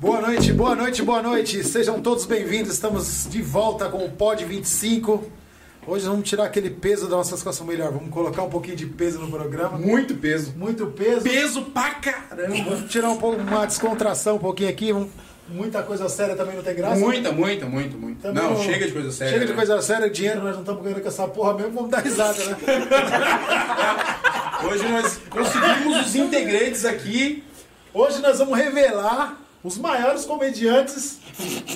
Boa noite, boa noite, boa noite. Sejam todos bem-vindos. Estamos de volta com o Pod 25. Hoje vamos tirar aquele peso das nossas costas, ou melhor, vamos colocar um pouquinho de peso no programa. Muito peso. Muito peso. Peso pra caramba. Vamos tirar um pouco, uma descontração um pouquinho aqui. Vamos- Muita coisa séria também não tem graça. Muita, muita, muito, muito. Também não, chega de coisa séria. Chega de né? coisa séria, dinheiro, nós não estamos ganhando com essa porra mesmo, vamos dar risada, né? Hoje nós conseguimos os integrantes aqui. Hoje nós vamos revelar os maiores comediantes,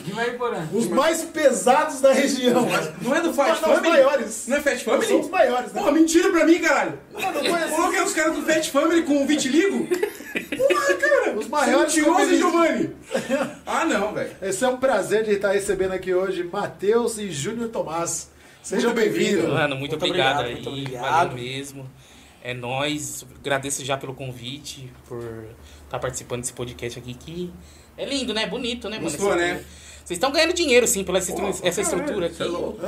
De Mariporã. os mais pesados da região. Não é do Fat Não, não, os Family? maiores. Não é Fat Nós Family? somos os maiores, né? Porra, mentira pra mim, caralho. Mano, eu conheço Coloca os caras do Fat Family com o vitiligo. Porra, cara. Os maiores e comediantes. Giovanni. Ah, não, velho. Esse é um prazer de estar recebendo aqui hoje Matheus e Júnior Tomás. Sejam bem-vindos. Mano, muito, obrigado, aí. obrigado, muito obrigado. Valeu mesmo. É nóis. Agradeço já pelo convite, por estar participando desse podcast aqui que é lindo, né? Bonito, né, mano? Gostou, Essa- né? Vocês estão ganhando dinheiro, sim, pela estru- Porra, essa caralho, estrutura cê é aqui. louco.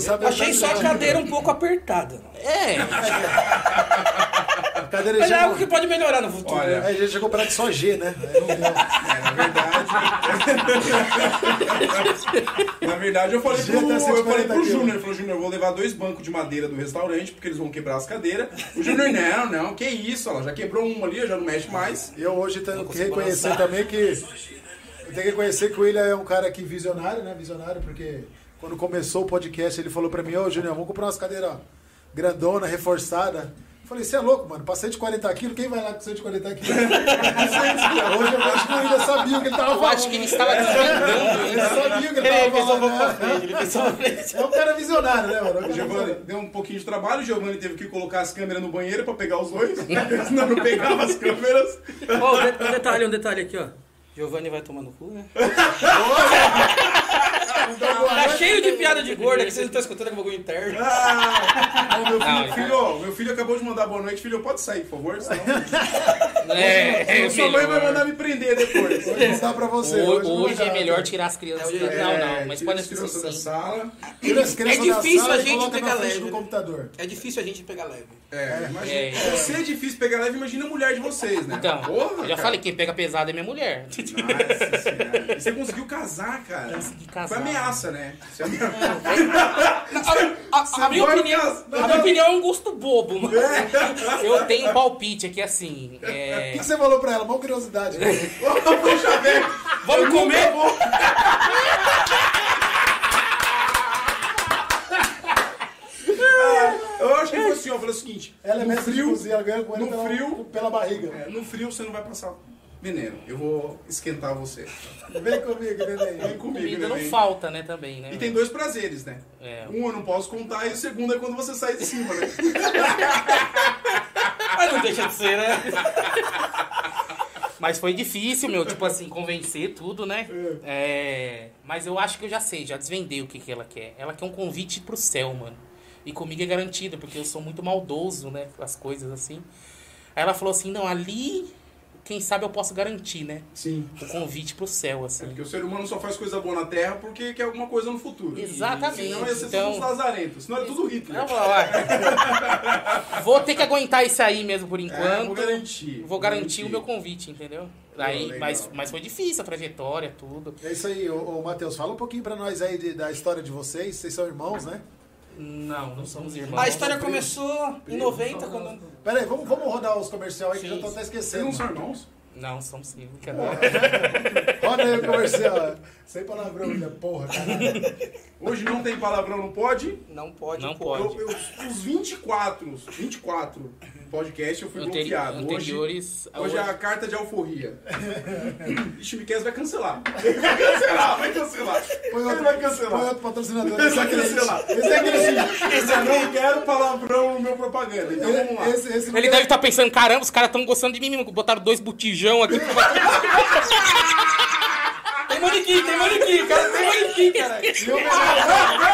Sabe, tá Achei só a cadeira um pouco apertada. É, A cadeira Mas é já... algo que pode melhorar no futuro. Olha, Aí a gente chegou para de só G, né? Aí não deu. É, na verdade. na verdade, eu falei pro, Devia ter sido eu falei 40 pro quilos. Júnior. Ele falou, Júnior, eu vou levar dois bancos de madeira do restaurante, porque eles vão quebrar as cadeiras. O Júnior, não, não, que isso, ela já quebrou uma ali, já não mexe mais. E eu hoje tenho que reconhecer também que... Eu tenho que reconhecer que o William é um cara que visionário, né? Visionário, porque quando começou o podcast ele falou para mim, ô Júnior, vamos comprar umas cadeiras grandona, reforçada. Eu Falei, você é louco, mano. Passei de 40 quilos, quem vai lá com 140 quilos? Hoje eu acho que o William sabia o que ele tava eu falando. acho que ele estava desvendando. Ele sabia o que ele Ele tava pensou um falando. pouco né? pra frente, ele pensou pra frente. É um cara visionário, né, mano? É um cara Giovanni visionário. deu um pouquinho de trabalho, o Giovanni teve que colocar as câmeras no banheiro pra pegar os dois, senão não pegava as câmeras. Ó, um de- um detalhe, um detalhe aqui, ó. Giovanni vai tomar no cu, né? Então, Tá cheio de piada de gorda que vocês não estão escutando que é bagulho interno. Ah, ô, meu Não, filho, filho, ó, meu filho acabou de mandar boa noite, filho, pode sair, por favor, senão É, é sua mãe vai melhor. mandar me prender depois. Hoje não dá pra você. Ho- Hoje, não dá. é melhor tirar as crianças. da- não, não, mas é, tira as pode assim. assistir crianças da sim. sala. Tira as É crianças da difícil sala a e gente coloca na pegar frente leve, do né? computador. É difícil a gente pegar leve. É, imagina. É. Se é difícil pegar leve, imagina a mulher de vocês, né? Então, Porra, eu já cara. falei, quem pega pesado é minha mulher. Nossa senhora. E Você conseguiu casar, cara. Consegui casar. Foi É. ameaça, né? Você ameaça. A, a- a minha Agora opinião, Ah, que as- É. a minha opinião é um gosto bobo, mano. Eu tenho um palpite aqui assim. O é, que que você falou pra ela? Mó curiosidade. né? Puxa velho. Vamos comer? um Eu acho que foi assim, ó. Eu falei o seguinte. Ela é no mestre de frio, cozinha, ela ganha com ele no pela, frio. pela barriga. é, no frio você não vai passar veneno. Eu vou esquentar você. Vem comigo, neném. Vem comigo, Comida não neném. falta, né, também, né? E tem dois prazeres, né? É. Um eu não posso contar e o segundo é quando você sai de cima, né? Mas não deixa de ser, né? Mas foi difícil, meu, tipo assim, convencer tudo, né? É, Mas eu acho que eu já sei, já desvendei o que, que ela quer. Ela quer um convite pro céu, mano. E comigo é garantido, porque eu sou muito maldoso, né? com As coisas assim. Aí ela falou assim: não, ali, quem sabe eu posso garantir, né? Sim. O convite pro céu, É assim. porque o ser humano só faz coisa boa na Terra porque quer alguma coisa no futuro. Exatamente, Senão ia ser então- tudo lazarento. Senão era tudo Hitler. É, Não, vou, lá. vou ter que aguentar isso aí mesmo por enquanto. É, vou vou, garantir. garantir o meu convite, entendeu? Aí, legal. mas, mas foi difícil a trajetória, tudo. É isso aí, ô, ô Matheus. Fala um pouquinho pra nós aí de- da história de vocês. Vocês são irmãos, né? Não, não somos irmãos. A história começou em 90, quando... Pera aí, vamos, vamos rodar os comercial aí que Sim. eu já tô até Vocês esquecendo. não são irmãos? Não, somos sim. Roda aí o comercial. é. Sem palavrão, minha porra, caralho. Hoje não tem palavrão, não pode. Não pode. Não pô. pode. Eu, eu, os 24, os 24 podcasts eu fui Anteri bloqueado. Hoje, hoje, anteriores. a é hoje- a carta de alforria. Ixi, o Miquel vai cancelar. Vai cancelar, vai cancelar. Põe Ele outro, vai põe cancelar. outro é patrocinador. Ele vai cancelar. Esse é aquele assim, Eu não quero palavrão no meu propaganda. Então vamos lá. Esse, esse não Ele tem- deve estar pensando, caramba, os caras estão gostando de mim mesmo. Botaram dois botijão aqui. Tem manequim, tem manequim, cara. Tem manequim, cara. E o melhor-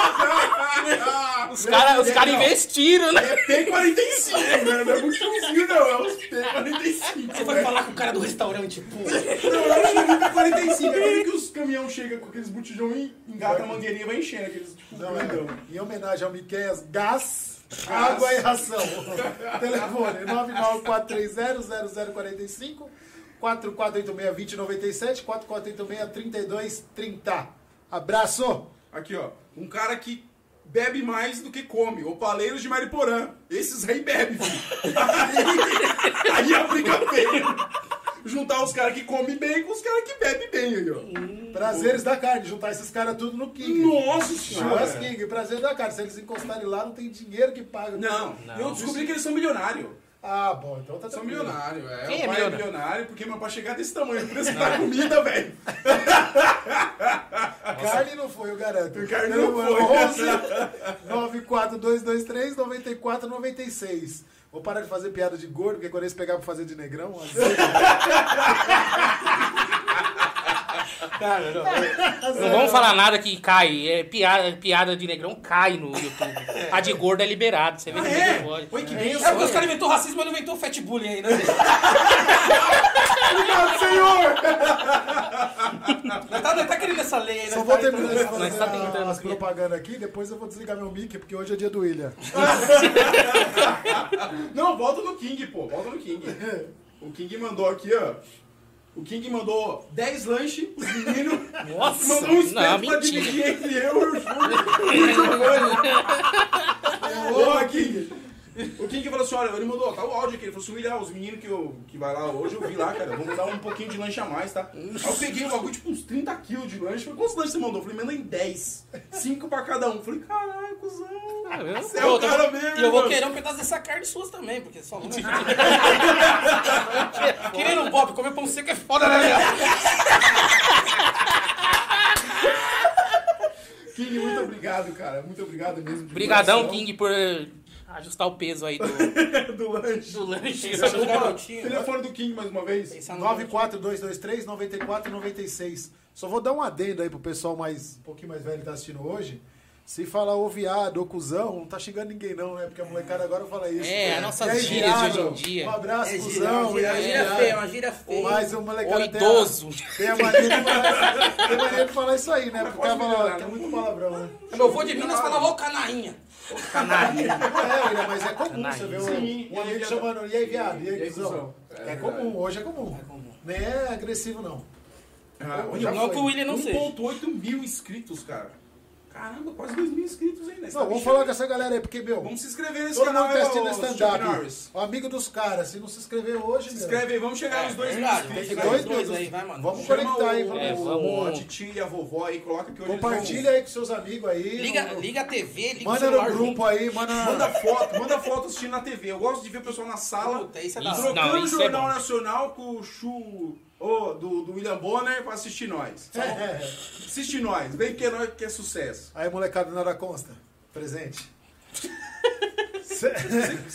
Os caras os cara Não. investiram, né? Tem 45, né? Não é buchãozinho, não. É os tem 45. Você foi falar com o cara do restaurante, pô. Não, eu achei muito 45. É quando que os caminhão chegam com aqueles botijão e engata a mangueirinha e vai enchendo aqueles, tipo, Não, grandão. é. Em homenagem ao Miqueias, gás, água e ração. Telefone 994300045 4486-2097, 4486-3230. Abraço! Aqui, ó. Um cara que bebe mais do que come. Opaleiros de Mariporã. Esses aí bebem, filho. aí, aí a briga feia. Juntar os caras que comem bem com os caras que bebem bem, aí, ó. Prazeres da carne, juntar esses caras tudo no King. Nossa Churras senhora. King, prazer da carne. Se eles encostarem lá, não tem dinheiro que paga. Não, eu descobri que eles são milionários. Ah, bom, então tá São tranquilo. milionários, é. Quem o pai é é milionário? milionário, porque meu pai é chegar desse tamanho, precisa da comida, velho. A carne não foi, eu garanto. Carne Então, não é foi. 11 94223 9496. Vou parar de fazer piada de gordo, porque quando eles pegar pra fazer de negrão, assim. às vezes- Cara, não, não vamos falar nada que cai. É piada, piada de negrão cai no YouTube. A de gorda é liberada. Você vê que ninguém É. pode. Foi que É bem, porque os caras inventou racismo, mas não inventou fat bullying né? ainda. Obrigado, senhor! Nós tá, nós tá querendo essa lei ainda. Só vou terminar de Nós tá tentando fazer as aqui. propagandas aqui, depois eu vou desligar meu mic, porque hoje é dia do William. Não, volta no King, pô. Volta no King. O King mandou aqui, ó. O King mandou 10 lanches pros meninos. Nossa, Mandou um não, espeto pra mentira. dividir entre eu e o Júlio e o Giovanni. Ô, King. O King falou assim, olha, ele mandou, tá o áudio aqui. Ele falou assim, William, os meninos que, eu, que vai lá hoje, eu vi lá, cara, vamos dar um pouquinho de lanche a mais, tá? Aí eu peguei o bagulho, tipo, uns 30 quilos de lanche. Falei, quantos lanches você mandou? Eu falei, manda em 10. 5 pra cada um. Falei, caralho, cuzão. Ah, eu- Você é o cara mesmo, E eu vou mano. querer um pedaço dessa carne suas também, porque só um não. Querendo um pop, comer pão seco é foda, né? cara? King, muito obrigado, cara. Muito obrigado mesmo. de Obrigadão, coração. King, por ajustar o peso aí do, do lanche. do lanche. Isso é do garotinho. Telefone do King mais uma vez. Isso é no- 94223 9496. Só vou dar um adendo aí pro pessoal mais, um pouquinho mais velho que tá assistindo hoje. Se falar ô viado, ô cuzão, não tá xingando ninguém não, né? Porque a molecada agora fala isso. É, as nossas E aí, gírias de viado? hoje em dia. Um abraço, É gíria, cuzão. e é uma aí, gíria viado? um feia, uma gíria feia. Mas o molecada Ô, tem a- idoso. Tem a mania de falar, tem a mania de falar isso aí, né? Porque pode ela fala, melhorar, tem né? muito palavrão, né? Meu avô de Minas falava, ô canainha. É, William, mas é comum Nice. você ver um, Sim, um e aí, amigo viado? chamando, e aí, viado, e aí, E aí, cuzão? cuzão? É, É comum, verdade. hoje é comum. comum. Nem é agressivo, não. Ah, já Não foi. que o William não seja. 1.8 mil inscritos, cara. Caramba, quase 2 mil inscritos ainda. Não, vamos falar com essa galera aí, porque, meu, Vamos se inscrever nesse todo canal. mundo tá ô, assistindo ô, Chuck stand-up. Norris. O amigo dos caras, se não se inscrever hoje, Se meu, inscreve aí, vamos chegar nos 2 mil verdade, inscritos. tem Vai, dois os dois minutos. aí, vai, mano. É, Vamos Chama conectar aí, o- vamos. É, o- A vamos. titia e a vovó aí, coloca que hoje eles Compartilha aí com um. seus amigos aí. Liga, no- liga a TV, liga o Manda celular. no grupo aí, manda. vão- Manda foto, manda foto assistindo na TV. Eu gosto de ver o pessoal na sala. Puta, isso é da Isso hora. Trocando não, o isso é Jornal bom. Nacional com o Chu ô, do, do William Bonner pra assistir nós. É, é. Assiste nós, vem que é nós que é sucesso. Aí, molecada, nada consta. Presente. Você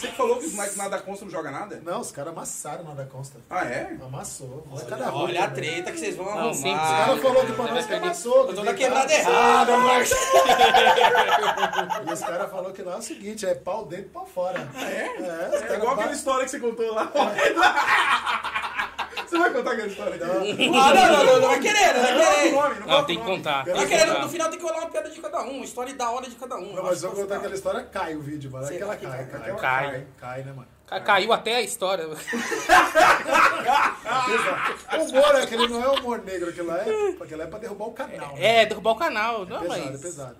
que falou que os Mike nada consta não joga nada? Não, os caras amassaram nada consta. Ah, é? Amassou. Molecada ruim. Olha a também. treta que vocês vão Não, sim, os O cara arrumar. caras- falou que pra nós que amassou. Eu tô que na deitado, quebrada que errada, Marcos. E os caras falaram que lá é o seguinte, é pau dentro e pau fora. É? É, os É igual aquela caras história que você contou lá. você vai contar aquela história? Não, Ah, não, não, não, não vai querer, não vai não, querer. não, não, Não, tem que contar. tem Não vai que querer, contar. no final tem que rolar uma piada de cada um, uma história da hora de cada um. Não, mas vamos contar aquela história, cai o vídeo, mano. Será Aquela que cai, cai? cai, aquela Cai. cai. Cai, né, mano? Ca- Caiu até a história. O humor, aquele não é humor negro, aquilo lá é, aquilo lá é pra derrubar o canal. né? É, derrubar o canal. Não, pesado, mas. pesado.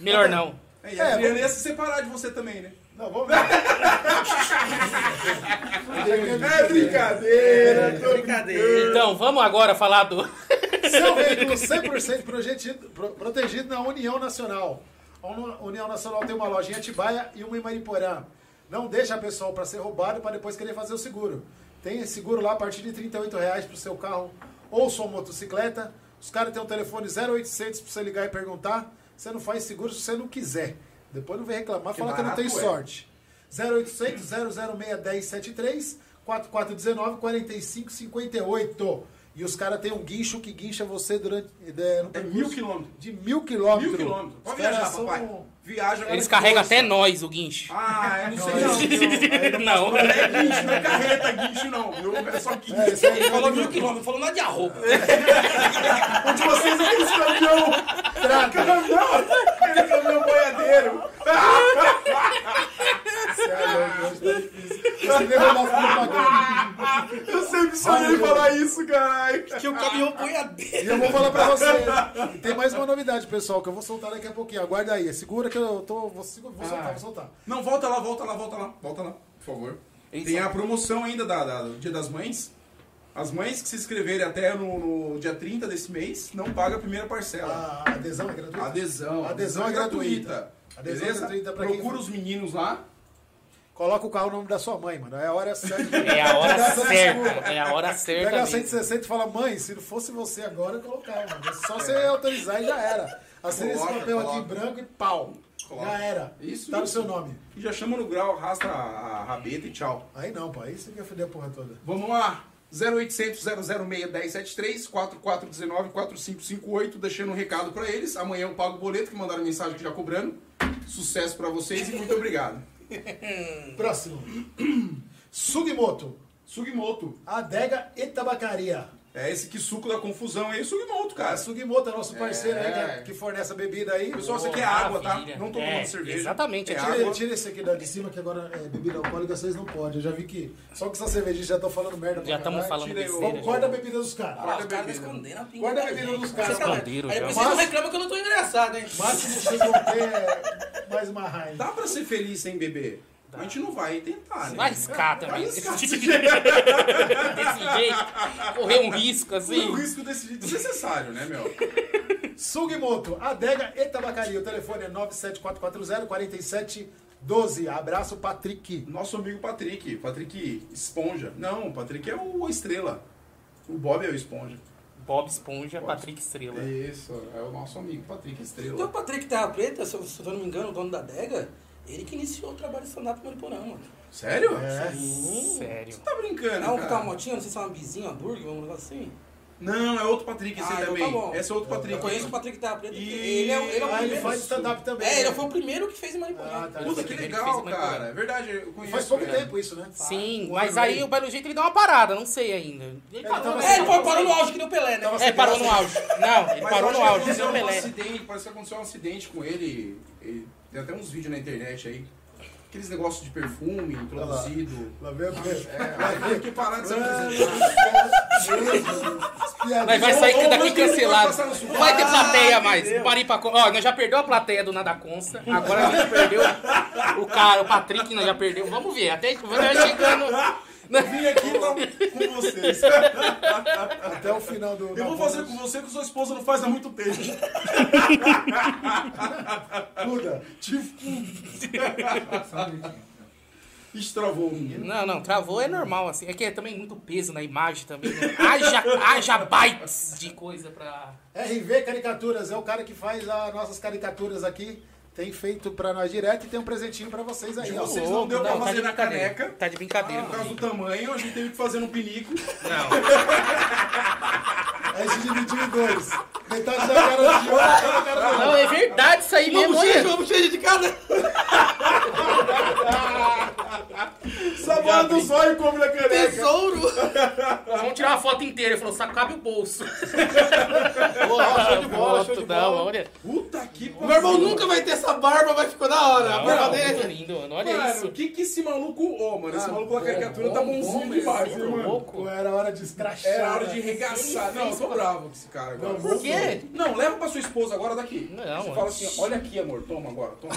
Melhor não. É, e a Adriana ia se separar de você também, né? Não, vamos ver. É brincadeira, tô Brincadeira. Então, vamos agora falar do. Seu veículo 100% protegido, pro- protegido na União Nacional. A Uni- União Nacional tem uma loja em Atibaia e uma em Mariporã. Não deixa a pessoa para ser roubado para depois querer fazer o seguro. Tem seguro lá a partir de R$ 38,00 para o seu carro ou sua motocicleta. Os caras têm um telefone 0800 para você ligar e perguntar. Você não faz seguro se você não quiser. Depois não vem reclamar, falar que não barato tem é. sorte. 0800 006 1073 4419 4558. E os caras têm um guincho que guincha você durante. é, no É percurso mil quilômetros. De mil quilômetros. Mil quilômetros. Os Pode caras viajar, são. um- papai. Viaja. Eles cara. carregam até nós, o guincho. Ah, é, não sei Não, não. eles- Não. Não é guincho, não é carreta guincho, não. viu? É só guincho. É, isso aí. Ele falou mil quilômetros, falou nada de arroba. O de vocês é aqueles caminhão. Caminhão. Aquele caminhão boiadeiro. Você é louco, hoje tá difícil. Esse negócio da propaganda. Eu sempre absurdo ele falar isso, caralho. Que o caminhão põe a dele. E eu vou falar pra vocês. E tem mais uma novidade, pessoal, que eu vou soltar daqui a pouquinho. Aguarda aí. Segura que eu tô. Vou, segu- vou soltar, vou soltar. Não, volta lá, volta lá, volta lá. Volta lá, por favor. Eles Tem são- a promoção ainda da, da- do Dia das Mães. As mães que se inscreverem até no, no dia 30 desse mês não pagam a primeira parcela. Ah. A adesão é gratuita? Adesão. A adesão é gratuita. Adesão é Beleza? gratuita pra quem Procura for. os meninos lá. Coloca o carro no nome da sua mãe, mano. É a hora certa. É a hora Dá essa certa. É a hora certa. Pega a mesmo. 160 e fala, mãe, se não fosse você agora, eu colocava. mano. É Só você autorizar e já era. Assina esse Coloca, papel aqui coloca. em branco e pau. Coloca. Já era. Isso, Tá no isso. seu nome. E já chama no grau, arrasta a, a rabeta e tchau. Aí não, pô. Aí você quer foder a porra toda. Vamos lá. 0800 006 1073 4419 4558 deixando um recado pra eles. Amanhã eu pago o boleto que mandaram mensagem que já cobrando. Sucesso pra vocês e muito obrigado. Próximo. Sugimoto. Sugimoto. Adega e tabacaria. É esse que suco da confusão aí, Sugimoto, cara. A Sugimoto é nosso parceiro aí, É. que- que fornece a bebida aí. Pessoal, isso aqui é Maravilha. água, tá? Não tô tomando É, cerveja. exatamente, é é Tira, água. tira esse aqui da de cima, que agora é bebida alcoólica, vocês não podem. Eu já vi que só que essa cervejinha já estão falando merda. pra Já estamos caralho. falando tira aí o- besteira. Vamos, já. guarda a bebida dos caras. Ah, os caras escondendo a pinga. Guarda a da bebida gente. dos caras. Vocês Esconderam Aí já. depois vocês não reclamam que eu não tô engraçado, hein? Máximo que vocês vão ter é mais uma raiva. Dá pra ser feliz sem beber? A gente não vai tentar, né? Vai Vai arriscar também. tipo arriscar. Desse jeito. Correr um risco assim. O risco desse jeito desnecessário, né, meu? Sugimoto, adega e tabacaria. O telefone é 974404712. Abraço, Patrick. Nosso amigo Patrick. Patrick Esponja. Não, o Patrick é o Estrela. O Bob é o Esponja. Bob Esponja, Patrick Estrela. Isso, é o nosso amigo Patrick Então Estrela. o Patrick Terra Preta, se eu, se eu não me engano, o dono da adega, ele que iniciou o trabalho de stand-up no Mariporã, mano. Sério? É. Sério. Tá brincando, É um que tá uma cara. motinha, não sei se é uma bizinha, um hambúrguer, um negócio assim. Não, é outro Patrick esse Ah, aí então também. tá bom. Esse é outro Patrick. Eu conheço o Patrick Terra Preta, E- porque ele é, o- ele é Ah, ele o primeiro. faz stand-up também. É, né? ele foi o primeiro que fez Mariporã. Ah, tá. Puta, que Ele fez legal, uma coisa. cara. É verdade, eu conheço. Faz pouco cara. tempo isso, né? Sim, um mas ano e aí meio. o Belo Jeito ele dá uma parada, não sei ainda. Ele parou, tava né? É, ele foi- parou no auge que deu Pelé, né? Tava É, sem parou graça. no auge. Não, ele Mas eu parou no acho que auge, deu aconteceu um Pelé. acidente, parece que aconteceu um acidente com ele. ele- Tem até uns vídeos na internet aí. Aqueles negócios de perfume introduzido. Lá vem a É, aí teve que parar de ser apresentado. Mas vai Ou- sair ou daqui não tem cancelado. ninguém pra passar no Não vai ter Ah, plateia mais. O Pari pra... Ó, nós já perdeu a plateia do Nada Consta. Agora a gente perdeu o cara, o Patrick, nós já perdeu. Vamos ver, até vai chegando. Vim aqui pra- com vocês. Até o final do. Eu vou fazer com você o que sua esposa não faz há muito tempo. Muda. Estravou o menino. Não, não, travou é normal, assim. É que é também muito peso na imagem também. Né? Haja, haja bytes de coisa pra. RV Caricaturas é o cara que faz as nossas caricaturas aqui. Tem feito pra nós direto e tem um presentinho pra vocês aí. De ó. vocês não deu pra tá de fazer na brincadeira. caneca. Ah, Tá de brincadeira, Por causa mano. do tamanho, a gente teve que fazer no pinico. Não. Aí se dividiu É em dois. Metade da cara de um. outro, da cara do Não, é verdade isso aí mesmo. olha. vamos cheio de casa. Sabão do zóio e come na caneca. Tesouro. Vamos tirar uma foto inteira. Ele falou, só cabe o bolso. Boa, show de bola, show Não, de bola. olha. Ah, Puta que pariu. Meu irmão nunca vai ter essa barba, mas ficou da hora. a barba Não, dele. muito lindo, mano. Olha Mano, isso. o que que esse maluco... Ô, mano, esse maluco da caricatura tá bonzinho demais, viu, Tô mano? louco. Pô, Era hora de escrachar. Era hora de né? regaçar. Não, eu tô bravo com esse cara agora. Por quê? Não, leva pra sua esposa agora daqui. Não, Você eu- fala assim, ó, olha aqui, amor, toma agora, toma.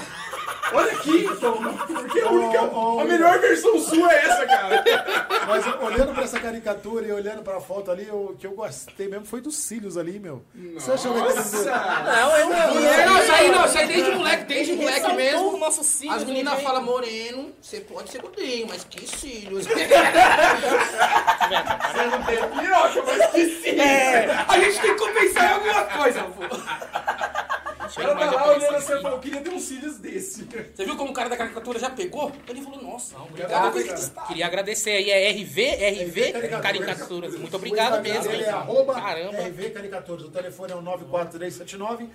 Olha aqui, toma. Porque a, única, Oh, oh, a melhor versão sua é essa, cara. Mas olhando pra essa caricatura e olhando pra foto ali, o que eu gostei mesmo foi dos cílios ali, meu. Você achou que Nossa! Não, eu não. Não, isso aí não. Isso aí desde moleque, desde Ele moleque ressaltou mesmo. o nosso cílio As de um meninas jeito. falam moreno, você pode ser gordinho, mas que cílios. Você não tem piroca, mas que sim. É, a gente tem que compensar em alguma coisa, pô. Ela tá lá olhando assim, ela falou, eu queria ter uns cílios desse. Você viu como o cara da caricatura já pegou? Ele falou, nossa, obrigado. Obrigado, Queria agradecer aí, é RV, RV Caricaturas. Caricaturas. Muito obrigado mesmo. Ele é hein? arroba Caramba. RV Caricaturas. O telefone é o 94379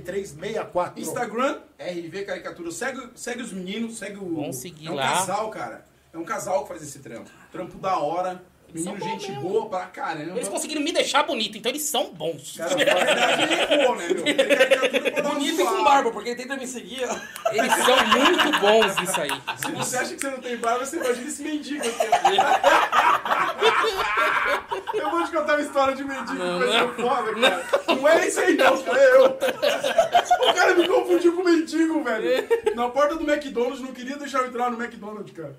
9364. Instagram, RV Caricatura. Segue, segue os meninos, segue o. Vamos seguir é um lá. casal, cara. É um casal que faz esse trampo. Trampo da hora. Menino, são bons gente mesmo. boa pra caramba. Eles conseguiram me deixar bonito, então eles são bons. Cara, na verdade, ele errou, né, meu? Ele é caricatura pra dar um Bonito e com zoado. barba, porque ele tenta me seguir, ó. Eles são muito bons isso aí. Se você acha que você não tem barba, você imagina esse mendigo aqui. ó. uma história de mendigo Não, coisa não. foda, cara. Não. é esse aí, não, cara. É eu. O cara me confundiu com mendigo, velho. Na porta do McDonald's, não queria deixar eu entrar no McDonald's, cara.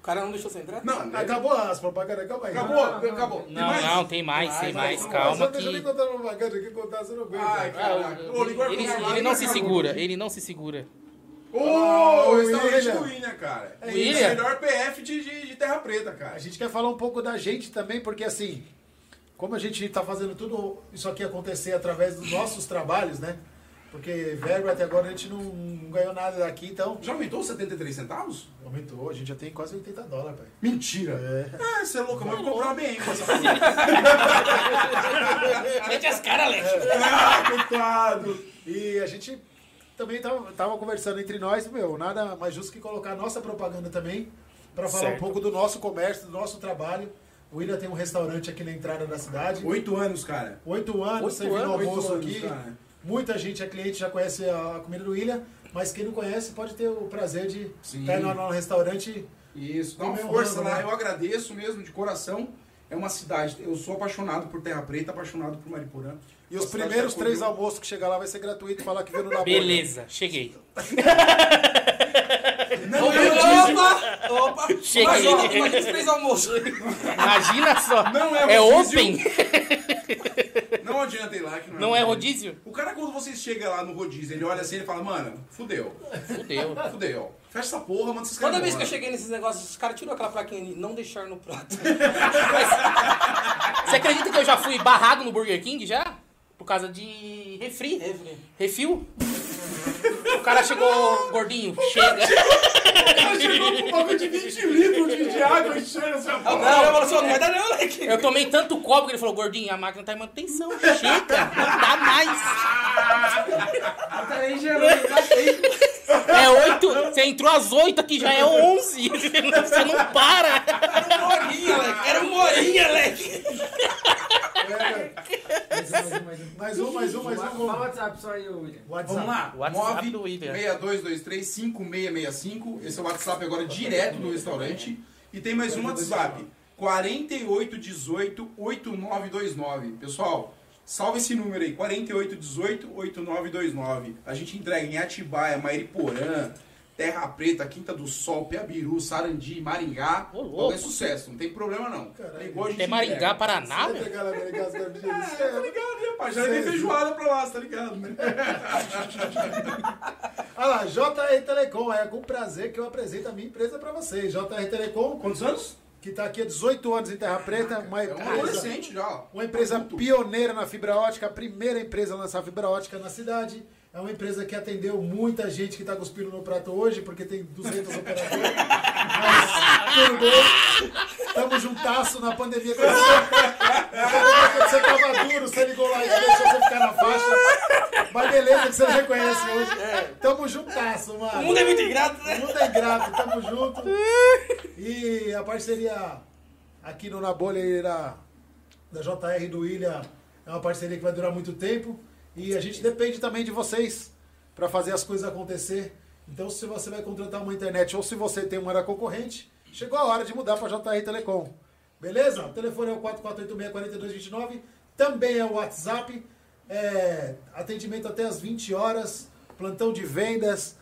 O cara não deixou você entrar? Não, acabou. Acabou as propagandas, calma aí. Acabou, acabou. Tem Não, mais? não, tem mais, tem Tem mais, mais, calma Deixa eu nem que... contar uma propaganda aqui, contar, você não aguenta. Ai, caraca. Ô, ligou a Ele, consulada, ele não se acabou. segura, ele não se segura. Ô, Ah, o o restaurante William. do William, cara. É isso. O melhor PF de, de, de Terra Preta, cara. A gente quer falar um pouco da gente também, porque assim, como a gente está fazendo tudo isso aqui acontecer através dos nossos trabalhos, né? Porque verbo até agora a gente não, não ganhou nada daqui, então Já aumentou 73 centavos? aumentou. A gente já tem quase 80 dólares, pai. Mentira. É, você é louco, mas eu vou comprar uma BM com essa Mete as caras, Alex. Ah, coitado. E a gente também tava, tava conversando entre nós, meu, nada mais justo que colocar a nossa propaganda também, para falar um Certo. pouco do nosso comércio, do nosso trabalho. O William tem um restaurante aqui na entrada da cidade. Oito anos, cara. Oito anos Oito servindo anos, almoço oito anos, aqui. cara. Muita gente é cliente, já conhece a comida do William, mas quem não conhece pode ter o prazer de Sim. estar no, no restaurante. Isso, dá uma Meu força ramo, lá. né? Eu agradeço mesmo, de coração. É uma cidade, eu sou apaixonado por Terra Preta, apaixonado por Mariporã. E os Uma cidade primeiros que três acolheu- almoços que chegar lá vai ser gratuito falar que veio no Naboca. Beleza, cheguei. Não, é rodízio. Opa! Opa! Cheguei. Mas, ó, imagina os três almoços. Imagina só. Não é É rodízio. open, Não adianta ir lá que não é não é rodízio? O cara, quando você chega lá no rodízio, ele olha assim e fala, mano, fudeu, Fudeu. fudeu. Fecha essa porra, manda esses caras Toda vez que eu embora. cheguei nesses negócios, os caras tiram aquela plaquinha ali, não deixar no prato. Você acredita que eu já fui barrado no Burger King já? Por causa de refri. Refri. Refil? O cara chegou gordinho, chega. Chegou com um bagulho de 20 litros de, de água enchendo essa Não, porra. não, eu falo assim, ó, não vai dar não, moleque. Eu tomei tanto copo que ele falou, gordinho, a máquina tá em manutenção, chega, não dá mais. Tá Aí um gerou, aí. É oito, você entrou às oito aqui, já é onze. Você não para. Era um morinha, moleque. Era um morinha, moleque. É, Mais um, mais um, mais um. Fala o WhatsApp só aí, ô William. WhatsApp. Vamos lá, WhatsApp do William. 6223-5665. Esse é o WhatsApp agora direto do restaurante. E tem mais um WhatsApp: 4818-8929. Pessoal, salve esse número aí: 4818-8929. A gente entrega em Atibaia, Mairiporã, Terra Preta, Quinta do Sol, Piabiru, Sarandi, Maringá. Ô, louco. Então é sucesso, não tem problema não. Caralho. Ligou, a gente Até Maringá, entrega. Paraná, Vai meu? pegar lá, vai ligar as gordinhas. É, tá ligado, né, pai? Já tem feijoada pra lá, você tá ligado, né? Olha lá, JR Telecom, é com prazer que eu apresento a minha empresa para vocês. JR Telecom, Quantos anos? que está aqui há 18 anos em Terra Preta, uma É um empresa adolescente já, ó. Uma empresa pioneira na fibra ótica, a primeira empresa a lançar fibra ótica na cidade. É uma empresa que atendeu muita gente que está cuspindo no prato hoje, porque tem 200 operadores. Mas tudo bem. Estamos juntasso na pandemia. Quando você- quando você estava duro, você ligou lá e deixou você ficar na faixa. Mas beleza que você reconhece hoje. Tamo juntasso, mano. O mundo é muito ingrato, né? Mundo é grato, tamo junto. E a parceria aqui no Na Bolha e da, da JR e do William é uma parceria que vai durar muito tempo. E a gente depende também de vocês para fazer as coisas acontecer. Então, se você vai contratar uma internet ou se você tem uma era concorrente, chegou a hora de mudar para JR Telecom. Beleza? O telefone é o 4486-4229. Também é o WhatsApp. É, atendimento até às 20 horas. Plantão de vendas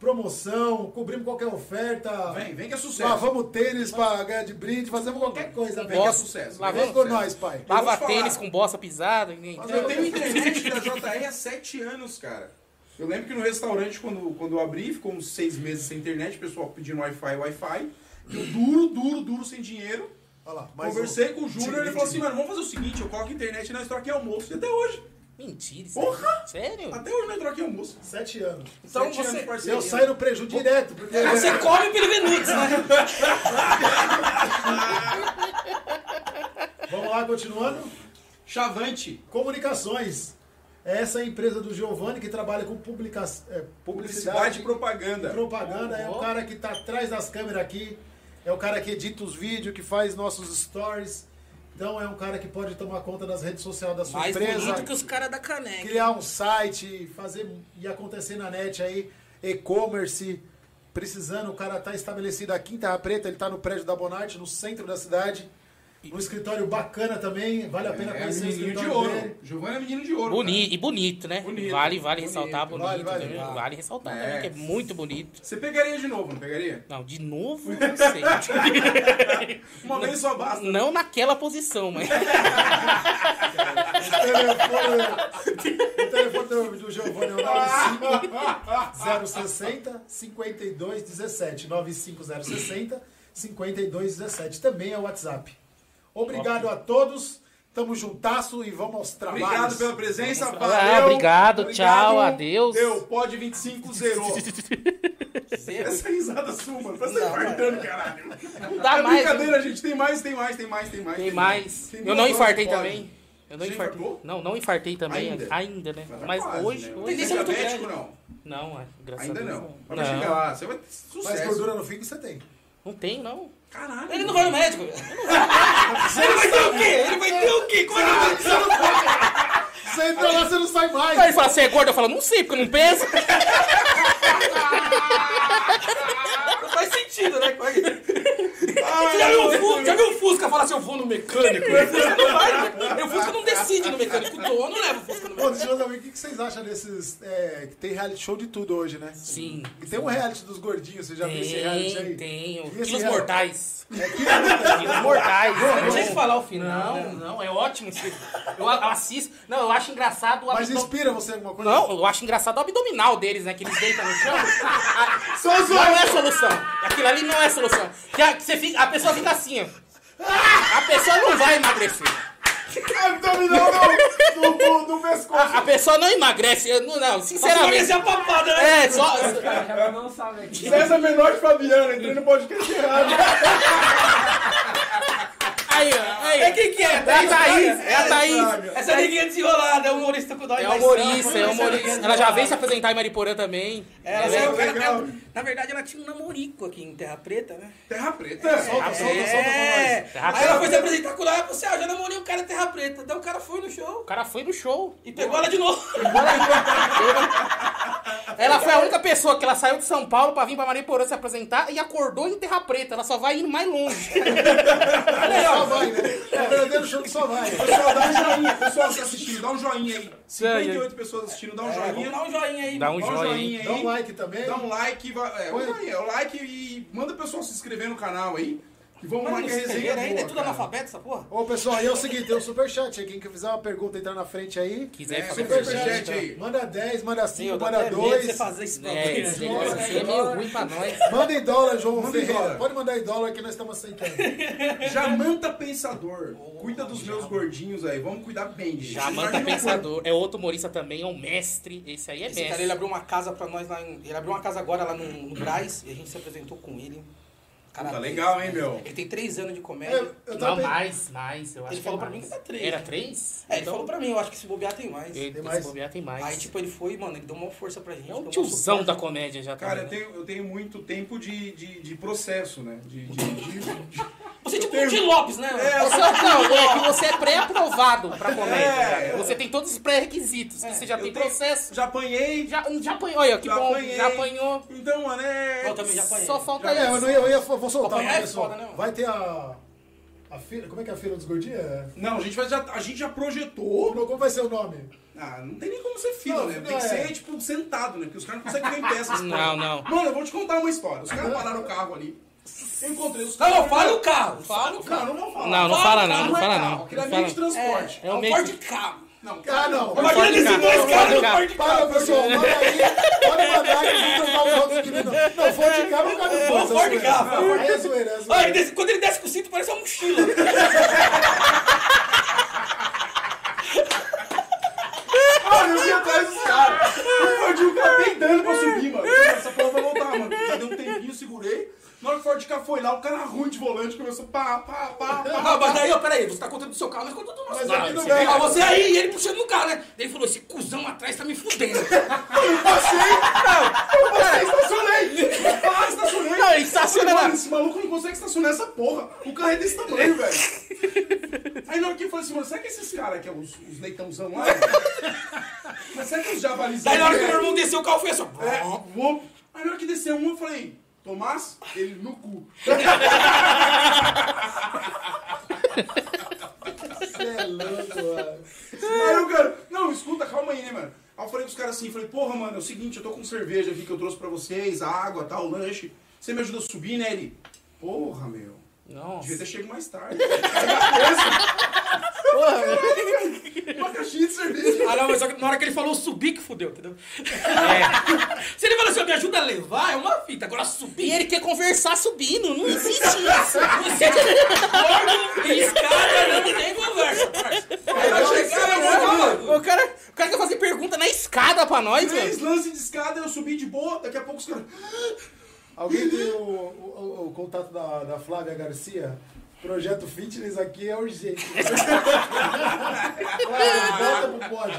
promoção, cobrimos qualquer oferta. Vem, vem que é sucesso. Lavamos tênis pra ganhar de brinde, fazemos qualquer coisa. Vem que é velho. sucesso. Lá Vem vamos, com sucesso. nós, pai. Eu vou Lava te falar. tênis com bosta pisada. ninguém- Mas Eu tenho internet da JR há sete anos, cara. Eu lembro que no restaurante, quando, quando eu abri, ficou uns seis meses sem internet, o pessoal pedindo Wi-Fi, Wi-Fi. Eu duro, duro, duro, sem dinheiro. Olha lá, mais Conversei um. com o Júnior, ele Tigre, falou assim, tigre. mano, vamos fazer o seguinte, eu coloco internet e nós troquei almoço. E até hoje, Mentira, isso Porra! é- Sério? até hoje nós troquei almoço. Sete anos. Então Sete anos de você, parceria. Eu saio no prejuízo direto, porque você come Pelivenutes, né? Vamos lá, continuando. Chavante. Comunicações. Essa é a empresa do Giovanni que trabalha com publica... é, Publicidade publicidade, e propaganda. propaganda. É o cara que tá atrás das câmeras aqui. É o cara que edita os vídeos, que faz nossos stories. Então é um cara que pode tomar conta das redes sociais da sua Mais empresa. bonito que os caras da caneca. criar um site, fazer e acontecer na net aí, e-commerce, precisando, o cara tá estabelecido aqui em Terra Preta, ele tá no prédio da Bonarte, no centro da cidade. Um escritório bacana também, vale a pena É, conhecer o menino de escritório ouro. dele. Giovanni é menino de ouro. Boni e bonito, né? Bonito, vale, vale bonito, ressaltar, bonito. vale, Vale, vale, vale, vale. ressaltar, É. né? Que é muito bonito. cara. Você pegaria de novo, não pegaria? Não, de novo, eu não sei. Uma vez só basta. não naquela posição, mas. O telefone, o telefone do, do Giovanni é o 95060 5217. 95060 5217. Também é o WhatsApp. Obrigado a todos. Tamo juntasso e vamos aos trabalhos. Obrigado pela presença. Ah, Valeu. obrigado, tchau, adeus. Deu, pode 25, zerou. Zero. Essa risada sua, mano. Parece que tá infartando, caralho. Não dá é mais. brincadeira, gente. Tem mais, tem mais, tem mais, tem mais. Tem mais. Tem Eu duas não horas, infartei pode. também. Eu não Você infartei. infartou? Não, não infartei também. Ainda? Ainda, né? tá Mas quase, hoje. né? hoje Tem Tem eu tô bem. diabético, não. Não, é, graças Ainda a Deus. não. Mas vai chegar Não, lá. Você vai ter Mas sucesso. gordura no fim que você tem. não tem, não. Caralho. Ele não vai no médico. velho. Ele vai ter o quê? Ele vai ter o quê? Como é que vai ter? Você entra lá, você não sai mais. Aí ele fala, você é gordo? Eu falo, não sei, porque eu não peso. Não faz sentido, né? Como é que- Ah, Você já viu o Fusca, já viu o Fusca falar assim, eu vou no mecânico? O Fusca não vai, né? O Fusca não decide no mecânico. O dono leva o Fusca no Ô, mecânico. deixa eu saber o que que vocês acham desses. é, que tem reality show de tudo hoje, né? Sim. E tem um reality dos gordinhos, você já viu esse reality aí? Tem, tem. E o esse Quilos reality? mortais. É que é Quilos mortais. Não tinha que falar o final, Não, né? não, é ótimo. esse- Eu a- assisto. Não, eu acho engraçado o Mas abdom- inspira você em alguma coisa? Não, eu acho engraçado o abdominal deles, né? Que eles deitam no chão. Só os Não é solução. Aquilo ali não é solução. Que a, que você fica- a pessoa fica assim, ó. A pessoa não vai emagrecer. abdominal do, do, do pescoço. A, a pessoa não emagrece. eu não, não, Mas sinceramente. a papada, né? É, só. Já não sabe aqui. César é Menor de Fabiano, entrei no podcast errado. Aí, ó. Aí. É quem que é? É a Thaís, é a Saga. Thaís. Essa amiguinha desenrolada, é o humorista com dó e É traição, humorista, é essa humorista. Ela amiguinha já veio se desenrolada. apresentar em Mariporã também. Ela É, saiu- ela- legal. ela- Na verdade, ela tinha um namorico aqui em Terra Preta, né? Terra Preta. Solta, solta, solta pra É. nós. Terra Aí ela Preta. foi se apresentar com ela e falou assim: Ah, já namorei um cara em Terra Preta. Daí o cara foi no show O cara foi no show. e pegou ela de novo. Ela foi a única pessoa que ela saiu de São Paulo pra vir pra Mariporã se apresentar e acordou em Terra Preta. Ela só vai indo mais longe. Só vai, né? É o verdadeiro show que só vai. Pessoal, dá um joinha. Pessoal, que tá assistindo, dá um joinha É, aí. 58 pessoas assistindo, dá um É, vamos joinha. dar um joinha aí. Dá um Dá um joinha, hein? joinha Dá um aí. like também. Dá um like. vai- É, um Oi. joinha, é o like e manda o pessoal se inscrever no canal aí. Que vamos Mas lá não que a se resenha inscreveram é ainda, boa, é tudo cara. analfabeto essa porra? Ô, pessoal, e é o seguinte, tem um superchat aí. Quem quiser fizer uma pergunta, entrar na frente aí. Quiser É, ficar super super chat. aí. Manda 10, manda Tá Sim, 5, eu tô manda até medo de você 2. fazer esse É, bagulho. esse negócio aqui é meio ruim pra nós. Manda em dólar, João Manda em Ferreira. dólar. Pode mandar em dólar que nós estamos aceitando. Jamanta Pensador. Cuida dos meus gordinhos aí. Vamos cuidar bem, gente. Jamanta Pensador é outro humorista também, é um mestre. Esse aí é Esse cara, ele mestre. abriu uma casa pra nós lá em... Ele abriu uma casa agora lá no, no Braz e a gente se apresentou com ele. Cara, Tá legal, hein, meu? Ele tem três anos de comédia. Eu, eu Não, tava pe- mais, mais. Eu acho Ele que falou é pra mais. mim que era três. Era três? Então, É, ele falou pra mim, eu acho que se bobear tem mais. Ele, Tem tem mais? mais. tem mais. Aí, tipo, ele foi, mano, ele deu uma força pra gente. é deu um uma tiozão suporte. da comédia já Cara, eu também. né? tenho, eu tenho muito tempo de, de, de processo, né? De, de, de- Você é tipo tenho- o Di Lopes, né? mano? Você, não, é que você é pré-aprovado pra comédia. É, cara. você tem todos os pré-requisitos. É, que você já eu tem tenho- processo. Já apanhei. Já, um já apanhou. Olha, que Já bom. apanhei. Já apanhou. Então, mano, é. Eu também já apanhei. Só falta É, eu, isso. não ia, eu ia- vou soltar, Apanhar é pessoal. foda, né, mano? Vai ter a... A fila, como é que é a fila dos gordinhos? É. Não, a gente, vai já, a gente já projetou. Como vai ser o nome? Ah, não tem nem como ser fila, Não, né? não Tem que é. ser, tipo, sentado, né? Porque os caras não conseguem nem peças. Não, não. Mano, eu vou te contar uma história. Os caras pararam o carro ali. Eu encontrei os Não, caras. não, fala o carro. Fala o Não, carro. não vou falar. Não, não fala não, Carro não Ah, fala carro, não. Aquilo é Não meio de fala. transporte. É um o meio Ford de- Carro. Não, Ah, não. Imagina de esses carro, dois Ford caras de no carro. Ford Carro. Para, pessoal, né? manda aí. Pode mandar que eu vou trocar os outros meninos. Não, for de carro, eu quero Vamos for de carro, vamos. Aí é zoeira, é Olha, ele zoeira. desce- quando ele desce com o cinto, parece uma mochila. Mano, eu vim atrás dos caras. O Fordinho tá peidando pra subir, mano. Essa porra vai voltar, mano. Já deu um tempinho, segurei. Na hora que o Ford K foi lá, o cara ruim de volante começou pá, pá, pá, Ah, pá. mas daí, ó, peraí, você tá contando do seu carro, nós contamos do nosso Mas carro. aqui não Você dá. fica- Ah, você aí, e ele puxando no carro, né? Daí ele falou, esse cuzão atrás tá me fudendo. Eu passei, assim? não, eu passei, estacionei. Ah, estacionei. Não, ele estaciona Mano, lá. Esse maluco não consegue estacionar essa porra. O carro é desse tamanho, velho. Aí na hora que eu falei assim, mano, será que esses caras que é os, os leitãozão lá? Mas será que é os javalizão? Daí na hora que meu irmão desceu o carro, foi assim, ó. É, vou. Aí na hora que desceu um, eu falei, Tomás, ele no cu. é né, mano, é o seguinte, eu tô com cerveja aqui que eu trouxe pra vocês, a água, tal, o lanche. Você me ajudou a subir, né? Ele, porra, meu. Devia Nossa. ter chego mais tarde. Porra, Uma caixinha de cerveja. Ah, não, mas só que na hora que ele falou subir que fudeu, entendeu? É. Se ele falou assim, me ajuda a levar, é uma fita. Agora E subir, ele quer conversar subindo, não existe isso. Não existe ele escada, né? não tem conversa, parça. Aí vai chegar, vai levar, mano. O cara, o cara quer fazer pergunta na escada pra nós, Três mano. lances de escada, eu subi de boa, daqui a pouco os caras. Alguém tem o, o- o- o contato da, da Flávia Garcia? Projeto Fitness aqui é urgente. Flávia, volta pro pod.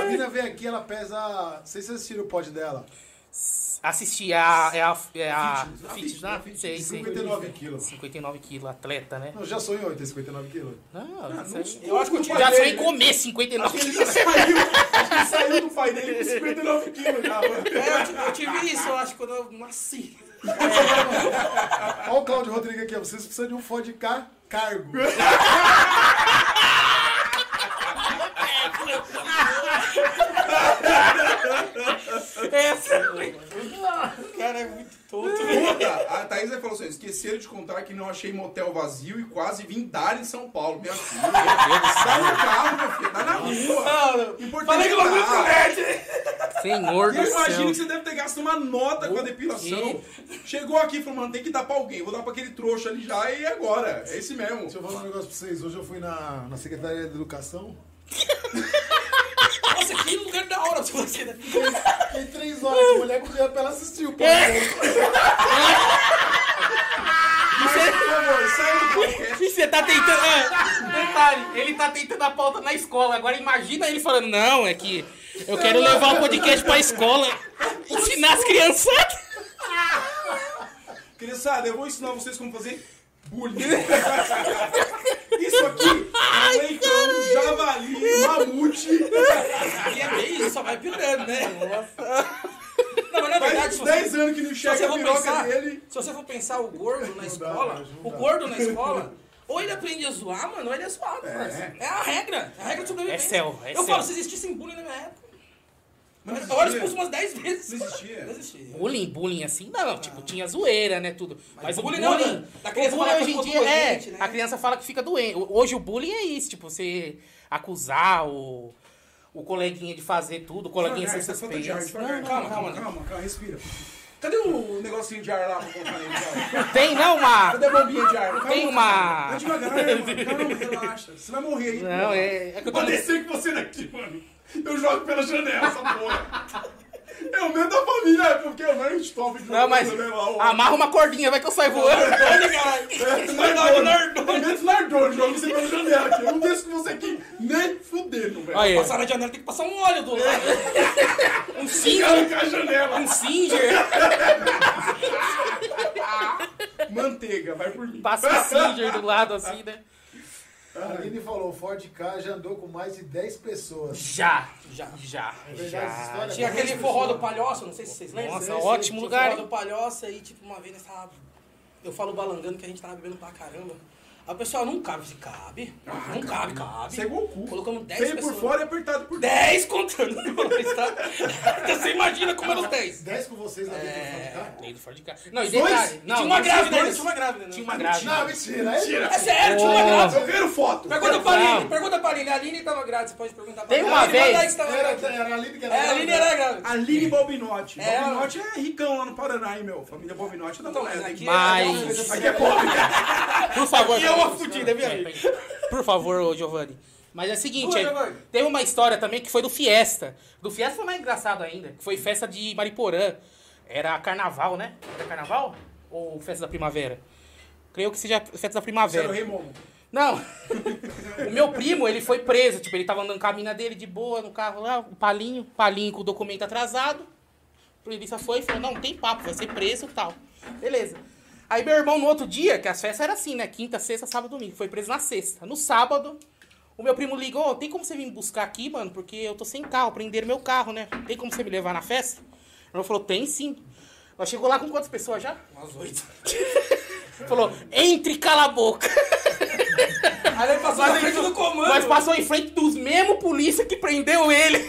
A mina veio aqui, ela pesa. Não sei se vocês assistiram o pod dela. Assistir a. É a. É a. Fitness, a Fitness, Fitness, a né? Fitness. Sei, sei. 59 quilos. 59 quilos, atleta, né? Não, já sonhou em ter 59 quilos? Ah, Não, isso aí- Eu acho que eu tinha. Já foi comer 59 Ele já saiu. Acho que ele saiu do pai dele com 59 quilos já, mano. É, eu, ti- eu tive isso, eu acho, quando eu nasci. Olha o Claudio Rodrigues aqui, ó. Vocês precisam de um Ford K cargo. é. Essa. cara é muito tonto. Puta, a Thaís aí falou assim: esqueceram de contar que não achei motel vazio e quase vim dar em São Paulo. Minha filha, sai no carro, meu filho, tá na rua. Mano, Importante falei é que o bagulho tá. promete. Senhor E do eu imagino que céu. você deve ter gasto uma nota com a depilação. Chegou aqui e falou, mano, tem que dar pra alguém. Vou dar pra aquele trouxa ali já e agora. É esse mesmo. Deixa eu falar um negócio pra vocês. Hoje eu fui na, na Secretaria de Educação. Nossa, que lugar da hora pra você, né? Fiquei três horas com a mulher correndo pra ela assistir o pod. É! Mas, por favor, sai do podcast. E você tá tentando. É, detalhe, ele tá tentando a pauta na escola. Agora imagina ele falando, não, é que eu quero levar o podcast pra escola, ensinar as criançadas. Criançada, eu vou ensinar vocês como fazer bullying. Isso aqui é um leitão, javali, um mamute. E é bem isso, só vai piorando, né? Não, mas na verdade, Faz se uns você, 10 anos que não se chega você a for piroca pensar, dele. se você for pensar o gordo na dá, escola, mas não o dá. gordo na escola, ou ele aprende a zoar, mano, ou ele é zoado, é. É a regra, é a regra de sobrevivência. É selva, é Eu selva. falo, se existissem bullying na minha época, Não eu era expulso existia. umas 10 vezes. Não existia. Não existia. Bullying, bullying assim, não, tipo, tinha zoeira, né, tudo. Mas, o bullying, bullying não, não, bullying, né? Da criança o bullying falar hoje em que dia ficou é, doente, né? a criança fala que fica doente. Hoje o bullying é isso, tipo, você acusar o, o coleguinha de fazer tudo, o coleguinha ser Devagar, tá falta de ar, suspenso. devagar. Calma, calma, calma, calma, respira. Cadê o negocinho de ar lá pra colocar nele? cara? Tem não uma... Ah, Cadê a bombinha de ar? Calma, Tem uma- calma. Vai devagar, calma, relaxa. Você vai morrer aí. Não, é... é que eu tô- Vou descer com você daqui, mano. Eu jogo pela janela, essa porra. É o medo da família, é porque eu não stop de Não, mas amarra uma cordinha, vai que eu saio voando. é É medo do Nardone, joga você pela janela aqui. Eu não desço com você aqui nem fudendo, velho. Olha aí, Passar na janela tem que passar um óleo do lado. um Cara, Singer, com a janela. um Singer, Manteiga, vai por mim. passa um Singer do lado assim, né? A Aline falou, o Ford K já andou com mais de 10 pessoas. Já, já, já, Verdade, essa já. história? é Tinha aquele forró do palhoço, não sei se vocês lembram. Nossa, sei, ótimo Tinha lugar, forró hein? do palhoça e, tipo, uma vez nós tava... Eu falo balangando que a gente tava bebendo pra caramba. Aí o pessoal, não cabe. Eu falei, cabe. não cabe, cabe. Você é Goku. Colocamos 10 Feio pessoas. por fora e apertado por dentro. 10 contando. Então você imagina como eram 10. 10 com vocês lá dentro É. do Ford K? Dentro do Ford Ka. Não, e Dois? detalhe, não, tinha uma esses grávida ainda, dois- tinha uma grávida. né? Tinha uma grávida. Não, mentira. É? Mentira. É sério, tinha uma Oh. grávida. Eu quero foto. Pergunta pra Não. Aline, pergunta pra Aline. A Aline tava grávida, você pode perguntar pra Tem Aline. uma Aline, vez- Aline, é você tava grávida. Era, era a Aline que era. né? É, a Aline era grávida. Aline Balbinotti. É, Balbinotti é ricão lá no Paraná, hein, meu. Família Balbinotti é da Então, Molesta, hein? aqui é- Mas- Aqui é pobre. Por favor. E é uma fudida, viu? Por favor, ô Giovanni. Mas é o seguinte, Oi, é- Giovanni. teve uma história também que foi do Fiesta. Do Fiesta foi mais engraçado ainda, que foi festa de Mariporã. Era carnaval, né? Era carnaval? Ou festa da primavera? Creio que seja festa da Você era o primavera. rei Momo. Não. o meu primo, ele foi preso. Tipo, ele tava andando com a mina dele de boa no carro lá, o palinho, o palinho com o documento atrasado. A polícia foi e falou: não, não tem papo, vai ser preso e tal. Beleza. Aí meu irmão, no outro dia, que as festas eram assim, né? Quinta, sexta, sábado, domingo. Foi preso na sexta. No sábado, o meu primo ligou: "Ô, tem como você vir me buscar aqui, mano? Porque eu tô sem carro, prenderam meu carro, né? Tem como você me levar na festa? Meu irmão falou: tem sim. Nós chegou lá com quantas pessoas já? Umas 8. Falou: entre, cala a boca. Aí ele passou na frente do comando. Nós passou em frente dos mesmos polícia que prendeu ele.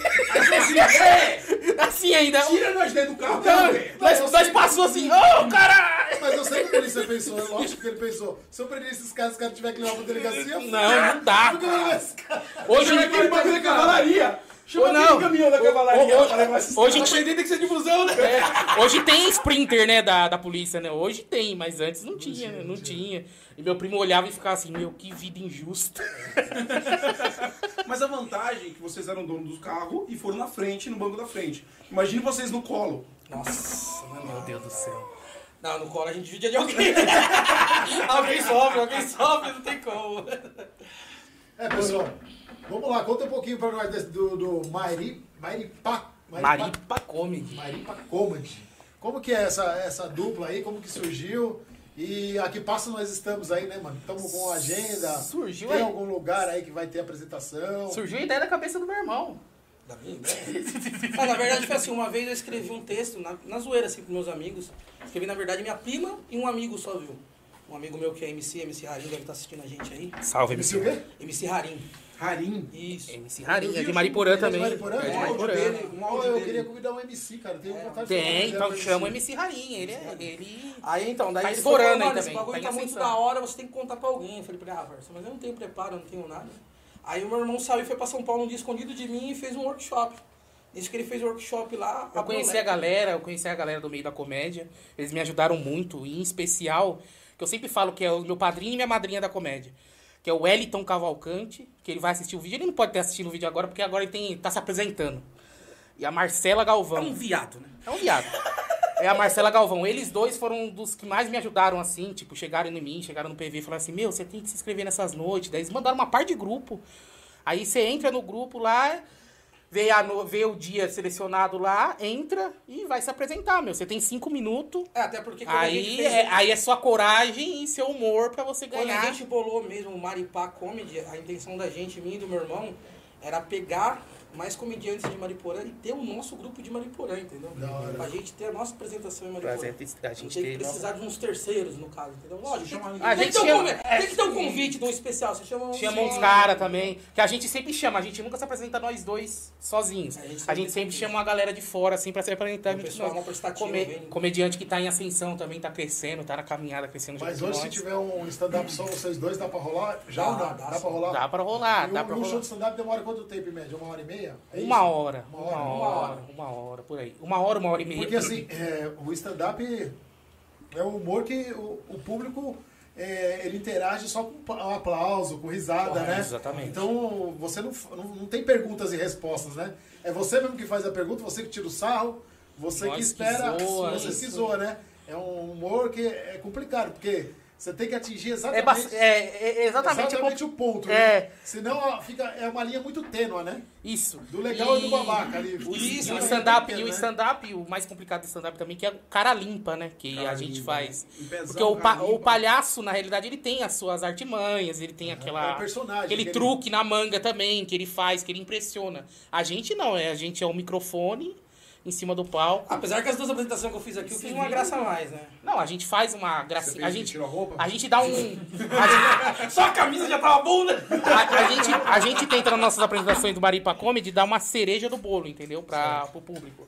Assim ainda. Tira nós dentro do carro, Não, cara, velho. nós, nós passou assim, ô, caralho! Mas eu sei que o Perícia pensou, é lógico que ele pensou. Se eu prender esses caras, os caras tiver que levar pra delegacia, Não, não dá. Porque não é esse cara. Hoje Chama aquele bagulho da cavalaria. Chama Ô, não. aquele caminhão da cavalaria. ô, pra levar esses hoje caras. tinha- Aprender tem que ser de busão, né? É, hoje tem sprinter, né, da, da polícia, né? Hoje tem, mas antes não tinha, né? Não tinha. E meu primo olhava e ficava assim, meu, que vida injusta. Mas a vantagem é que vocês eram dono do carro e foram na frente, no banco da frente. Imagine vocês no colo. Nossa, meu Deus do céu. Não, no colo a gente divide de alguém. alguém sofre, alguém sofre, não tem como. É, pessoal, vamos lá, conta um pouquinho pra nós desse- do, do Mairi, Mairipá. Maripa Comedy. Mairipa Comedy. Como que é essa, essa dupla aí? Como que surgiu? E a que passo nós estamos aí, né, mano? Estamos com agenda. Surgiu Tem aí. algum lugar aí que vai ter apresentação? Surgiu a ideia da cabeça do meu irmão. Ainda bem, né? Não, na verdade, foi assim, uma vez eu escrevi um texto, na, na zoeira, assim, pros meus amigos. Escrevi, na verdade, minha prima e um amigo só viu. Um amigo meu que é MC, MC Rarim, deve estar assistindo a gente aí. Salve, MC o quê? MC Rarim. Rarim. Isso. MC Rarinha, É de Mariporã também. Mariporã? É, É, um áudio Mariporã. dele, um Pô, áudio eu dele. queria convidar um MC, cara. Tenho vontade de Tem, falar então com chama o MC Rarinha. Ele é... Ele... Aí então, daí Tá ele falou, estourando aí "Mano, esse também, bagulho tá tá, em muito ascensão." da hora, você tem que contar pra alguém. Eu falei pra ele, ah, Varsa, mas eu não tenho preparo, eu não tenho nada. Aí o meu irmão saiu e foi pra São Paulo um dia escondido de mim e fez um workshop. Nisso que ele fez o workshop lá. Eu abriu conheci o a leque. galera, eu conheci a galera do meio da comédia. Eles me ajudaram muito, e em especial, que eu sempre falo que é o meu padrinho e minha madrinha da comédia. Que é o Wellington Cavalcante, que ele vai assistir o vídeo. Ele não pode ter assistido o vídeo agora, porque agora ele tem, tá se apresentando. E a Marcela Galvão. É um viado, né? É um viado. É a Marcela Galvão. Eles dois foram dos que mais me ajudaram, assim. Tipo, chegaram em mim, chegaram no PV e falaram assim: Meu, você tem que se inscrever nessas noites. Daí eles mandaram uma par de grupo. Aí você entra no grupo lá, vê, a no- vê o dia selecionado lá, entra e vai se apresentar, meu. Você tem cinco minutos. É, até porque quando a gente Aí fez- é, aí é sua coragem e seu humor pra você Quando a ganhar. gente bolou mesmo o Maripá Comedy, a intenção da gente, minha e do meu irmão, era pegar mais comediantes de Mariporã e ter o nosso grupo de Mariporã, entendeu? Da hora. Pra gente ter a nossa apresentação em Mariporã. Prazer, a Não gente tem que teve. precisar de uns terceiros, no caso, entendeu? Lógico, Chama tem, ninguém. tem A que gente ter um chama- convite, tem que ter um convite de um especial. Você chama um... Chama uns caras também. Que a gente sempre chama, a gente nunca se apresenta nós dois sozinhos. É, A gente sempre, chama uma galera de fora, assim, pra se apresentar. O junto pessoal com nós. não prestativo, Come- vem. Comediante que tá em ascensão também, tá crescendo, tá na caminhada crescendo. Mas junto hoje, com se nós. tiver um stand-up só vocês dois, dá pra rolar? Já Dá, ou dá? dá Dá, sim. pra rolar? Dá pra rolar, E dá um, pra um show rolar. de stand-up demora quanto tempo, em média? Uma hora e meia? É Uma isso? hora, uma hora, uma hora, por aí. Uma hora, uma hora e meia. Porque assim, é, o stand-up é um humor que o, o público é, ele interage só com pa- um aplauso, com risada, Correto, né? exatamente. Então você não, f- não, não tem perguntas e respostas, né? É você mesmo que faz a pergunta, você que tira o sarro, você Nós que que espera, zoa, você isso. se zoa, né? É um humor que é complicado, porque você tem que atingir é, exatamente, bas- é, é- é exatamente, exatamente é o ponto. Né? É. Senão ó, fica, é uma linha muito tênua, né? Isso. Do legal e, do babaca ali. Isso, o Exatamente stand-up, tênua, e o né? stand-up, o mais complicado do stand-up também, que é o cara limpa, né? Que Cara a gente limpa, faz. né? Em pezão, Porque o, cara pa- o limpa. palhaço, na realidade, ele tem as suas artimanhas, ele tem É aquela. um personagem, aquele aquele- truque na manga também, que ele faz, que ele impressiona. A gente não, é, a gente é um microfone em cima do palco. Apesar que as duas apresentações que eu fiz aqui, eu fiz uma graça a mais, né? Não, a gente faz uma Você gracinha. fez A que gente, tirou a roupa? a gente dá um. a gente- É Só a camisa já tava boa, né? A, a gente, a gente tenta nas nossas apresentações do Maripa Comedy dar uma cereja do bolo, entendeu? Pra, pro público.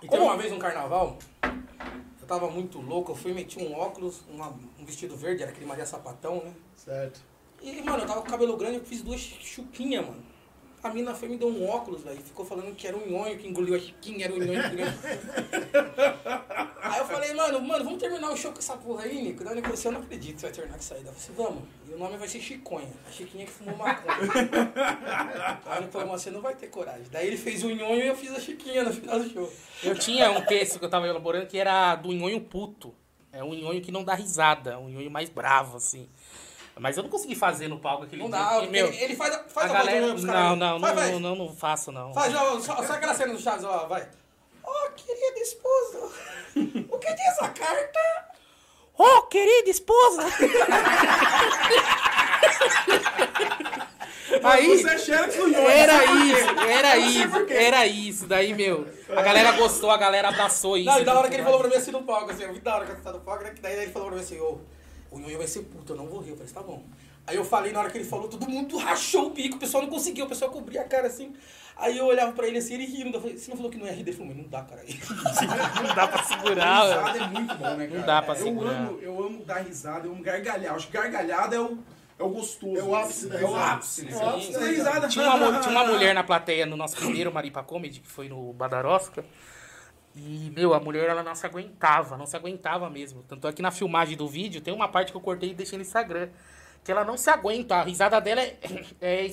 Então E Como- teve uma vez no carnaval, eu tava muito louco, eu fui meti um óculos, uma- um vestido verde, era aquele Maria Sapatão, né? Certo. E, mano, eu tava com cabelo grande, eu fiz duas chuquinhas, mano. A mina foi e me deu um óculos, velho, e ficou falando que era um nhonho que engoliu a chiquinha, era um nhonho que engoliu a chiquinha. Aí eu falei, mano, mano, vamos terminar o show com essa porra aí, Nico? Daí o Nico falou assim, eu não acredito que você vai terminar com isso aí. Daí eu falei assim, vamos. E o nome vai ser Chiconha, a chiquinha que fumou maconha. Aí o Nico falou, mas você não vai ter coragem. Daí ele fez o nhonho e eu fiz a chiquinha no final do show. Eu tinha um texto que eu tava elaborando que era do nhonho puto. É um nhonho que não dá risada, um nhonho mais bravo, assim. Mas eu não consegui fazer no palco aquele Não dia, dá, porque, ele, meu, ele faz, a- a faz a, voz galera... do Ramos, cara. Não, não, Vai, não, vai. não, não, não faço, não. Faz, ó, só, só aquela cena do Chaves, ó, vai. Ó, querido esposo, o que diz a carta? Oh, querida esposa! Aí... Você é xerox do Yoni. Era é isso, era isso, era isso. Daí, meu, a galera gostou, a galera abraçou isso. é é tá Não, e da hora que ele falou pra mim assim no palco, assim, eu vi da hora que eu tava no palco, né, que daí ele falou pra mim assim, ô, o Nhonho vai ser puto, eu não vou rir. Eu falei, tá bom. Aí eu falei, na hora que ele falou, todo mundo rachou o bico, o pessoal não conseguiu, o pessoal cobria a cara assim. Aí eu olhava pra ele assim, ele rindo. Eu falei, você não falou que não ia rir? Ele falou, mas não dá, cara. Não dá pra segurar, risada velho. é muito bom, né, cara? Não dá pra eu segurar. amo, eu amo dar risada, eu amo gargalhar. Acho que gargalhada é o, é o gostoso. É o ápice da É o risada. ápice, né? É o ápice da Você risada. dá risada. Tinha uma, mu- tinha uma mulher na plateia no nosso primeiro Maripa Comedy, que foi no Badarosca. E, meu, a mulher ela não se aguentava, não se aguentava mesmo. Tanto é que na filmagem do vídeo tem uma parte que eu cortei e deixei no Instagram. Que ela não se aguenta, a risada dela é. é-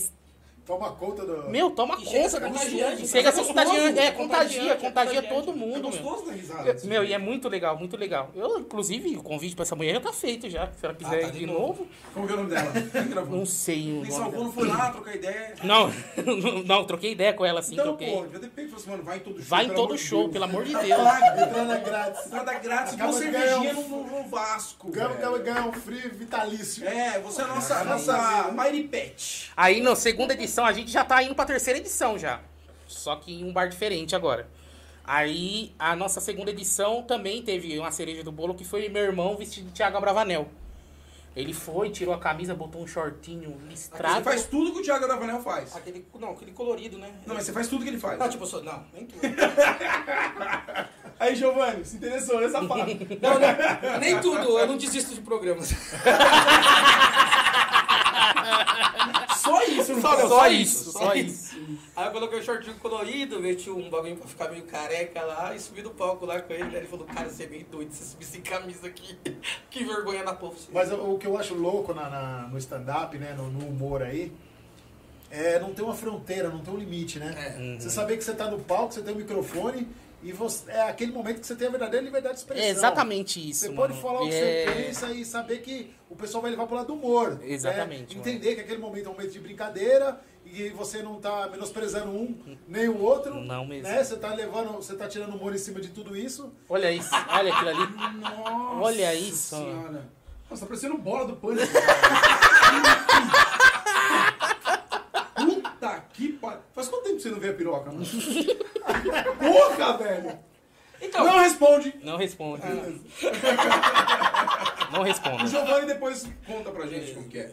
Toma conta do. meu, toma E chega conta, a ser contagiante, contagiante. Chega a ser é contagiante, gostoso, é, contagia, contagiante, contagia contagiante. todo É mundo, meu. gostoso da risada. assim. Meu, e é muito legal, muito legal. Eu, inclusive, o convite pra essa mulher já tá feito já. Se ela quiser tá ir de de novo, Como que é o nome dela? Quem gravou? não sei o Quem nome. salvou dela. não foi lá trocar ideia. Não, não, troquei ideia com ela assim, então, troquei. pô, devia ter pego e falou assim, mano, vai em todo show. Vai em pelo todo amor de show, Deus. Tá então pelo amor de Deus. Entrada entrada é grátis. Nada é grátis, Acaba duas de ganhar cervejinhas um- no, no Vasco. Ganha, velho. ganha, ganha um free vitalício. É, você é a nossa, a nossa Mairipet. Aí na segunda edição a gente já tá indo pra terceira edição já. Só que em um bar diferente agora. Aí a nossa segunda edição também teve uma cereja do bolo que foi meu irmão vestido de Thiago Abravanel. Ele foi, tirou a camisa, botou um shortinho Você listrado. faz tudo que o Thiago Abravanel faz. Aquele, não, aquele colorido, né? Não, mas você faz tudo que ele faz. Não, tipo, eu sou, não, nem tudo. tipo, Aí, Giovanni, se interessou, né, safado? Não, não, nem tudo, eu não desisto de programas. Só isso, não Só, fala? só isso, só isso. É Aí eu coloquei um shortinho colorido, meti um bagulho pra ficar meio careca lá e subi no palco lá com ele. Aí ele falou, cara, você é meio doido, você subir sem camisa aqui. Que vergonha na porra. Mas o o que eu acho louco na, na- no stand-up, né? No, no humor aí, é não ter uma fronteira, não ter um limite, né? É. Você saber que você tá no palco, você tem um microfone e você, é aquele momento que você tem a verdadeira liberdade de expressão. É exatamente isso. Você pode mano. falar o que É. você pensa e saber que o pessoal vai levar pro lado do humor. né? Exatamente, mano. Entender que aquele momento é um momento de brincadeira e você não tá menosprezando um nem o outro. Não mesmo. Né? Você tá levando, você tá tirando humor em cima de tudo isso. Olha isso, olha aquilo ali. Nossa Olha isso. Senhora. Nossa, tá parecendo bola do pânico. Puta que pariu. Faz quanto tempo que você não vê a piroca, mano? Porra, velho. Então, Não responde. Não responde. Beleza. Não O responde. Giovanni depois conta pra gente como que é.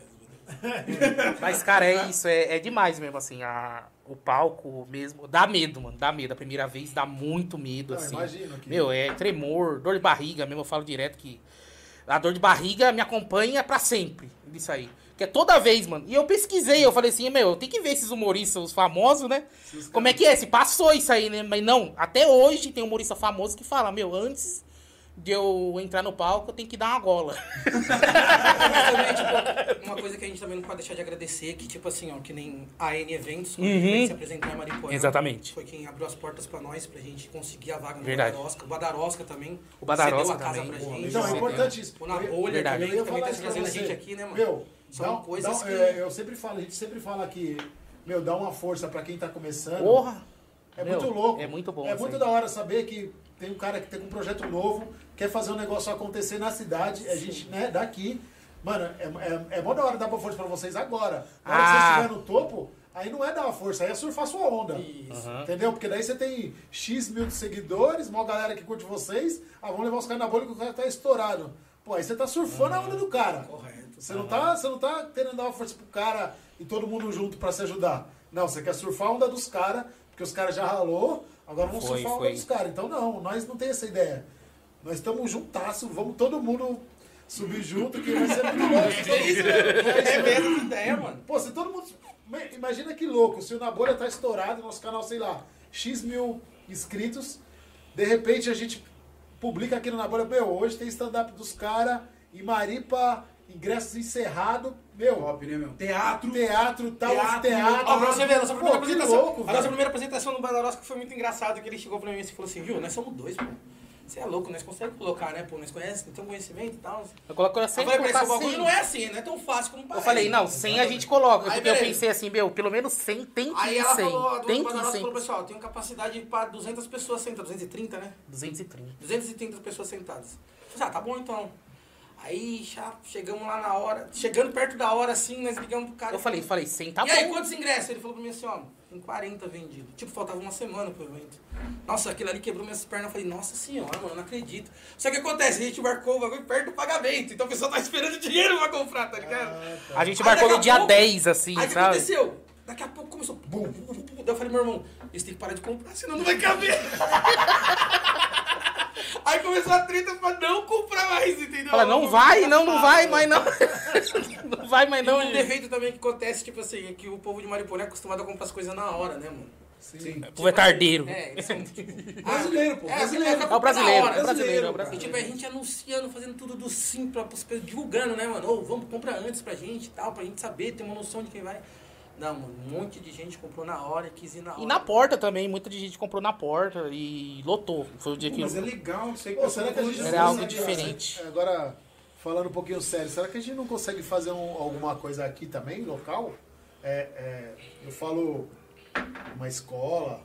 Mas, cara, é isso, é, é demais mesmo, assim, a, o palco mesmo, dá medo, mano, dá medo, a primeira vez dá muito medo, Ah, assim, imagino que- meu, é tremor, dor de barriga mesmo, eu falo direto que a dor de barriga me acompanha pra sempre, isso aí, que é toda vez, mano, e eu pesquisei, eu falei assim, meu, eu tenho que ver esses humoristas, os famosos, né, como é que é, se passou isso aí, né, mas não, até hoje tem humorista famoso que fala, meu, antes de eu entrar no palco, eu tenho que dar uma gola. Mas também, tipo, uma coisa que a gente também não pode deixar de agradecer, que tipo assim, ó, que nem a N Eventos, quando a gente Uhum. veio se apresentar em Mariporã. Exatamente. Foi quem abriu as portas pra nós, pra gente conseguir a vaga no Verdade. Badarosca. O Badarosca também. O Badarosca cedeu a casa também. pra Pô, gente. Então, é Sim. né? importante isso. O Na Eu- Bolha Verdade. também, Eu ia que também falar tá isso pra trazendo a você. gente aqui, né, mano? Meu, São dá- coisas dá- que... é, eu sempre falo, a gente sempre fala que, meu, dá uma força pra quem tá começando. Porra! É Meu, muito louco. É muito bom. É isso muito aí. da hora saber que tem um cara que tem um projeto novo, quer fazer um negócio acontecer na cidade, a gente, né, daqui. Mano, é, é, é mó da hora dar uma força pra vocês agora. Na hora que Ah. vocês estiverem no topo, aí não é dar uma força, aí é surfar sua onda. Isso. Entendeu? Porque daí você tem X mil de seguidores, mó galera que curte vocês, ah, vamos levar os caras na bolha que o cara tá estourado. Pô, aí você tá surfando a onda do cara. Correto. Você não, tá, você não tá querendo dar uma força pro cara e todo mundo junto pra se ajudar. Não, você quer surfar a onda dos caras, porque os caras já ralou, agora vamos Foi, surfar a onda foi. dos caras. Então não, nós não tem essa ideia. Nós estamos juntasso, vamos todo mundo subir junto, que vai ser muito louco. É isso, né? É mesmo essa ideia, mano. Pô, se todo mundo. Me- Imagina que louco, se o Na Bolha tá estourado, nosso canal, sei lá, X mil inscritos, de repente a gente publica aqui no Na Bolha, meu, hoje tem stand-up dos caras, em Maripa, ingressos encerrado, meu, Top, né, meu? Teatro. teatro, tal, teatro. Tá Teatro. um teatro. Ó, pra você ver, a nossa Pô, primeira que apresentação. louco, a nossa velho. primeira apresentação no Badarosca foi muito engraçado, que ele chegou pra mim e falou assim, viu, nós somos dois, pô. Você é louco, nós conseguimos colocar, né, pô? Nós conhecemos, temos conhecimento e tal. Eu coloco eu Eu sempre falei pra ele, colocar esse bagulho 100. não é assim, não é tão fácil como Eu parece. falei, não, 100 a gente coloca. Aí, porque eu beleza. pensei assim, meu, pelo menos 100 tem que Aí ir ela 100. falou, a dona tem que ir Badarosca 100. falou, pessoal, tenho capacidade pra 200 pessoas sentadas, 230, né? 230. 230 pessoas sentadas. Eu falei, ah, tá bom então. Aí já chegamos lá na hora, chegando perto da hora assim, nós ligamos pro cara. Eu falei, falei, tá senta e aí, bom. quantos ingressos? Ele falou pra mim assim, ó, tem 40 vendidos. Tipo, faltava uma semana pro evento. Nossa, aquilo ali quebrou minhas pernas. Eu falei, nossa senhora, mano, não acredito. Só que acontece, a gente marcou o bagulho perto do pagamento. Então a pessoa tá esperando dinheiro pra comprar, tá ligado? A gente Aí marcou daqui no a dia pouco- 10, assim, Aí o que sabe? aconteceu? Daqui a pouco começou. Bum, bum, bum, bum. Daí eu falei, meu irmão, eles têm que parar de comprar, senão não vai caber. Aí começou a treta pra não comprar mais, entendeu? Fala, não vai, não, não vai, mas não. Não vai, mas não, Não, um gente. defeito também que acontece, tipo assim, é que o povo de Maripona é acostumado a comprar as coisas na hora, né, mano? Sim. O povo é tardeiro. É, eles são, tipo, Brasileiro, pô. é, Brasileiro. acaba É o brasileiro, na hora. é o brasileiro, é o E brasileiro. tipo, a gente anunciando, fazendo tudo do sim, pra, pros pe- divulgando, né, mano? Ou vamos comprar antes pra gente e tal, pra gente saber, ter uma noção de quem vai. Não, mano, um monte de gente comprou na hora e quis ir na hora. E na porta também, muita gente comprou na porta e lotou. Foi o dia que. Mas é legal, não sei Pô, será que a gente não Era algo consegue- É, diferente. Agora, falando um pouquinho sério, será que a gente não consegue fazer um- alguma coisa aqui também, local? É, é, eu falo uma escola,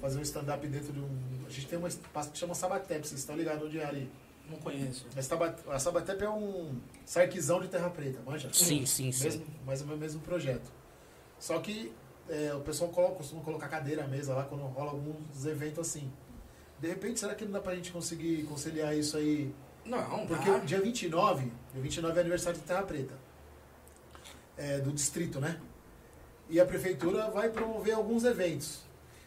fazer um stand-up dentro de um. A gente tem um espaço que chama Sabatep, vocês estão ligados onde é ali? Não conheço. A Saba- A Sabatep é um sarquizão de terra preta, manja? Sim, sim, sim. Mesmo, mais ou menos o mesmo projeto. Só que é, o pessoal colo- costuma colocar cadeira, mesa lá quando rola alguns eventos assim. De repente, será que não dá pra gente conseguir conciliar isso aí? Não, é um Porque dá. o dia 29, dia 29 é aniversário de Terra Preta. É, do distrito, né? E a prefeitura vai promover alguns eventos.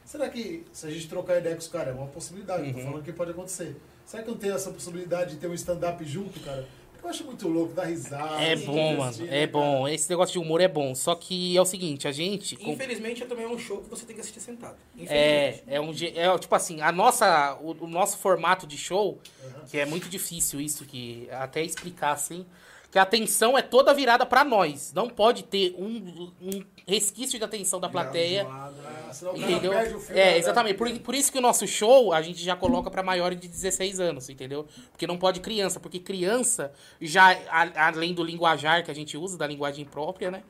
Será que, se a gente trocar ideia com os caras, é uma possibilidade, Uhum. eu tô falando que pode acontecer. Será que não tem essa possibilidade de ter um stand-up junto, cara? Porque eu acho muito louco, dar risada. É se bom, divertir, mano. né, É bom. Esse negócio de humor é bom. Só que é o seguinte, a gente. com- Infelizmente, é também um show que você tem que assistir sentado. É, Infelizmente. né? é um dia. É, tipo assim, a nossa, o, o nosso formato de show, Aham. que é muito difícil isso, que até explicar assim, que a atenção é toda virada pra nós. Não pode ter um, um resquício de atenção da plateia. Ah, senão o cara Entendeu? perde o filme. É, né? exatamente. Por, por isso que o nosso show a gente já coloca pra maiores de 16 anos, entendeu? Porque não pode criança, porque criança, já a- além do linguajar que a gente usa, da linguagem própria, né?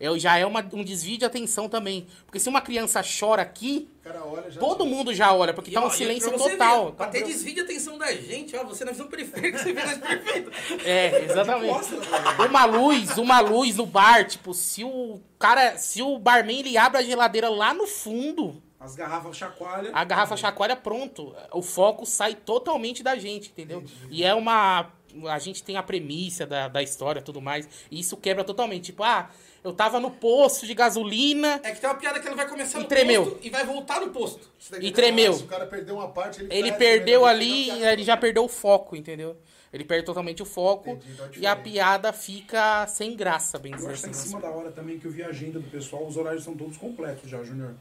É, já é uma- um desvio de atenção também. Porque se uma criança chora aqui, O cara olha já. todo mundo já olha, porque E, tá ó, um e é silêncio pra você total. ver, Tá um- até desvia a atenção da gente, ó. Você na visão periférica, você vê nós perfeito. É, exatamente. Uma luz, uma luz no bar, tipo, se o cara, se o barman ele abre a geladeira lá no fundo, As garrafas chacoalham. A garrafa chacoalha, pronto. O foco sai totalmente da gente, entendeu? E é uma. A gente tem a premissa da, da história e tudo mais. E isso quebra totalmente. Tipo, ah, eu tava no posto de gasolina É que tem uma piada que ela vai começar E no tremeu. posto e vai voltar no posto. Isso daí e que tremeu. Se o cara perdeu uma parte, ele Ele perde, perdeu né? ali, ele já perdeu o foco, entendeu? Ele perde totalmente o foco Entendi, então é e a diferente. piada fica sem graça, bem Eu dizer acho que tá em assim. cima da hora também que eu vi a agenda do pessoal, os horários são todos completos já, Júnior.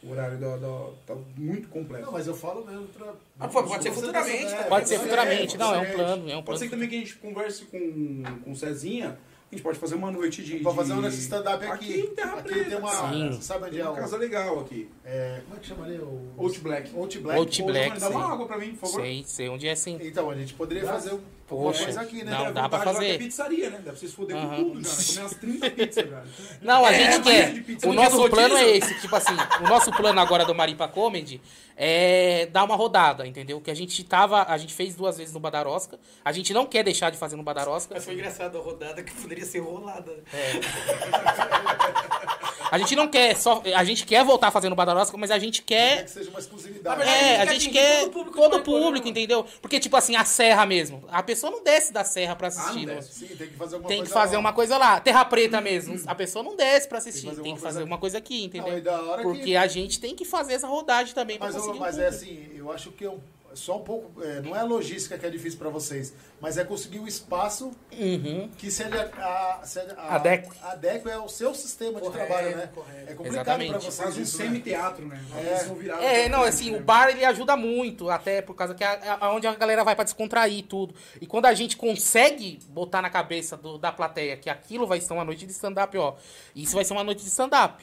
O horário da, da- tá muito completo. Não, mas eu falo mesmo pra. Ah, pô, pode ser futuramente, É, Pode ser é, futuramente, não, é um futuramente. plano, é um Pode ser plano. que também que a gente converse com, com o Cezinha, a gente pode fazer uma noite de... Pra fazer de- um lance stand-up Aqui aqui. em Terra Aqui Preta, tem uma. cara. Sim. Sabe onde Tem um é uma o. casa legal aqui. é, como é que chama ali? O... Out Black. Out Black. Out Pô, Black. Júnior, dá sim. uma água pra mim, por favor. Sei, sei onde é sim. Então, a gente poderia fazer um. Poxa, Mas aqui, né? não Deve- dá. pra vontade lá que fazer. É pizzaria, né? Deve ser se foder Aham. com tudo, cara. Comer umas 30 pizzas, velho. Não, a É, gente rodízio de quer. pizza. O Você não quer nosso rodízio? plano é esse, tipo assim, o nosso plano agora do Maripa Comedy é dar uma rodada, entendeu? Que a gente tava, a gente fez duas vezes no Badarosca, a gente não quer deixar de fazer no Badarosca. Mas foi engraçado a rodada que poderia ser rolada. né? É. A gente não quer só, a gente quer voltar fazendo no Badarosca, mas a gente Quer quer que seja uma Na exclusividade. verdade, é, a a gente gente quer quer atingir todo o público todo do né? o público, Mariporã. entendeu? Porque, tipo assim, a serra mesmo. A pessoa não desce da serra Ah, pra assistir. não né? desce. Sim, tem que fazer alguma Tem que coisa. fazer lá. uma coisa lá. Terra preta mesmo. A pessoa não desce pra assistir. Tem que fazer aqui. uma coisa aqui, Não, é entendeu? da hora Porque que. a gente tem que fazer essa rodagem também pra Mas, eu- conseguir um mas é público. assim, eu acho que eu. Só um pouco. é, não é a logística que é difícil pra vocês, mas é conseguir um espaço Uhum. que se ele. A, se ele- a, Adeque. adeque é o seu sistema de Correto, trabalho, né? correto. É complicado Exatamente. pra vocês. Faz um isso, né? semi-teatro, né? É. Eles vão virar- É, não, assim, o bar ele ajuda muito, até por causa que é a- aonde a galera vai pra descontrair e tudo. E quando a gente consegue botar na cabeça do- da plateia que aquilo vai ser uma noite de stand-up, ó, isso vai ser uma noite de stand-up.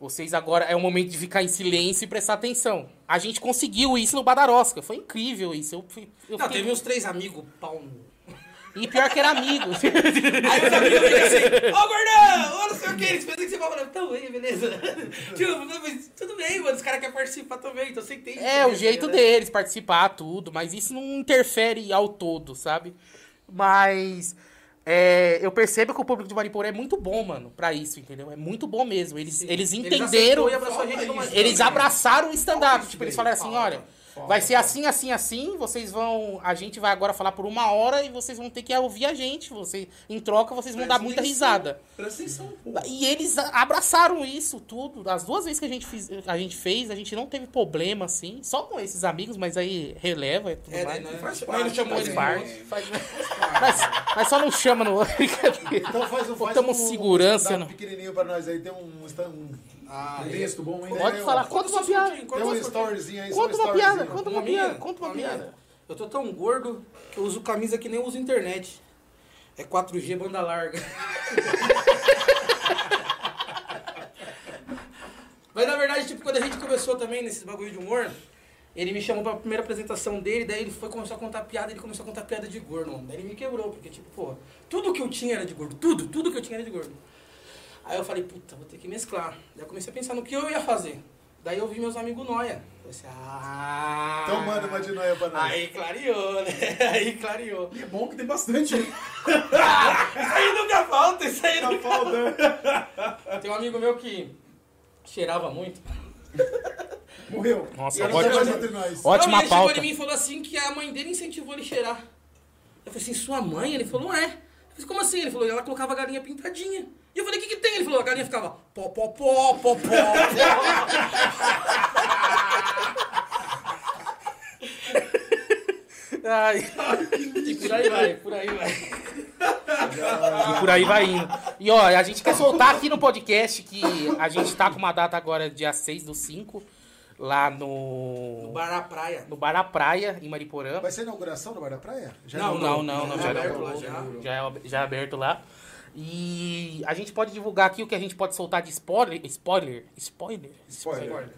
Vocês agora é o momento de ficar em silêncio e prestar atenção. A gente conseguiu isso no Badarosca, foi incrível isso. Eu, fui- eu Não, fiquei- teve uns três amigos, pau no... E pior que era amigo. Aí os amigos ficam assim, ô gordão, ô não sei o que, eles pensam que você vai falar, então aí, beleza. tipo, mas tudo bem, mano, os caras querem participar também, então você entende. É, o jeito né? deles participar, tudo, mas isso não interfere ao todo, sabe? Mas é, eu percebo que o público de Mariporã é muito bom, mano, pra isso, entendeu? É muito bom mesmo. Eles, eles entenderam. aceitou e né? abraçou a gente numa- Eles abraçaram o stand-up. isso Tipo, eles daí, falaram assim, fala, olha, vai ser assim, assim, assim, vocês vão. A gente vai agora falar por uma hora e vocês vão ter que ouvir a gente. Você, em troca, vocês vão dar Presta muita atenção. risada. Presta atenção, pô. E eles a- abraçaram isso tudo. As duas vezes que a gente, fiz- a gente fez, a gente não teve problema, assim. Só com esses amigos, mas aí releva e tudo É, mais. né, Faz Faz, Faz parte. parte, chamou faz eles parte. de faz- mas, mas só não chama no outro. Então faz um. Faz Tamo um segurança, né? dá um não. pequenininho pra nós aí. Tem um. stand- um Ah, um texto bom, hein? Pode Tem, ó, falar, conta uma piada. Tem um storyzinho aí. só Conta um uma piada, storyzinho. conta uma piada, minha? conta uma minha? piada. Eu tô tão gordo que eu uso camisa que nem uso internet. É 4G banda larga. Mas na verdade, tipo, quando a gente começou também nesse bagulho de humor, ele me chamou pra primeira apresentação dele, daí ele foi começou a contar piada, ele começou a contar piada de gordo, mano. Daí ele me quebrou, porque tipo, pô, tudo que eu tinha era de gordo, tudo, tudo que eu tinha era de gordo. Aí eu falei, puta, vou ter que mesclar. Daí eu comecei a pensar no que eu ia fazer. Daí eu vi meus amigos noia. Eu Falei assim, ah. Então manda uma de noia pra nós. Aí clareou, né? Aí clareou. E é bom que tem bastante. né? Isso aí nunca falta, isso aí Tá nunca faltando. Tá. Tem um amigo meu que cheirava muito. Morreu. Nossa, Ele não ótima- tá mais entre nós. Não, ótima e ele chegou pauta. em mim e falou assim que a mãe dele incentivou ele a cheirar. Eu falei assim, sua mãe? Ele falou, é. Eu falei, como assim? Ele falou, ela colocava a galinha pintadinha. E eu falei, o que, que tem? Ele falou, a galinha ficava pó, pó, pó, pó, pó. Ai, e por aí vai, por aí vai. E por aí vai indo. E ó, a gente quer soltar aqui no podcast que a gente tá com uma data agora, dia 6 do 5, lá No no. bar na praia. No Bar na Praia, em Mariporã. Vai ser inauguração do Bar da Praia? Já Não, inaugurou? Não, não, não, Já já aberto não. lá, já. Já é, ab- já é aberto lá. E a gente pode divulgar aqui o que a gente pode soltar de spoiler. Spoiler? Spoiler? Spoiler.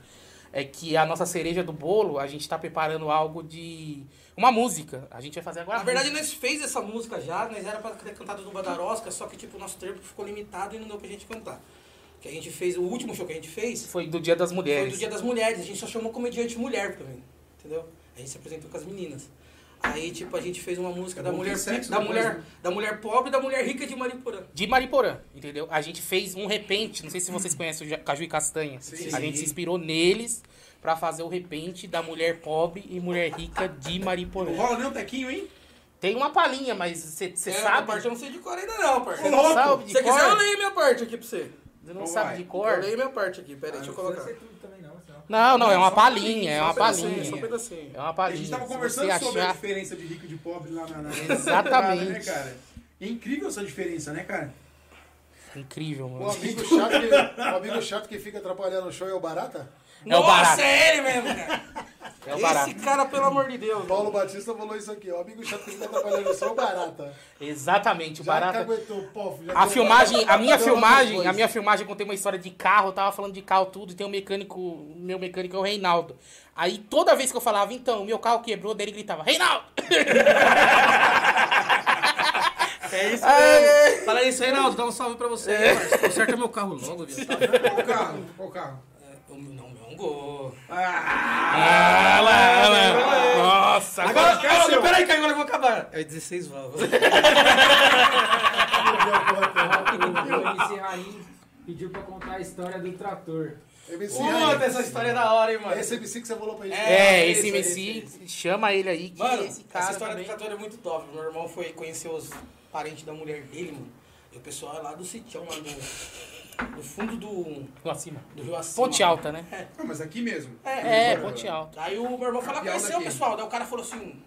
É que a nossa cereja do bolo, a gente tá preparando algo de. Uma música. A gente vai fazer agora. Na verdade, nós fez essa música já, nós era pra ter cantado no Badarosca, só que tipo, o nosso tempo ficou limitado e não deu pra gente cantar. Que a gente fez, o último show que a gente fez foi do Dia das foi Mulheres. do Dia das Mulheres, a gente só chamou comediante mulher também, entendeu? A gente se apresentou com as meninas. Aí, tipo, a gente fez uma música É da bom mulher, ter sexo da, depois, mulher, né? da mulher pobre e da mulher rica de Mariporã. de Mariporã, entendeu? A gente fez um repente, não sei se vocês conhecem o Ja- Caju e Castanha. Sim. a gente se inspirou neles pra fazer o repente da mulher pobre e mulher rica de Não Mariporã. rola nem um tequinho, hein? Tem uma palhinha, mas você É, sabe? A parte eu não sei de cor ainda não, Ô, parceiro. louco! sabe Se de você cor? quiser, eu leio minha parte aqui pra você. Você não Então sabe vai. de Eu cor? leio minha parte aqui, peraí, Ah, deixa eu Não precisa colocar. ser tudo também, não. senão- Não, não, é uma Só um palhinha, é só uma um pedacinho, Só um palhinha. pedacinho. É uma A palhinha. gente tava Se conversando você sobre a achar- diferença de rico e de pobre lá na. na Exatamente. né, cara? É incrível essa diferença, né, cara? Incrível, O mano. amigo, chato que, Então, o amigo chato que fica atrapalhando o show é o Barata? É o barato. Nossa, é ele mesmo, cara. É o barato. Esse cara, pelo amor de Deus. Paulo Batista falou isso aqui. O amigo chato que fica atrapalhando o show é o Barata. Exatamente, o Já barato. é caguetou o povo. já Então, A deu- filmagem, a minha deu uma filmagem, coisa. a minha filmagem contei uma história de carro, eu tava falando de carro tudo, e tem um mecânico, meu mecânico é o Reinaldo. Aí toda vez que eu falava, então, meu carro quebrou, daí ele gritava, Reinaldo! É isso Aê! mesmo. Fala isso, Reinaldo. Dá um salve pra você. aí, parceiro. Conserta meu carro logo, viado. Qual o carro? Qual o carro? É, Tá, o meu- Não, meu é um gol. Ah, lá, lá. Nossa, agora. Caralho, peraí, que agora eu vou acabar. É 16 válvulas. Rápido, o MC Raim pediu pra contar a história do trator. MC Puta, aí. essa história é da hora, hein, mano. Esse MC que você falou pra gente. É, Esse, esse esse, MC, chama ele aí, que Mano, esse cara essa história também- do trator é muito top. Meu irmão foi conhecer os parentes da mulher dele, mano. E o pessoal é lá do sitião, lá do, do fundo do, Lá acima. do rio acima. Ponte Alta, né? Ah, mas aqui mesmo. É, Ponte Alta. Aí o meu irmão falou, Campeão conheceu o daqui. pessoal. Daí o cara falou assim,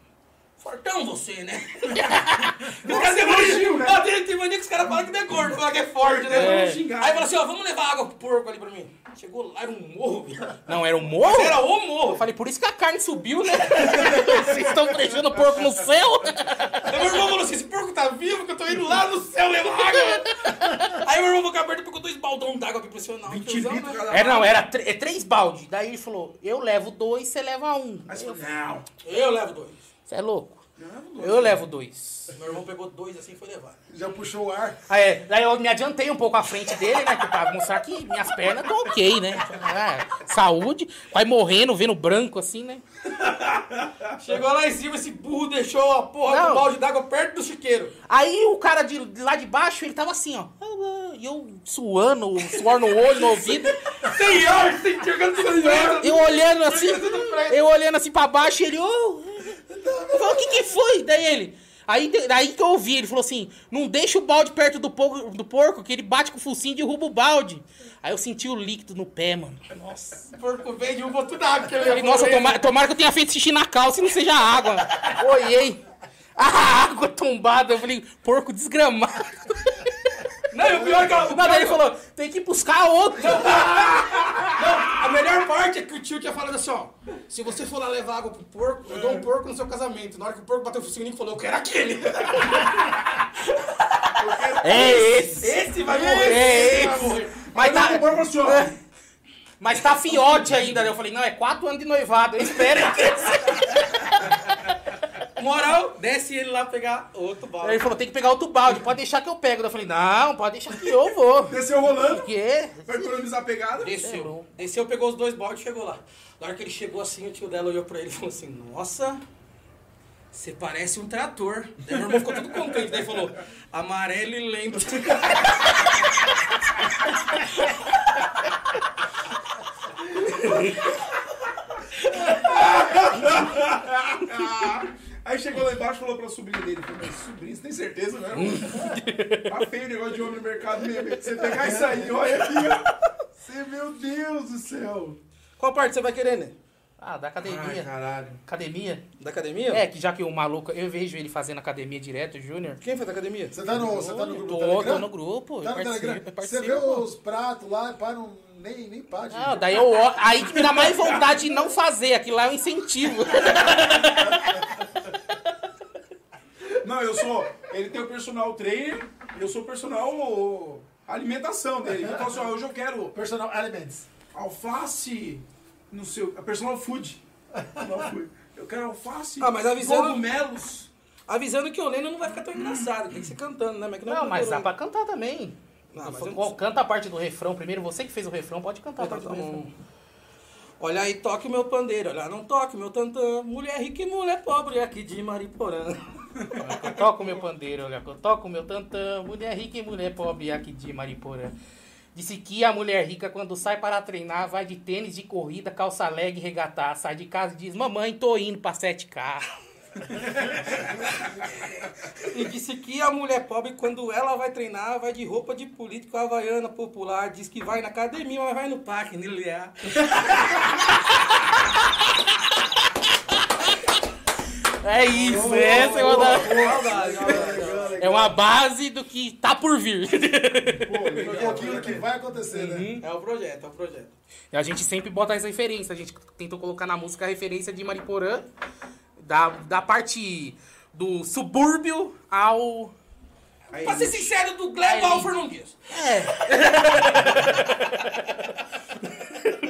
fortão você, né? o cara Nossa, tem mania, elogio, né? né? tem, tem mania que os caras falam que não é gordo, falam que é forte, né? É. Vamos xingar. Aí falou assim, ó, vamos levar água pro porco ali pra mim. Chegou lá, era um morro, viado. Não, era o morro? Era o Eu morro. falei, por isso que a carne subiu, né? Vocês estão deixando o porco no céu? Aí meu irmão falou assim, esse porco tá vivo que eu tô indo lá no céu levar água. Aí meu irmão boca aberta pegou dois baldão d'água pra impressionar. o 20 tiozão, litros né? cada É, não, era tr- é três balde. Daí ele falou, eu levo dois, você leva um. Aí você falou, não. Eu levo dois. Você é louco? Não, não. Eu levo dois. Meu irmão pegou dois assim e foi levar. Já puxou o ar. Aí, é, daí eu me adiantei um pouco à frente dele, né? que Pra mostrar que minhas pernas estão ok, né? Ah, saúde, vai morrendo, vendo branco assim, né? Chegou lá em cima, esse burro deixou a porra Não. do balde d'água perto do chiqueiro. Aí o cara de lá de baixo, ele tava assim, ó. E eu suando, suor no olho, no ouvido. Sem ar, sem jogando tudo fora. Eu olhando assim, eu olhando assim pra baixo, ele, ô. eu falo, o que que foi? Daí ele. Aí, de- daí que eu ouvi, ele falou assim: não deixa o balde perto do porco, do porco, que ele bate com o focinho e derruba o balde. Aí eu senti o líquido no pé, mano. O porco veio de um botou na água. que ele Falei, levou nossa, ele. toma- tomara que eu tenha feito xixi na calça e não seja água. Olhei. A água tombada. Eu falei, porco desgramado. Não, e o pior é que ela- Não, daí ele falou, tem que buscar outro. A melhor parte é que o tio tinha falado assim, ó. Se você for lá levar água pro porco, eu dou um porco no seu casamento. Na hora que o porco bateu o focinho, ele falou, eu quero aquele. É esse. Esse vai morrer. É vai esse. morrer. Mas tá, Agora pra senhora. mas tá fiote ainda. Eu falei, não, é quatro anos de noivado. Eu espero. Moral, desce ele lá pegar outro Aí ele balde. falou, tem que pegar outro balde. Pode deixar que eu pego. Eu falei, não, pode deixar que eu vou. Desceu rolando, Porque... pra economizar a pegada. Desceu. Desceu, pegou os dois baldes e chegou lá. Na hora que ele chegou assim, o tio dela olhou pra ele e falou assim, nossa... Você parece um trator. Daí meu irmão ficou todo contente. Daí falou, amarelo e lento. tá?" Aí chegou lá embaixo e falou pra sobrinha dele. Falei, "Mas, sobrinha, você tem certeza, né? tá feio o negócio de homem no mercado mesmo. Você pegar isso aí, olha aqui, ó. Você, meu Deus do céu. Qual parte você vai querer, né? Ah, da Ai, academia. caralho. Academia? Da academia? É, que já que o maluco... Eu vejo ele fazendo academia direto, o Júnior. Quem foi da academia? Você tá no, você tá no grupo do Tô, tô Telegram? no grupo. Tá no eu participo, Telegram? eu Você participo. vê os pratos lá, pá, não, nem, nem pá, gente. Ah, daí eu ó- Aí que me dá mais vontade de não fazer. Aquilo lá é um incentivo. Não, eu sou. Ele tem o personal trainer, eu sou personal ô, alimentação dele. Então, assim, ó, hoje eu quero Personal Elements. alface no seu. Personal food. Personal food. Eu quero alface, Ah, mas avisando- cogumelos. Avisando que o Leno não vai ficar tão engraçado, tem que ser cantando, né? Mas que Não, mas dá pra procurou. cantar também. Ah, mas eu- Bom, Canta a parte do refrão primeiro. Você que fez o refrão, pode cantar a Tá parte do bom. refrão. Olha aí, toque o meu pandeiro, olha, não toque o meu tantã. Mulher rica e mulher pobre aqui de Mariporã. Eu toco meu pandeiro, olha, eu toco meu tantã. Mulher rica e mulher pobre aqui de Mariporã. Disse que a mulher rica, quando sai para treinar, vai de tênis, de corrida, calça leg, regatar. Sai de casa e diz, mamãe, tô indo pra 7K. E disse que a mulher pobre, quando ela vai treinar, vai de roupa de político havaiana popular. Diz que vai na academia, mas vai no parque, né, niliar. É isso, essa é uma, da- é uma base do que tá por vir. Porque é aquilo que vai acontecer, né? É o projeto, é o projeto. E A gente sempre bota as referências. A gente tentou colocar na música a referência de Mariporã, da, da parte do subúrbio ao. Aí, Pra ser sincero, do Glebo ao Fernandes. Uhum.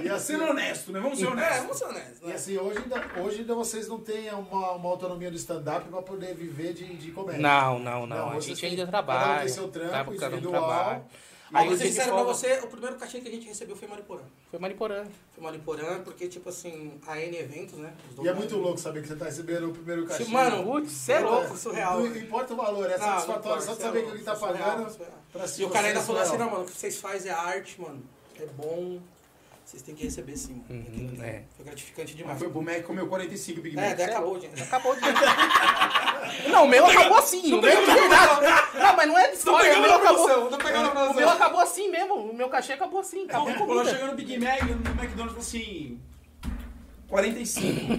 E assim, Sendo honesto, né? Vamos ser É, honestos. vamos ser honestos, e né? assim hoje, ainda, hoje ainda vocês não têm uma, uma autonomia do stand-up pra poder viver de, de comédia. Não, não, não. a vocês gente têm- ainda Cada um trabalha. tem seu trampo tá, cada um individual. trabalha. Aí, a vou ser gente sincero pra folga- você, o primeiro cachê que a gente recebeu foi Mariporã. Foi Mariporã. Foi Mariporã, porque, tipo assim, a N Eventos, né? E Os é donos- muito louco saber que você tá recebendo o primeiro cachê. Mano, Putz, você é louco, surreal. Não importa o valor, é Não, não satisfatório. importa, Só de isso é saber que louco, ele tá isso é surreal, pagando isso é surreal. pra E o cara ainda falou assim, não, não, mano, o que vocês fazem é arte, mano. É bom. Vocês têm que receber sim, mano. Entendeu? é. Foi gratificante Ah, demais. foi o Mac comeu 45 Big É, Mac. daí acabou, gente. Acabou de. não, o meu acabou assim. O meu de verdade. Não, mas não é história. O meu acabou. Não pegando a O meu acabou assim mesmo. O meu cachê acabou assim. Acabou com Quando comida. chegou no Big Mac, no McDonald's, falou assim... 45.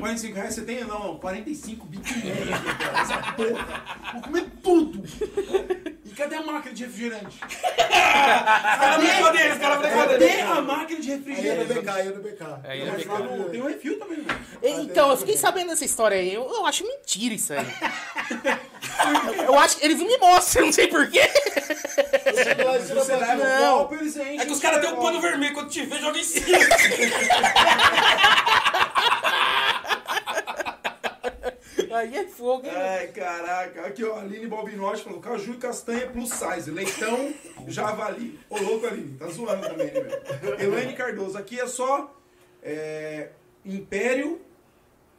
45 reais você tem? Não, 45 Big Mac. cara, Essa porra. Vou comer tudo. E cadê a máquina de refrigerante? Cadê, brincadeira, os caras brincadeira. Cadê a máquina de Aí é no refrigerante? BK, aí é no BK. Aí é no Mas lá no- Tem um refil também, mano. Então, eu fiquei sabendo dessa história aí. Eu, eu acho mentira isso aí. Eu acho que eles me mostram, não sei porquê. Chega lá e tira a Você leva um fotinha. o copo, eles enchem. É que os caras têm um o pano vermelho, quando te vê, joga em cima. Aí é fogo. hein? Ai, caraca. Aqui, ó, Aline Ball Malvinote falou caju e castanha plus size, leitão, javali. Ô louco ali, tá zoando também, né, velho? Elaine Cardoso, aqui é só é, Império,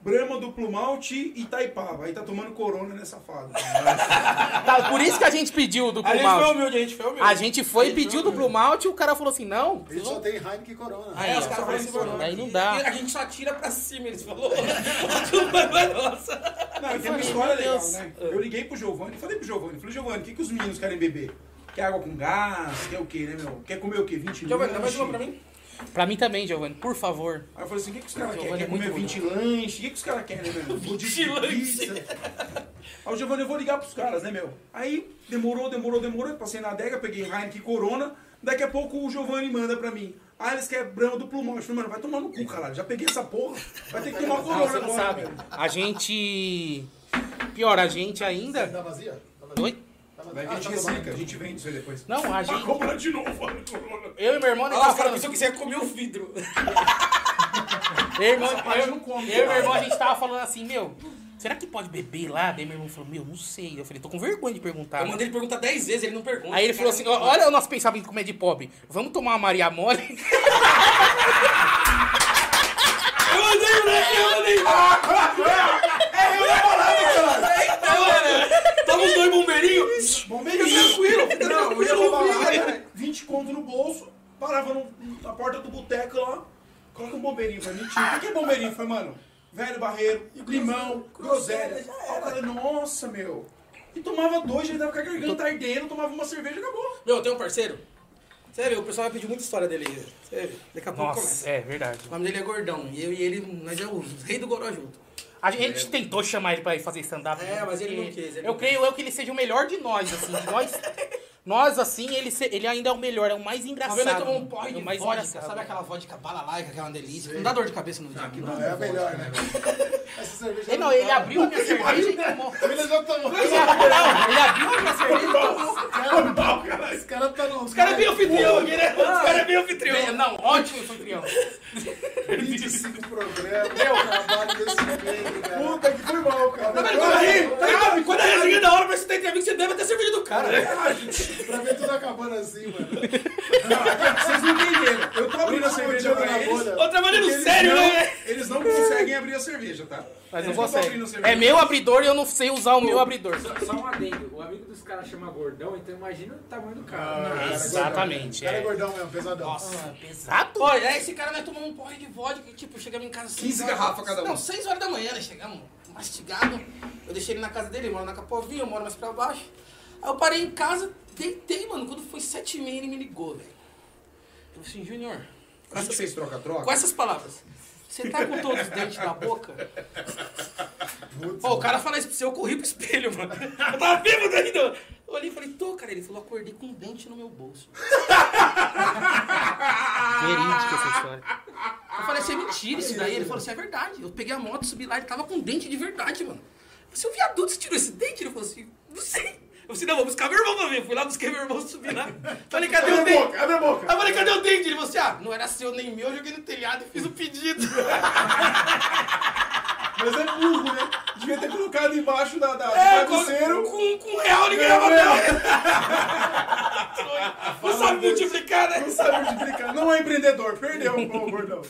Brahma Duplo Malte e Itaipava. Aí tá tomando corona, né, safado? Tá, por isso que a gente pediu o A duplo gente foi malte. humilde, a gente foi humilde. A gente foi e pediu o duplo malte e o cara falou assim, não. Ele só tem Heineken e Corona. Aí, É, ó, os caras falam assim, mano, daí não aqui- dá. A gente só tira pra cima, eles falaram. A turma é nossa. Não, e tem uma falei, história meu legal, Deus. né? Eu liguei pro Giovanni, falei pro Giovanni, falei, Giovanni, o que, que os meninos querem beber? Quer água com gás? Quer o quê, né, meu? Quer comer o quê? 20 Giovanni, dá mais lanche? uma pra mim? Pra mim também, Giovanni, por favor. Aí eu falei assim, o que, que os caras querem? Giovanni Quer é muito comer bom. 20 lanches? O que, que os caras querem, né, meu? 20 lanches. Aí o Giovanni, eu vou ligar pros caras, né, meu? Aí demorou, demorou, demorou, eu passei na adega, peguei Heineken e Corona, daqui a pouco o Giovanni manda pra mim. Ah, eles querem brama duplo monte. Eu Falei, mano, vai tomar no cu, caralho. Já peguei essa porra. Vai ter que tomar Ah, corona você não agora, sabe. velho. A gente. Pior, a gente ainda. Tá vazia? Tá vazia? Oi? Tá vazia? Vai que Ah, a gente tá resseca, tomando. a gente vende isso aí depois. Não, a gente. comprar de novo, olha, corona. Eu e meu irmão, Olha nós tava lá, os caras falando. pensam que você ia comer o vidro. Eu, e irmão, parte eu- não come, eu e meu cara. irmão, a gente tava falando assim, meu, será que pode beber lá? Daí meu irmão falou, meu, não sei. Eu falei, tô com vergonha de perguntar. Eu mandei ele perguntar 10 vezes, ele não pergunta. Aí ele falou assim, ó, olha o nosso pensamento como é de pobre. Vamos tomar uma Maria Mole? Eu mandei, moleque, eu mandei. Ah, é, eu ia né? falar, cara. Então, mano, toma os dois bombeirinhos. Bombeiro tranquilo, fica Não, tranquilo, eu não não vi, briga, cara. 20 conto no bolso, parava no- na porta do boteco lá, coloca um bombeirinho, foi mentira. O que é bombeirinho? Foi, mano, velho barreiro, limão, groselha. Aí o cara, nossa, meu. E tomava dois, já tava com a garganta ardendo, tomava uma cerveja e acabou. Meu, tem um parceiro. Você vê, o pessoal vai pedir muita história dele. Você vê, daqui a pouco começa. Nossa, é verdade. O nome dele é Gordão. E eu e ele, nós é o rei do Goró junto. A gente tentou chamar ele pra ir fazer stand-up. É, né? mas ele não Porque quis, ele eu não creio eu que ele seja o melhor de nós, assim. de nós, nós assim, ele, se- ele ainda é o melhor, é o mais Uma engraçado. vez nós tomamos um porre é de o mais vodka, engraçado. Ah, sabe aquela vodka balalaica, que é uma delícia? Não dá dor de cabeça no dia. Não, é a melhor, né? Essa cerveja. é Ele, É, não, ele abriu a minha cerveja e tomou. Ele já tá tomou. Ele abriu, não, ele abriu a minha cerveja e tomou. Os caras tá no. Os cara é bem anfitrião aqui, né? Os Os cara cara é bem anfitrião. Bem, Não, ótimo anfitrião. 25 programas. Meu trabalho desse meio, cara. Puta que foi mal, cara. Mas Então, quando aí, aí, quando é a resenha da hora, mas você tem entrevista, você deve ter cerveja do cara. né? Pra ver tudo acabando assim, mano. Vocês não entenderam. Eu tô abrindo a Último cerveja jogo pra na eles. É. bolha. Tô trabalhando Eles sério, não- né? Eles não conseguem abrir a cerveja, tá? Mas não Eles não tão consegue. abrindo cerveja. É meu abridor e eu não sei usar o meu abridor. Só, só um adendo, o amigo dos caras chama gordão, então imagina o tamanho do cara. Cara, Exatamente, gordão. Cara é. é gordão mesmo, pesadão. Nossa, pesado. Pô, aí esse cara nós tomamos um porre de vodka e, tipo, chegamos em casa... seis 15 horas- garrafas cada um. Não, 6 horas da manhã nós chegamos, mastigado. Eu deixei ele na casa dele, ele mora na Capovinha, eu moro mais pra baixo. Aí eu parei em casa, deitei, mano. Quando foi 7 e meia, ele me ligou, velho. Eu falei assim, Junior, Acho que vocês troca-troca. com essas palavras... Você tá com todos os dentes na boca? Ó, o cara fala isso pra você, eu corri pro espelho, mano. Eu tava vivo ainda. Eu olhei e falei, tô, cara. Ele falou, acordei com um dente no meu bolso. Ah! Verídica essa história. Eu falei, assim, é mentira isso daí. Ele falou assim, é verdade. Eu peguei a moto, subi lá, ele tava com dente de verdade, mano. Eu falei, o viaduto, você tirou esse dente? Ele falou assim, não sei. Eu falei, assim, não, vou buscar meu irmão pra ver. Eu Fui lá, busquei meu irmão, subi lá. Falei, cadê o Abre a dente? boca, abre a boca. Aí eu falei, cadê o dente? Ele falou assim, ah, não era seu nem meu, eu joguei no telhado e fiz o pedido. Mas é burro, né? Devia ter colocado embaixo da, da, É, do com, travesseiro. É, com, com um real ele É ganhava dela. Não sabe multiplicar, né? Não sabe multiplicar. Não é empreendedor. Perdeu o gordão.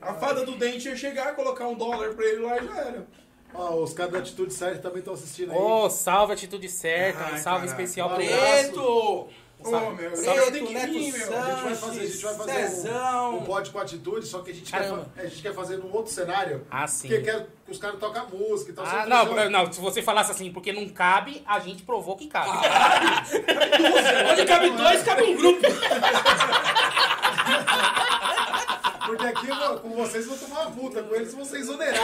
A fada do dente ia chegar, colocar um dólar pra ele lá e já era. Ó, os caras do Atitude Série também estão assistindo aí. Ô, salve Atitude Certa, um Ai, caralho. salve especial pra ele. Preto! Ô, meu. Preto, Sabe, tem que Neto vir, meu. A gente vai fazer, a gente vai fazer Cezão. um, um pod com atitude, só que a gente, quer, Caramba. fa- a gente quer fazer num outro cenário. Ah, sim. é? Porque quer que os caras tocam música e tal. Ah, sempre não, trazendo- não, se você falasse assim, porque não cabe, a gente provou que cabe. Onde cabe dois, cabe um grupo. Porque aqui mano, com vocês eu vou tomar uma multa, com eles vão ser É. exonerados.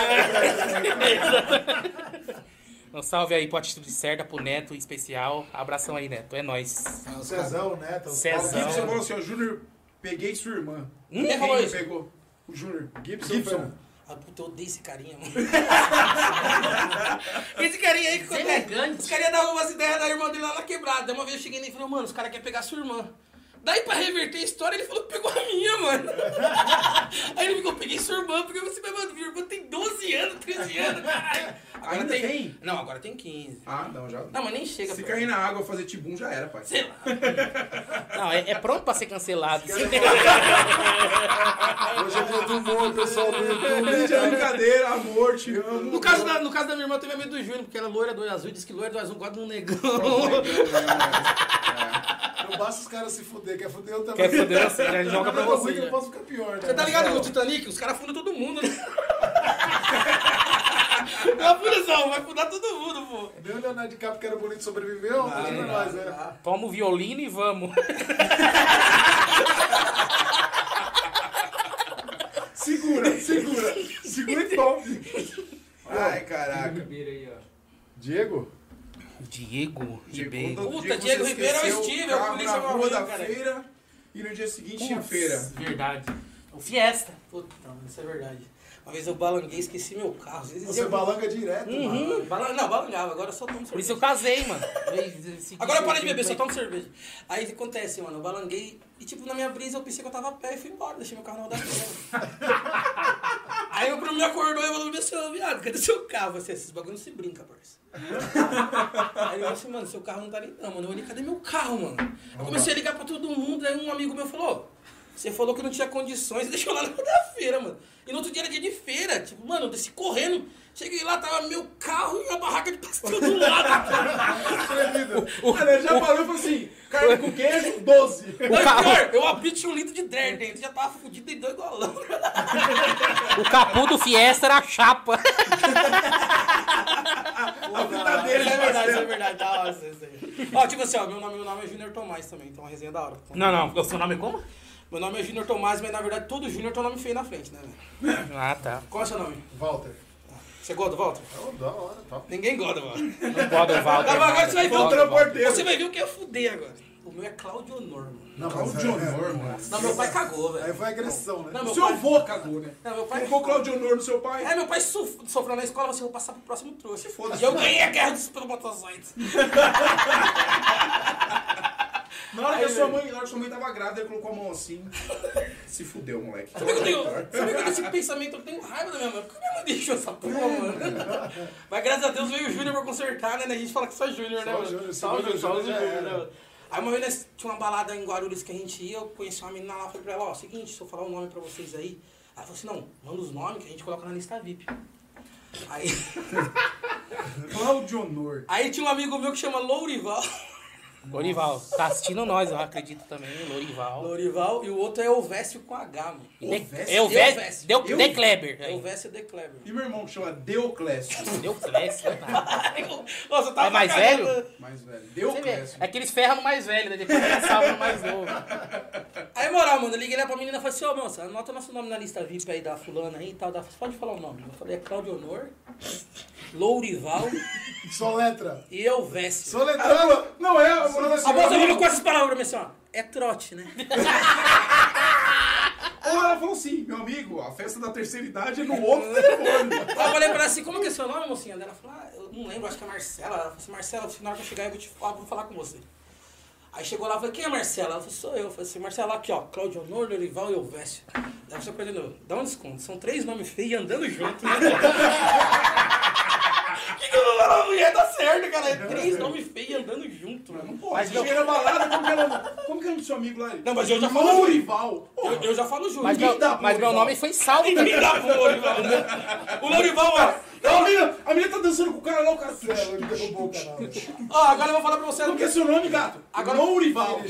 Um salve aí pro Atitude Certa, pro Neto em especial. Abração aí, Neto. É nóis. O Cezão, né? Então, Cezão. O Gibson falou assim, ó, Júnior, peguei sua irmã. Quem falou isso? pegou? O Júnior. Gibson, Fernando. Ah, puta, eu odeio esse carinha, mano. esse carinha aí que Você é acontece. elegante. Os caras davam umas ideias da irmã dele lá na quebrada. Uma vez eu cheguei nele e falei, mano, os caras querem pegar sua irmã. Daí pra reverter a história, ele falou que pegou a minha, mano. Aí ele ficou, peguei sua irmã, porque você, mas, mano, minha irmã tem 12 anos, 13 anos, caralho. Agora Ainda tem? Não, agora tem 15. Ah, não, já. Não, mas nem chega. Se pô. cair na água fazer tibum já era, pai. Sei lá. Não, é, é pronto pra ser cancelado. Hoje é dia do humor, pessoal do YouTube. Mídia, é brincadeira, amor, te amo. No caso, da, no caso da minha irmã, teve a medo do Júnior, porque ela é loira, do olho azul, disse que loira do olho azul gosta de um negão. Não basta os caras se fuder, quer fuder eu também. Quer foder você, já joga pra Eu sei você. que eu já. posso ficar pior, né? Você tá ligado com o Titanic? Os caras fundam todo mundo. Né? Não afunda só, um, vai fundar todo mundo, pô. Nem o Leonardo DiCaprio que era bonito sobreviveu, imagina nós, né? Toma o violino e vamos. Segura, segura. Segura e toma. Ai, caraca. Ribeiro aí, ó. Diego? Diego Ribeiro. Todo Puta, um dia que Diego você Ribeiro é o esqueceu Steve, é o carro polícia na rua maluco, da cara. feira e no dia seguinte tinha feira. Verdade. O Fiesta. Puta, mano, isso é verdade. Uma vez eu balanguei e esqueci meu carro. Às vezes Você eu... Uhum. balanga direto, mano. Balan- Não, balangava, agora eu só tomo Uhum. Por isso eu cerveja. casei, mano. Agora eu parei tipo, de beber, só tomo cerveja. Aí o que acontece, mano? Eu balanguei e, tipo, na minha brisa eu pensei que eu tava a pé e fui embora, deixei meu carro na rodadeira. Aí meu primo me acordou e falou: Meu senhor, viado, cadê seu carro? Eu falei assim: Esses bagulho não se brinca, parça. Aí ele falou assim, mano, seu carro não tá ali não, mano. Eu olhei, cadê meu carro, mano? Eu comecei a ligar pra todo mundo, aí um amigo meu falou, "Ô, você falou que não tinha condições, deixou lá na feira, mano. E no outro dia era dia de feira, tipo, mano, eu desci correndo, cheguei lá, tava meu carro e uma barraca de pastel do lado. cara. Olha, já parou e falou assim: carne com queijo, 12. Aí, pior, eu abri, tinha um litro de dread dentro, já tava fudido e dois golão. O capô do Fiesta era a chapa. A Isso é fritadeira de verdade, isso é pastel. verdade, da hora isso aí. Ó, tipo assim, ó, meu nome, meu nome é Junior Tomás também, então a resenha é da hora. Não, não. O seu nome é como? Meu nome é Junior Tomás, mas na verdade todo Junior tem um nome feio na frente, né, velho? Ah, tá. Qual é o seu nome? Walter. Você gosta, Walter? Então, da hora, top. Ninguém gosta, mano. Tá Não pode o Walter. Agora você vai ver o Walter, Walter. É um transporteiro. Você vai ver o que é fuder agora. O meu é Claudio Honor, mano. Não, Olha o mas de é- honor, mano. Não, meu pai cagou, Aí velho. foi agressão, né? Não, O meu seu pai... avô cagou, né? Não, meu pai... Colocou o de honor no seu pai. É, meu pai sof- sofreu na escola, você vai passar pro próximo trouxa. Foda-se. E eu ganhei a guerra dos espermatozoides. Na hora que a sua mãe, na hora que sua mãe tava grávida, ele colocou a mão assim. Se fudeu, moleque. Sabe que eu tenho... Sabe que eu tenho esse pensamento? Eu tenho raiva da minha mãe. Por que minha mãe deixou essa porra, mano? Mas graças a Deus veio o Júnior pra consertar, né? A gente fala que só Júnior, Só né, o mano? Júnior, Só o Júnior, só o já Júnior, era. né, mano? Aí uma vez nós- tinha uma balada em Guarulhos que a gente ia, eu conheci uma menina lá, falei pra ela, ó, seguinte, se eu falar o nome pra vocês aí, ela falou assim, não, manda os nomes que a gente coloca na lista VIP. Aí, Claudio Honor. aí tinha um amigo meu que chama Lourival. Lorival. Tá assistindo nós, eu acredito também. Lorival. Lourival e o outro é Elvésio com H, mano. É o Vest. Elvésio. Deu Eu- De Kleber. aí. Elvésio de Kleber. E meu irmão que chama Deoclésio. Deu Kleber. tá. Nossa, eu tava É mais pra caramba- velho? Mais velho. Você vê, Deoclésio. É que eles ferram no mais velho, né? Depois eles salvam no mais novo. Aí, moral, mano, eu liguei lá pra menina e falei assim, ô, moça, anota nosso nome na lista VIP aí da fulana aí e tal. Da... Pode falar o nome. Eu falei, é Claudio Honor, Lourival Soletra. e Elvésio. Soletrando! Não é, a moça A moça falou com essas palavras, minha senhora. É trote, né? Ou ela falou assim, meu amigo, a festa da terceira idade é no outro telefone. Aí eu falei pra ela assim, como que é seu nome, mocinha? Daí Ela falou, ah, eu não lembro, acho que é Marcela. Ela falou assim, Marcela, se na hora que eu chegar eu vou, te falar, vou falar com você. Aí chegou lá, eu falei, quem é Marcela? Ela falou, sou eu. Eu falei assim, Marcela, aqui ó, Claudio Honor, Lorival e Elvésio. Daí você aprendeu, dá um desconto, são três nomes feios andando junto. né?" que que eu vou falar, mulher? Tá certo, cara, é três nomes feios andando junto, mano. Pô, mas cheguei na balada, como que é o nome- como que é o nome do seu amigo lá? Não, mas eu já falo Júlio. Lourival. Eu, eu já falo Júlio. Mas meu, dá pro mas meu Lorival. nome foi salvo Ninguém também. dá pro Lorival, né? O Lorival, ó. Não, a menina, a menina tá dançando com o cara lá, o cara... É, ele derrubou o canal. Ó, agora eu vou falar pra você. Como que é seu nome, gato? Agora- Lourival.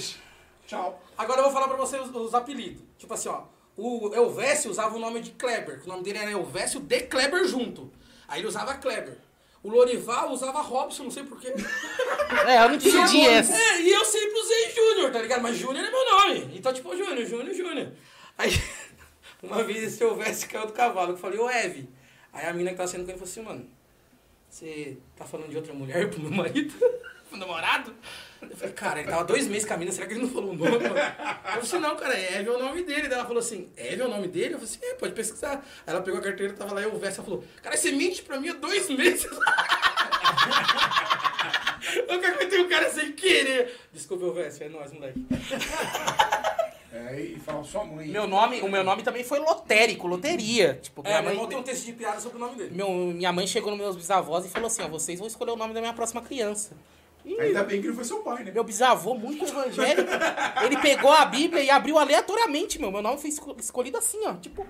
Tchau. Agora eu vou falar pra vocês os, os apelidos. Tipo assim, ó. O Elvésio usava o nome de Kleber. que O nome dele era Elvésio de Kleber junto. Aí ele usava Kleber. O Lorival usava Robson, não sei porquê. É, eu não entendi essa. É, e eu sempre usei Júnior, tá ligado? Mas Júnior é meu nome. Então, tipo, Júnior, Júnior, Júnior. Aí, uma vez esse Elvésio caiu do cavalo. Eu falei, ô Eve. Aí a menina que tava sendo com ele falou assim, mano, você tá falando de outra mulher pro meu marido? pro namorado? Eu falei, cara, ele tava dois meses com a mina, será que ele não falou o nome? mano? Eu falei assim, não, cara, Eve é o nome dele. Daí ela falou assim, Eve é o nome dele? Eu falei assim, é, pode pesquisar. Aí ela pegou a carteira, tava lá, eu verso, ela falou, cara, você mente pra mim há dois meses. Eu que aguentei o cara sem querer. Desculpa, Elvésio, é nóis, moleque. É, e fala sua mãe. Meu nome, o meu nome também foi lotérico, loteria. Tipo, É, minha meu mãe, irmão tem um texto de piada sobre o nome dele. meu- minha mãe chegou nos meus bisavós e falou assim, ó, vocês vão escolher o nome da minha próxima criança. E Ainda bem que não foi seu pai, né? meu bisavô, muito evangélico, ele pegou a Bíblia e abriu aleatoriamente, meu. Meu nome foi esco- escolhido assim, ó, tipo...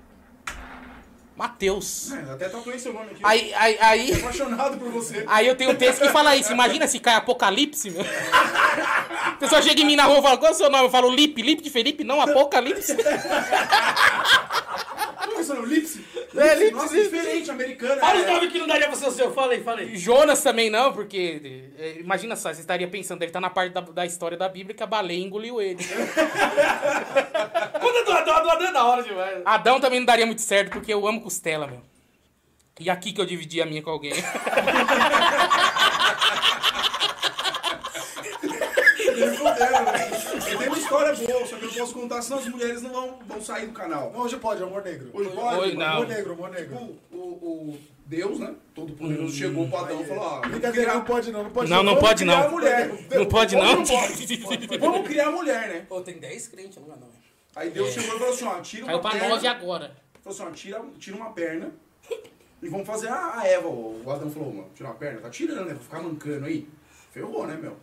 Mateus. É, até tatuei seu nome aqui. Aí, aí, aí... Tô apaixonado por você. Aí eu tenho um texto que fala isso. Imagina se cai apocalipse, meu. A pessoa chega em mim na rua e fala, qual é o seu nome? Eu falo Lip, Lip de Felipe, não apocalipse. Como é seu nome? Lipsy? É, Lipsy, Nossa, Lipsy. diferente, americana. Olha os É. nomes que não daria pra ser o seu. Fala aí, fala aí. Jonas também não, porque... eh, Imagina só, você estaria pensando, deve estar na parte da, da história da Bíblia que a baleia engoliu ele. Quando é do Adão, do Adão é da hora demais. Adão também não daria muito certo, porque eu amo costela, meu. E é aqui que eu dividi a minha com alguém. Ele fudeu, né? Eu tenho uma história boa, só que eu não posso contar, senão as mulheres não vão, vão sair do canal. Não, hoje pode, amor negro. Hoje pode, Oi, mano. não. Amor negro, amor negro. Tipo, o, o Deus, né? Todo Hum, poderoso chegou pro é. Adão e então, falou, ó, vamos Brincadeira, não criar, pode não, não pode assim, Não, não Vamos pode criar não. a mulher. Não pode Hoje não? não pode. vamos criar mulher, né? Pô, tem 10 crentes no lugar, não. velho. Aí Deus chegou e falou assim, ó, tira É. Caiu uma pra perna. nove agora. Falou assim, ó, tira, tira uma perna e vamos fazer a, a Eva. O Adão falou, mano, tirar uma perna, tá tirando, né? Vou ficar mancando aí. Ferrou, né, meu?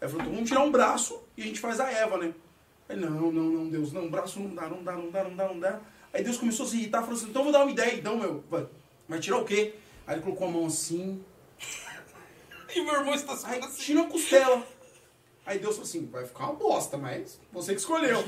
Aí falou, então vamos tirar um braço e a gente faz a Eva, né? Aí, não, não, não, Deus, não, braço não dá, não dá, não dá, não dá, não dá. Aí Deus começou a se irritar, falou assim, então eu vou dar uma ideia, então, meu. Vai, vai tirar o quê? Aí ele colocou a mão assim, E meu irmão está aí saindo assim. tira a costela. Aí Deus falou assim, vai ficar uma bosta, mas você que escolheu.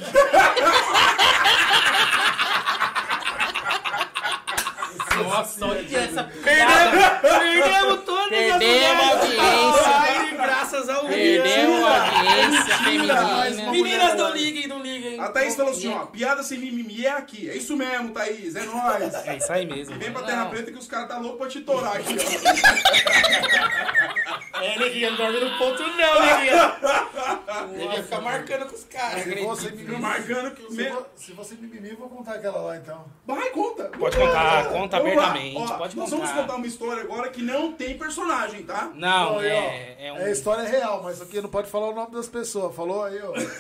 Nossa, olha essa Perdemos, perdemos todas Perdemos a audiência. Ai, graças ao Perdeu a audiência mais feminina. uma Meninas, não liguem, não liguem. A Thaís falou assim, ó, piada sem mimimi é aqui. É isso mesmo, Thaís, é nóis. É isso aí mesmo. Vem pra Não. Terra Preta que os caras tá louco pra te torar aqui, ó. É, Neguinha, não dorme no ponto não, Neguinha. Ele ia ficar marcando com os caras. Se você é mimimi, Marcando que o se, meu. vo- se você é mimimi, eu vou contar aquela lá então. Vai, conta. Pode contar, conta Vamos lá. abertamente, Ó, pode nós contar. vamos contar uma história agora que não tem personagem, tá? Não, Olha, é, ó, é um, é história real, mas aqui não pode falar o nome das pessoas. Falou aí, ó. Eu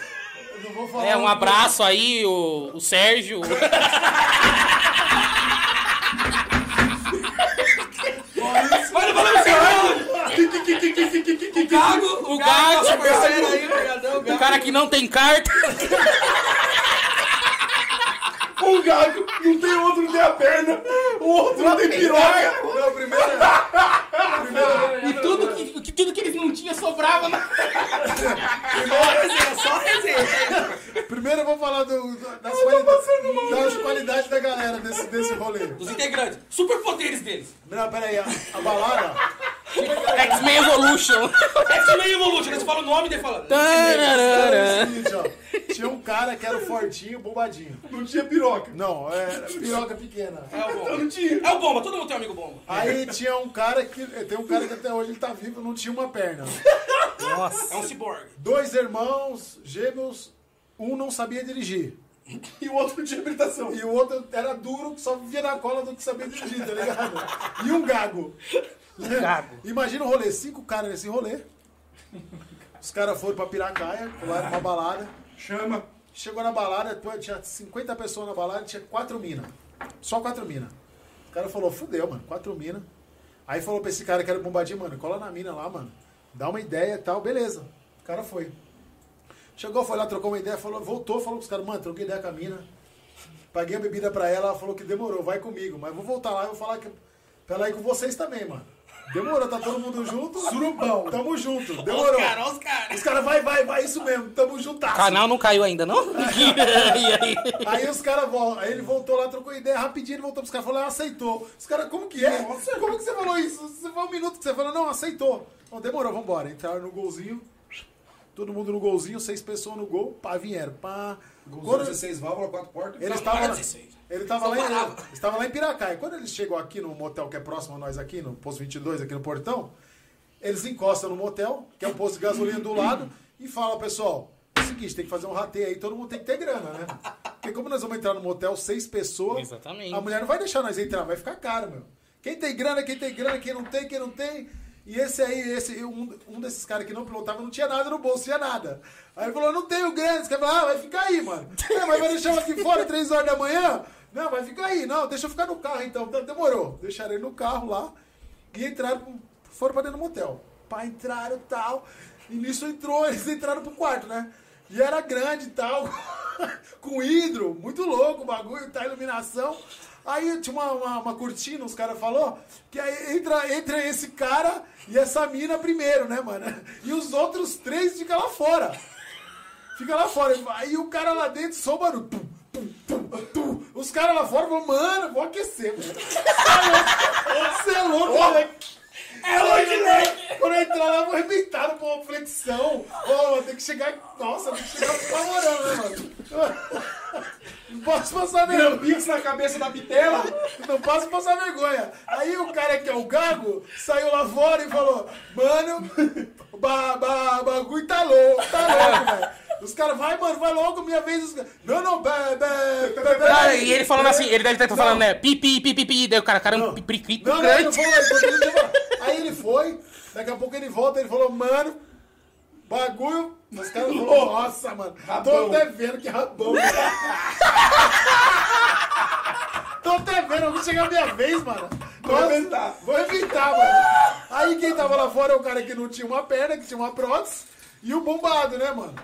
não vou falar. é o um nome. abraço aí, o, o Sérgio. Olha, falando assim, O Gago, o Gago, Gago, o parceiro aí, obrigadão, O Gago. cara que não tem carta. Um gago, não tem outro, não tem a perna. O outro não tem piroca. Não, primeiro, E tudo que, que- tudo que ele não tinha sobrava. né? é Só resenha. primeiro eu vou falar do, do- das, quali- das qualidades da galera desse, desse rolê. Dos integrantes. Superpoderes deles. Não, peraí, a, a balada. X-Men Evolution. X-Men Evolution, eles falam o nome e fala. Era é o Tararara. seguinte, ó. Tinha um cara que era o fortinho, bombadinho. Não tinha é piroca. Não, é, era piroca pequena. É o Então Bomba. não tinha. É o Bomba, todo mundo tem um amigo Bomba. Aí tinha um cara que. Tem um cara que até hoje ele tá vivo, não tinha uma perna. Nossa. É um ciborgue. Dois irmãos, gêmeos, um não sabia dirigir. E o outro não tinha habilitação. um E o outro era duro, só vivia na cola do que sabia dirigir, tá ligado? E um gago. gago. Imagina o rolê, cinco caras nesse rolê. Os caras foram pra Piracaia, pularam uma balada. Chama. Chegou na balada, depois tinha 50 pessoas na balada, tinha quatro minas. Só quatro minas. O cara falou, fudeu, mano, quatro minas. Aí falou pra esse cara que era bombadinho, mano, cola na mina lá, mano. Dá uma ideia e tal, beleza. O cara foi. Chegou, foi lá, trocou uma ideia, falou, voltou, falou pros caras, mano, troquei ideia com a mina. Paguei a bebida pra ela, ela falou que demorou, vai comigo. Mas vou voltar lá e vou falar que, pra ela ir com vocês também, mano. Demorou, tá todo mundo junto? Surubão. Tamo junto, demorou. Os caras, os caras. Os caras, vai, vai, É vai, isso mesmo, tamo juntasso. Canal não caiu ainda, não? E aí? Aí os caras voltam. Aí ele voltou lá, trocou ideia rapidinho, ele voltou pros caras e falou, ah, aceitou. Os caras, como que é? Como que você falou isso? Você foi um minuto que você falou, não, aceitou. Não, demorou, vambora. Entraram no golzinho. Todo mundo no golzinho, seis pessoas no gol, pá, vieram. Pá. Golzinho, Quando 16 válvulas, 4 portas. ele Não, estava para lá, disso aí. ele estava Só lá, em, parava. ele estava lá em Piracaia. Quando ele chegou aqui no motel que é próximo a nós aqui, no posto 22, aqui no portão, eles encostam no motel, que é o posto de gasolina do lado, e falam, pessoal, é o seguinte, tem que fazer um rateio aí, todo mundo tem que ter grana, né? Porque como nós vamos entrar no motel, seis pessoas, Exatamente. a mulher não vai deixar nós entrar, vai ficar caro, meu. Quem tem grana, quem tem grana, quem não tem, quem não tem. E esse aí, esse, um, um desses caras que não pilotava, não tinha nada no bolso, tinha nada. Aí ele falou, não tenho grana. Esse cara falou, ah, vai ficar aí, mano. Não, mas vai deixar eu aqui fora três horas da manhã? Não, vai ficar aí. Não, deixa eu ficar no carro então. Não, demorou. Deixaram ele no carro lá e entraram, pro- foram pra dentro do motel. Pá, entraram e tal. E nisso entrou, eles entraram pro quarto, né? E era grande e tal, com hidro, muito louco o bagulho, tá iluminação. Aí tinha uma, uma, uma cortina, os caras falaram, que aí entra, entra esse cara e essa mina primeiro, né, mano? E os outros três ficam lá fora. Fica lá fora. Aí o cara lá dentro só o barulho. Pum, pum, pum, ah, pum. Os caras lá fora falam, mano, vou aquecer. mano." Você é louco, moleque. É hoje, né? Quando eu entrar lá, eu vou arrebentar no pô, flexão. Ó, vou ter que chegar. Nossa, tem que chegar apavorando, né, mano? Não posso passar vergonha. Pix É um na cabeça da pitela. Não posso passar vergonha. Aí o cara que é o Gago saiu lá fora e falou: Mano, ba, ba, bagulho tá louco, tá louco, É. velho. Os caras, vai, mano, vai logo, minha vez. Os caras, não, não, be, be, be, be, Ah, e ele falando assim, ele deve estar Não. falando, né? Pi, pi, pi, pi, pi. Daí o cara, caramba, pi, pi, Um pi, Não, não, ele não grande. falou isso, porque ele demorou. Aí ele foi, daqui a pouco ele volta, ele falou, mano, bagulho. Os caras falaram, nossa, mano, tô Rabão. até vendo que rabão. tô até vendo, vou chegar a minha vez, mano. Vou Nossa, arrebentar. Vou evitar, mano. Aí quem tava lá fora é o cara que não tinha uma perna, que tinha uma prótese, e o bombado, né, mano?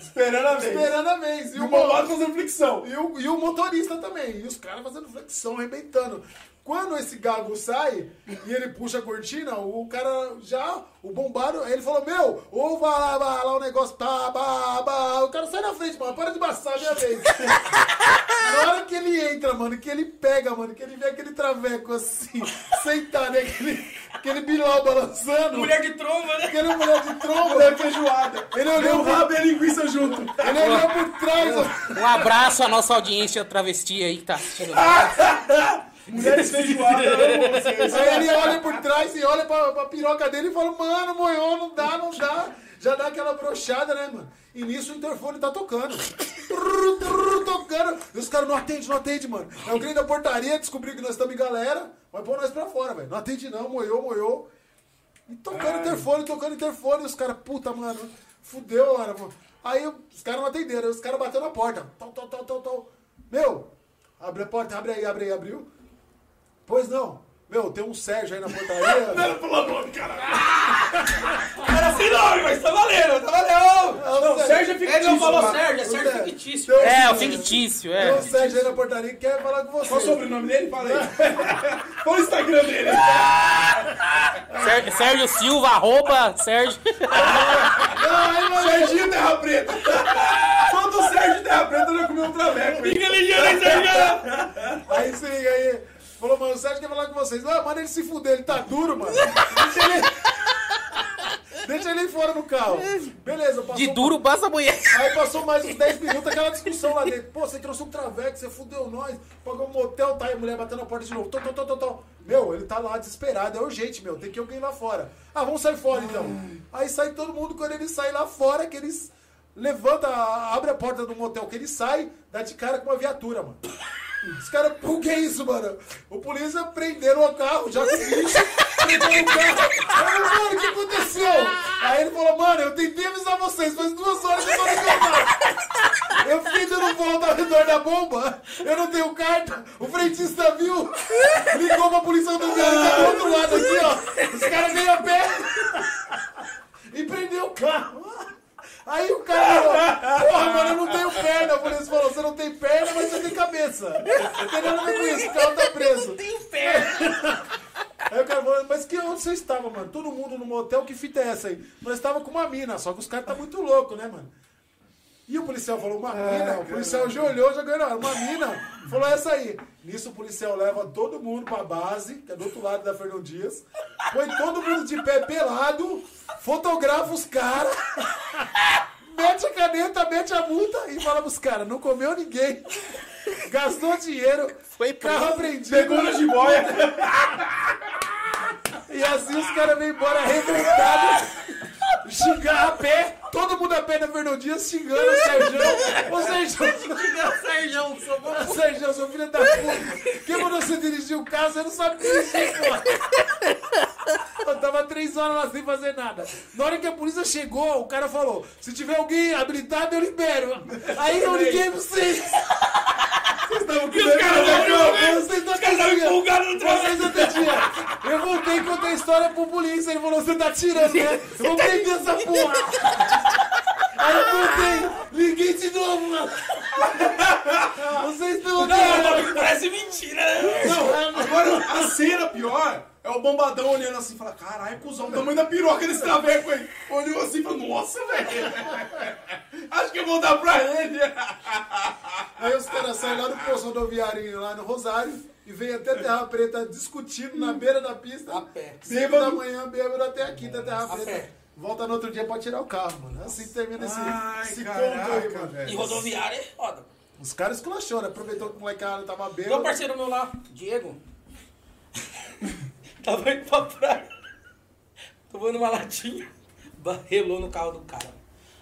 Esperando a vez. Esperando a vez. E o bombado fazendo flexão. E o, e o motorista também. E os caras fazendo flexão, arrebentando. Quando esse gago sai e ele puxa a cortina, o cara já, o bombado, ele falou: Meu, ou vai lá, vai lá, o negócio tá, bah, bah. O cara sai na frente, mano, para de passar a minha vez. Na hora que ele entra, mano, que ele pega, mano, que ele vê aquele traveco assim, sentado, né? Aquele, aquele bilal balançando. Mulher de tromba, né? Aquele mulher de tromba, Mulher feijoada. Ele olhou o pro- rabo e a linguiça junto. ele olhou por trás, ó. Um abraço à nossa audiência travesti aí que tá assistindo. Mulheres feijoada. eu amo vocês. Aí ele olha por trás e olha pra, pra piroca dele e fala, mano, moiô, não dá, não dá. Já dá aquela brochada, né, mano? E nisso o interfone tá tocando. Trrr, trrr, tocando. E os caras não atendem, não atende, mano. É o crente da portaria, descobriu que nós estamos em galera, mas pôr nós pra fora, velho. Não atende não, moiô, moiô. E tocando interfone, tocando interfone, os caras, puta, mano, fudeu, mano. pô. Aí os caras não atenderam, os caras bateram na porta. Tal, tal, tal, tal, tal. Meu, abre a porta, abre aí, abre aí, abriu. Pois não. Meu, tem um Sérgio aí na portaria. Pelo amor de caralho. Ah! Era sinônimo, mas tá valendo, tá valendo. Não, Não, Sérgio é Ele não fictício. falou cara. Sérgio, é o Sérgio Sérgio. fictício. Então, É, o fictício, Tem um é. Sérgio aí na portaria que quer falar com você. Qual o sobrenome dele? Fala aí. Ah! Qual o Instagram dele? Sér- Sérgio Silva, arroba, Sérgio. Não, aí, mano, Serginho Terra Preta. Quando o Sérgio Terra Preta já comeu um traveco. hein? aí se liga aí. Falou, mano, o Sérgio quer falar com vocês. Ah, manda ele se fuder, ele tá duro, mano. Deixa ele... Deixa ele fora no carro. Beleza, passou... um De duro, basta mulher. Aí passou mais uns 10 minutos aquela discussão lá dentro. Pô, você trouxe um traveco, você fudeu nós, pagou um motel, tá aí a mulher batendo a porta de novo. Tom, tom, tom, tom, tom. Meu, ele tá lá desesperado, é urgente, meu, tem que alguém lá fora. Ah, vamos sair fora então. Aí sai todo mundo, quando ele sai lá fora, que eles levanta, abre a porta do motel, que ele sai, dá de cara com uma viatura, mano. Os caras, o que é isso, mano? O polícia prenderam o carro, já com bicho, prenderam o carro. Aí, eu, mano, o que aconteceu? Aí ele falou, mano, eu tentei avisar vocês, faz duas horas que eu tô no meu carro. Eu fiquei dando um volta ao redor da bomba, eu não tenho carta, o frentista viu, ligou pra polícia rodoviária, tá do outro lado aqui, ó. Os caras veio a pé e prendeu o carro. Aí o cara falou, porra, mano, eu não tenho perna. A polícia falou, você não tem perna, mas você tem cabeça. Não tem nada a ver com isso, o carro tá preso. Tem perna. Aí o cara falou, mas que onde você estava, mano? Todo mundo no motel, que fita é essa aí? Nós estava com uma mina, só que os caras tá muito louco, né, mano? E o policial falou, Ah, uma mina, o policial já olhou, já ganhou na hora, uma mina, falou "É essa aí. Nisso o policial leva todo mundo pra base, que é do outro lado da Fernão Dias, põe todo mundo de pé pelado, fotografa os caras, mete a caneta, mete a multa e fala pros caras, não comeu ninguém, gastou dinheiro, Foi carro preso. apreendido. Pegou na jiboia. E assim os caras vêm embora arrebentados, xingar a pé, todo mundo a pé na Fernandinha xingando o Sérgio. Ô Sérgio, Sérgio, sou bom. ô, Sérgio, seu filho da puta, quem mandou você dirigir o carro? Você não sabe dirigir, pô. Eu tava três horas horas lá sem fazer nada. Na hora que a polícia chegou, o cara falou: se tiver alguém habilitado, eu libero. Aí eu liguei pra vocês. Vocês estavam com medo, não, vocês não atendiam. Empolgado no Vocês não atendiam. Eu voltei e contei a história pro polícia. Ele falou: você tá tirando, né? Eu vou prender essa porra. Aí eu contei, liguei de novo, mano. Vocês estão bagulho parece mentira. né? Não, agora a cena pior é o bombadão olhando assim e fala: caralho, cuzão, o tamanho da piroca desse traveco aí. Olhou assim e falou: nossa, velho. Acho que eu vou dar pra ele. Aí os caras saem lá no posto rodoviário, lá no Rosário, e vem até Terra Preta discutindo na beira da pista. A pé. Cinco da manhã, bêbado até aqui da Terra Preta. pé. Volta no outro dia pra tirar o carro, mano. Assim que termina esse, Ai, esse ponto aí, caraca, mano. velho. E rodoviária é foda. Os caras esculachou, né? Aproveitou que o molecada tava bêbado. Meu parceiro meu lá, Diego, tava indo pra praia, tomando uma latinha, barrelou no carro do cara.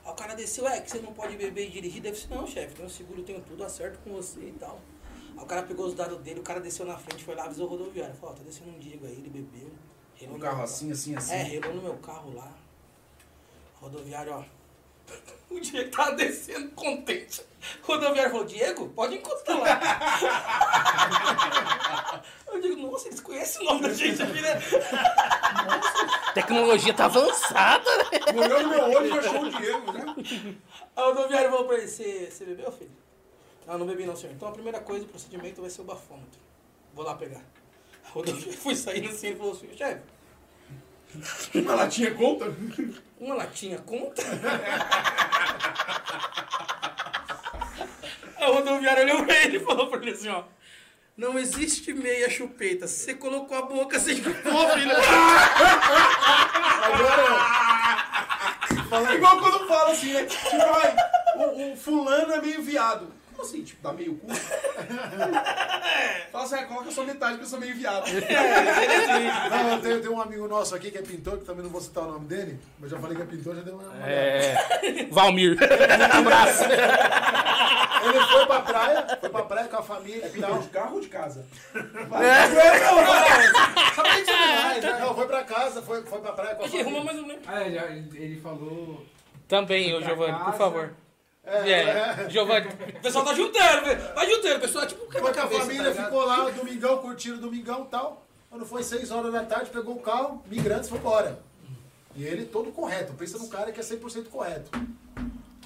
Aí o cara desceu, é que você não pode beber e dirigir. Deve ser, não, chefe, tenho um seguro, tenho tudo, acerto com você e tal. Aí o cara pegou os dados dele, o cara desceu na frente, foi lá, avisou o rodoviário. Falou, ó, tá descendo um Diego aí, ele bebeu. relou Um no carro meu assim, assim, assim. É, relou no meu carro lá. Rodoviário, ó. O Diego tava descendo contente. O rodoviário falou, Diego, pode encostar lá. Eu digo, nossa, eles conhecem o nome da gente aqui, né? Tecnologia tá avançada, né? Olhou no meu olho e achou o Diego, né? Aí o rodoviário falou pra ele, você você bebeu, filho? Não, não bebi não, senhor. Então a primeira coisa, o procedimento vai ser o bafômetro. Vou lá pegar. O rodoviário foi saindo assim, ele falou assim, chefe, Uma latinha conta. É Uma latinha conta? a rodoviária olhou pra ele e falou pra ele assim, ó. Não existe meia chupeta. Você colocou a boca sem chupou, filho. É igual quando fala assim, né? Tipo, ai, o, o fulano é meio viado. Como assim? Tipo, dá meio cu? Fala assim, ah, coloca só metade que eu sou meio viado. Não, eu tenho, tenho um amigo nosso aqui que é pintor, que também não vou citar o nome dele, mas já falei que é pintor, já deu uma. uma- É. Valmir. Abraço. Ele foi pra praia, foi pra praia com a família e tal. Carro de carro ou de casa? Ah, tá. Não, foi pra casa, foi, foi pra praia com a Arruma família. mais um, né? Ah, ele, ele, ele falou. Também, ô Giovanni, por casa. favor. É, É, Giovanni, O pessoal tá juntando, velho. Vai juntando. O pessoal é tipo um Foi com a quebra-cabeça, família, tá ligado? ficou lá, domingão, curtindo o domingão e tal. Quando foi 6 horas da tarde, pegou o carro, migrantes, foi embora. E ele todo correto, pensa num cara que é 100% correto.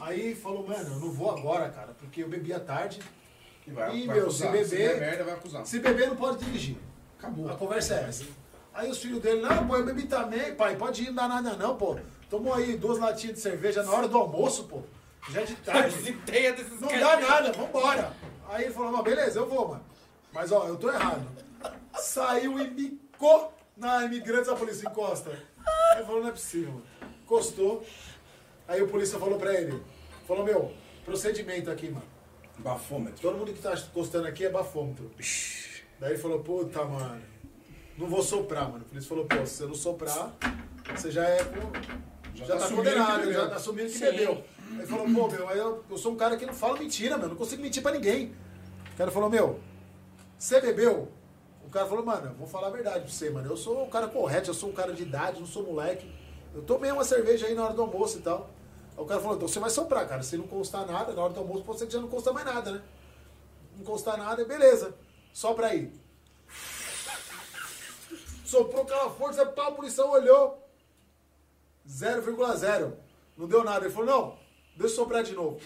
Aí falou, mano, eu não vou agora, cara, porque eu bebi à tarde. E vai, Ih, vai meu, acusar. se beber- der merda, vai acusar. Se beber, não pode dirigir. Acabou. A conversa é essa. Aí os filhos dele, não, pô, eu bebi também, pai, pode ir, não dá nada não, pô. Tomou aí duas latinhas de cerveja na hora do almoço, pô. Já é de tarde. Ideia desses Não caras. dá nada, vambora. Aí ele falou, não, beleza, eu vou, mano. Mas ó, eu tô errado. Saiu e bicou na imigrantes, a polícia encosta. Aí ele falou, não é possível. mano. Encostou. Aí o polícia falou pra ele, falou, meu, procedimento aqui, mano. Bafômetro. Todo mundo que tá encostando aqui é bafômetro. Daí ele falou, puta, mano, não vou soprar, mano. O polícia falou, pô, se você não soprar, você já é. Já, tá tá, assumindo que condenado, bebeu. já tá assumindo que bebeu. Aí ele falou, pô, meu, aí eu, eu sou um cara que não fala mentira, mano. Não consigo mentir pra ninguém. O cara falou, meu, você bebeu? O cara falou, mano, eu vou falar a verdade pra você, mano. Eu sou um cara correto, eu sou um cara de idade, não sou moleque. Eu tomei uma cerveja aí na hora do almoço e tal. Aí o cara falou, então você vai soprar, cara. Se não constar nada, na hora do almoço, pode ser que já não consta mais nada, né? Não constar nada, é beleza. Sopra aí. Soprou aquela força, pá, a polícia olhou. 0,0. Não deu nada. Ele falou, não, deixa eu soprar de novo.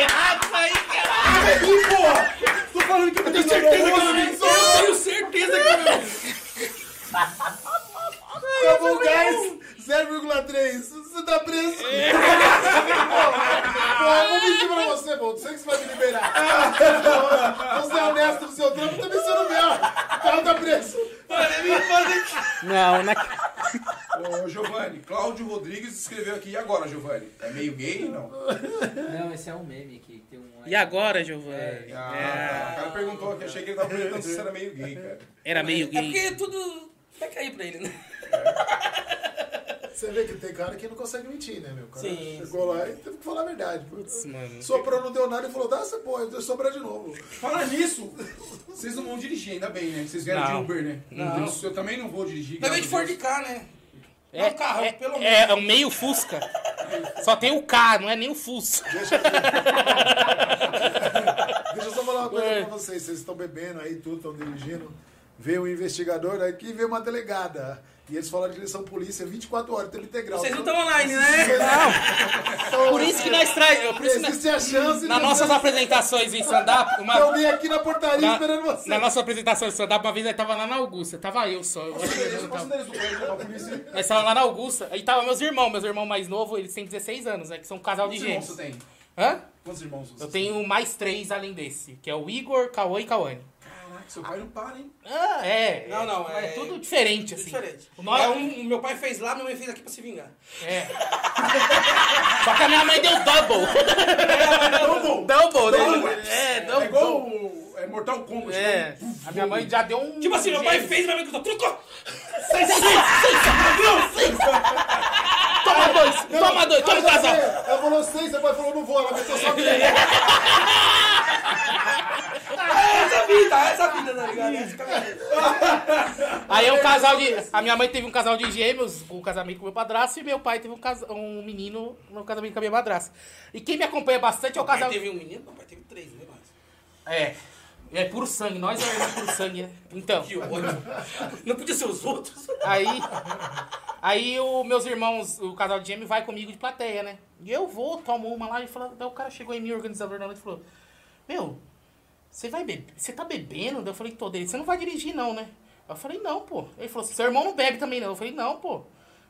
errado isso aí, cara. é Tô falando que eu tenho certeza que eu não almoço. Eu tenho certeza que... Acabou o gás, 0,3. Você tá preso. Pô, eu vou mentir pra você, bom. Sei que você vai me liberar. Você é honesto no seu trampo, também sou no meu. O cara tá preso. Não, né? Ô, Giovanni, Cláudio Rodrigues escreveu aqui. E agora, Giovanni? É meio gay? Não. Não, esse é um meme que tem um. E agora, Giovanni? Ah, tá. O cara perguntou aqui. Achei que ele tava perguntando se você era meio gay, cara. Era meio É gay. porque tudo vai cair pra ele, né? Você vê que tem cara que não consegue mentir, né, meu? O cara Sim, chegou lá e teve que falar a verdade. Putz, mano. Soprou, não deu nada e falou, dá essa porra, deu sobrar de novo. Falar nisso, vocês não vão dirigir, ainda bem, né? Vocês vieram Não. de Uber, né? Não. Eu também não vou dirigir. Também de graças a Ford Deus. K, né? É, Não, carro, é, pelo é, é o meio Fusca. Só tem o K, não é nem o Fusca. Deixa eu só falar uma coisa pra vocês. Vocês estão bebendo aí, tudo, estão dirigindo. Veio um investigador aqui e veio uma delegada. E eles falaram que eles são polícia 24 horas, tempo integral. Vocês não estão online, né? Não. então Então, Por isso que nós trazemos. Por isso que nós- Existe a chance nas de nossas vocês- apresentações em stand-up, uma, Eu vim aqui na portaria Na- esperando você. Na nossa apresentação de stand-up, uma vez nós tava lá na Augusta, tava eu só. Eu acho que eu Eles não passam tava. deles o Uber pra polícia. Nós tava lá na Augusta, aí tava meus irmãos, meus irmãos mais novos, eles têm 16 anos, né? Que são um casal de Quantos irmãos gêmeos. você tem? Hã? Quantos irmãos você Eu tem? tenho mais três além desse, que é o Igor, Cauã e Cauane. Caraca, seu pai não para, hein? Ah, é. Não, não, é- É tudo diferente, assim. Diferente. O nome- É um- meu pai fez lá, minha mãe fez aqui pra se vingar. É. Só que a minha mãe deu double. Double! double, Double. É, É double. igual o- é Mortal Kombat. É. né? A minha mãe já deu um. Tipo assim, meu pai gênio. fez, minha mãe gritou, truco! Toma dois, toma dois, toma Aí o um já casal. veio. Ela falou seis, seu pai falou, não vou, ela meteu só a minha. É essa vida, é essa vida, tá ligado? É essa caminhada. Aí um casal de. A minha mãe teve um casal de gêmeos, um casamento com meu padrasto, e meu pai teve um, casa, um menino no casamento com a minha madrasta. E quem me acompanha bastante é o Meu pai casal. teve um menino, meu pai teve três, né, mais? É. É puro sangue, nós é puro sangue, né? Então. Que ódio. Não podia ser os outros. Aí. Aí os meus irmãos, o casal de gêmeos, vai comigo de plateia, né? E eu vou, tomo uma lá e falo. Daí o cara chegou em mim, o organizador da noite, e falou: Meu, você vai beber? Você tá bebendo? Daí eu falei, tô dele, você não vai dirigir, não, né? Eu falei, não, pô. Ele falou assim, seu irmão não bebe também, não. Eu falei, não, pô.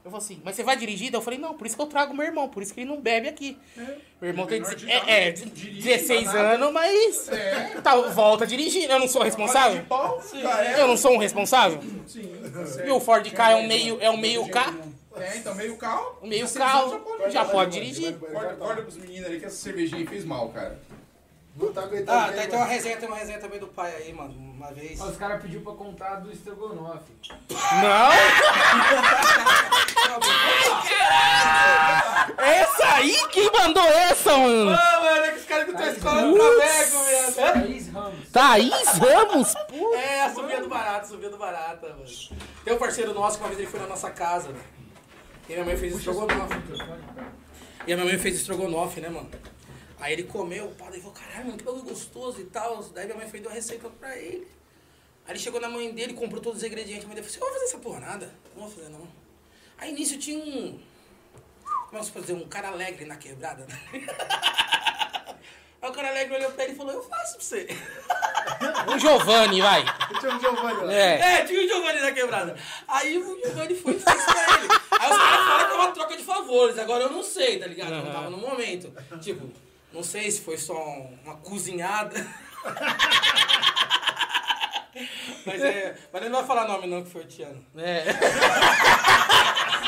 Eu falei assim, mas você vai dirigir? Daí eu falei, não, por isso que eu trago meu irmão, por isso que ele não bebe aqui. Meu irmão tem É. menor de deze- idade, é, é, não dirige, 16 não dá nada. anos, mas tá, volta a dirigir. Eu não sou responsável? De pau, já é. Eu não sou um responsável? Sim, tá certo. E o Ford K é um meio, é um meio K? É, então meio carro. O meio Você já carro pode- já pode dirigir. Ah, Corta, corta pros meninos ali que essa cervejinha aí fez mal, cara. Não tá aguentando. Ah, quem tá, tem uma vai. resenha, tem uma resenha também do pai aí, mano, uma vez. Os caras pediu pra contar do estrogonofe. Não! Essa aí? Quem mandou essa, mano? Ah, mano, é que os caras que estão escolando Putz. velho. Thaís Ramos. Thaís Ramos? Pô. É, a subida do barata, subida do barata, mano. Tem um parceiro nosso que uma vez ele foi na nossa casa, né? E minha mãe fez estrogonofe. E a minha mãe fez estrogonofe, né, mano? Aí ele comeu, o padre falou, caralho, mano, que bagulho gostoso e tal. Daí minha mãe foi e deu a receita pra ele. Aí ele chegou na mãe dele, comprou todos os ingredientes. A mãe dele falou, você não vai fazer essa porra nada? Não vou fazer, não. Aí início tinha um... Como é que se pode dizer? Um cara alegre na quebrada, né? Aí o cara alegre olhou pra ele e falou, eu faço pra você. O Giovanni, vai. Tinha um Giovanni lá. É. É, tinha o Giovanni na quebrada. Aí o Giovanni foi e fez pra ele. Aí os caras falam que é uma troca de favores. Agora eu não sei, tá ligado? Eu não tava no momento. Tipo, não sei se foi só um- uma cozinhada. Mas é. Mas ele não vai falar nome não que foi o Tiano. É.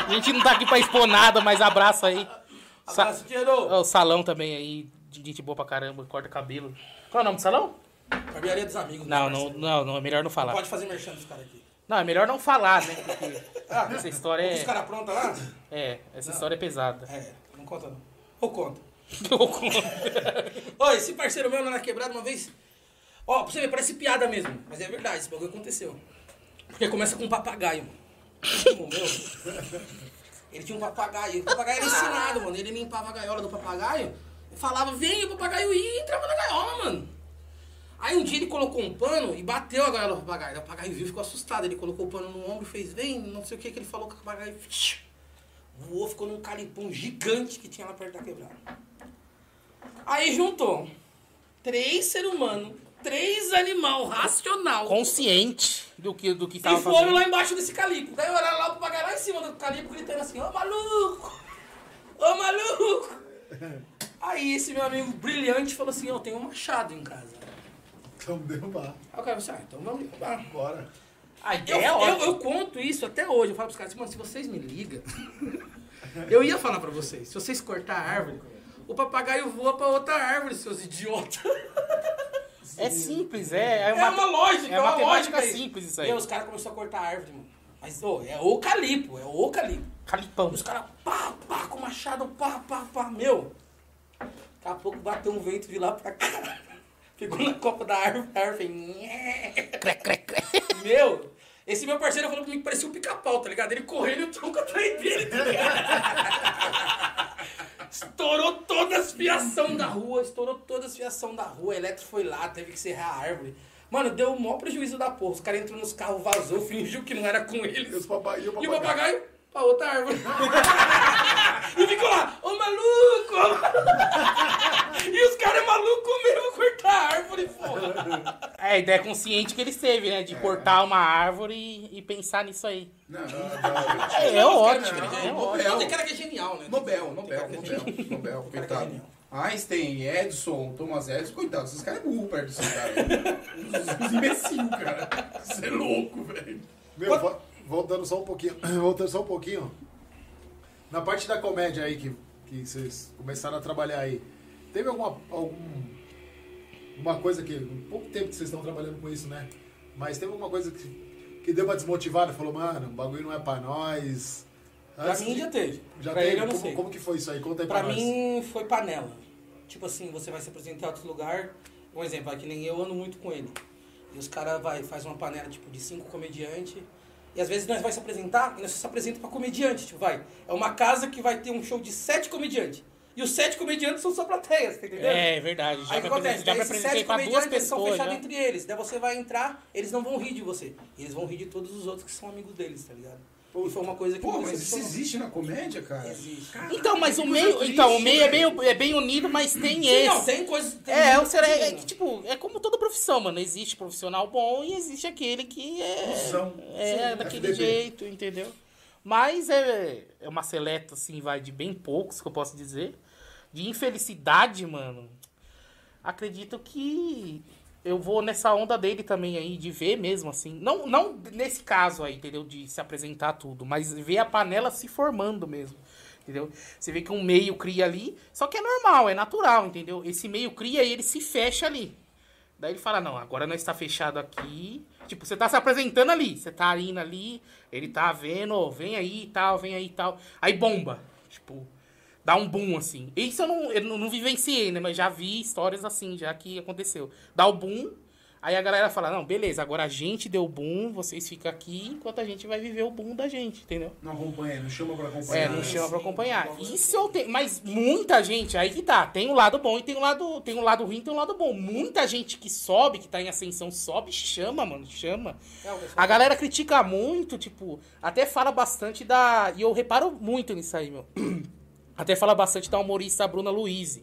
A gente não tá aqui pra expor nada, mas abraço aí. Sa- Abraço, Tiano! Ó, O salão também aí, de gente boa pra caramba, corta cabelo. Qual é o nome do salão? Barbearia dos amigos. né, Não, não, parceiro? não, não, é melhor não falar. Pode fazer merchan dos caras aqui. Não, é melhor não falar, né? Porque Ah, essa história Os é. caras aprontam lá? É, essa história é pesada. É, não conta não. Ou conta. Eu conto. Ô, esse parceiro meu lá na quebrada uma vez. Ó, pra você ver, parece piada mesmo. Mas é verdade, esse bagulho aconteceu. Porque começa com um papagaio, mano. O meu. Ele tinha um papagaio. O papagaio era ensinado, mano. Ele limpava a gaiola do papagaio. Eu falava, vem, o papagaio ia e entrava na gaiola, mano. Aí um dia ele colocou um pano e bateu a gaiola do papagaio. Daí O papagaio viu, ficou assustado. Ele colocou o pano no ombro e fez, vem, não sei o que que ele falou com o papagaio. Voou, ficou num calipão gigante que tinha lá perto da quebrada. Aí juntou três seres humanos, três animal racional. Consciente do que, do que tava E foram fazendo. lá embaixo desse calipo. Daí eu era lá o papagaio lá em cima do calipo gritando assim, ô maluco! Ô maluco! Aí esse meu amigo brilhante falou assim, eu tenho um machado em casa. Então derrubar. Aí o cara falou assim, ah, então vamos derrubar. Bora. A Eu, ideia é eu, ótima. eu conto isso até hoje. Eu falo pros caras assim, mano, se vocês me ligam, eu ia falar pra vocês, se vocês cortar a árvore, o papagaio voa pra outra árvore, seus idiotas. É simples, é. É É uma, uma lógica, é é uma matemática lógica simples isso aí. Meu, os caras começaram a cortar a árvore, mano. Mas, ô, é eucalipto, é eucalipto. Calipão. Os caras, pá, pá, com machado, pá, pá, pá, meu. Daqui a pouco bateu um vento de lá pra cá. Pegou na copa da árvore, a árvore fez... nhé. Crec, crec, crec. Meu, esse meu parceiro falou comigo que parecia um pica-pau, tá ligado? Ele correndo e o tronco atrás dele, tá ligado? Estourou todas as fiação da rua, estourou todas as fiação da rua, a eletro foi lá, teve que serrar a árvore. Mano, deu o maior prejuízo da porra. Os caras entrou nos carros, vazou, fingiu que não era com eles. papai, e o E o papagaio pra outra árvore. e ficou lá, ô maluco! ô maluco." e os caras é maluco mesmo cortar a árvore, porra. É a ideia consciente que eles teve, né? De É. cortar uma árvore e, e pensar nisso aí. Não, não, É, é ótimo. não, é não, ótimo. Nobel. Não, tem cara que é genial, né? Nobel, Nobel, Nobel, Nobel, coitado. Einstein, Edson, Thomas Edison, coitado, esses caras é burro perto desses caras. Os imbecil, cara. Você é louco, velho. Meu, vo- voltando só um pouquinho, voltando só um pouquinho. Na parte da comédia aí que, que vocês começaram a trabalhar aí, teve alguma algum, uma coisa que um pouco tempo que vocês estão trabalhando com isso, né? Mas teve alguma coisa que, que deu uma desmotivada, falou, mano, o bagulho não é pra nós. Pra Antes mim de- já teve. já pra teve? ele eu não como, sei. como que foi isso aí? Conta aí pra, Pra nós. mim foi panela. Tipo assim, você vai se apresentar em outro lugar. Um exemplo, é que nem eu ando muito com ele. E os caras vai faz uma panela tipo de cinco comediantes. E às vezes nós vai se apresentar e nós só se apresenta pra comediante, tipo, vai. É uma casa que vai ter um show de sete comediantes. E os sete comediantes são só plateias, tá entendendo? É verdade. Já Aí o que me acontece? apresen- já Daí me esses sete apresentei pra duas comediantes eles são pessoas. né? fechados já. entre eles. Daí você vai entrar, eles não vão rir de você. Eles vão rir de todos os outros que são amigos deles, tá ligado? E foi uma coisa que Pô, me mas isso decepcionou. existe na comédia, cara? Existe. Então, mas o meio. Então, o meio é bem, é bem unido, mas tem Sim, não, esse. tem coisas. tem É, é, o muito ser- é, é digno. que, tipo, é como toda profissão, mano. Existe profissional bom e existe aquele que é. É, daquele FDB. jeito, entendeu? Mas é, é uma seleta, assim, vai de bem poucos, que eu posso dizer. De infelicidade, mano. Acredito que eu vou nessa onda dele também aí, de ver mesmo, assim. Não, não nesse caso aí, entendeu? De se apresentar tudo, mas ver a panela se formando mesmo. Entendeu? Você vê que um meio cria ali, só que é normal, é natural, entendeu? Esse meio cria e ele se fecha ali. Daí ele fala, não, agora nós está fechado aqui. Tipo, você tá se apresentando ali, você tá indo ali, ele tá vendo, ó, vem aí e tal, vem aí e tal. Aí bomba, tipo, dá um boom assim. Isso eu não, eu não, não vivenciei, né, mas já vi histórias assim, já que aconteceu. Dá o boom, aí a galera fala, não, beleza, agora a gente deu o boom, vocês ficam aqui enquanto a gente vai viver o boom da gente, entendeu? Não acompanha, não chama pra acompanhar. É, não chama pra acompanhar. Isso eu tenho. Mas muita gente, aí que tá. Tem um lado bom e tem um lado. Tem um lado ruim e tem um lado bom. Muita gente que sobe, que tá em ascensão, sobe, chama, mano. Chama. É, o pessoal- A galera critica muito, tipo, até fala bastante da. E eu reparo muito nisso aí, meu. Até fala bastante da humorista Bruna Luiz.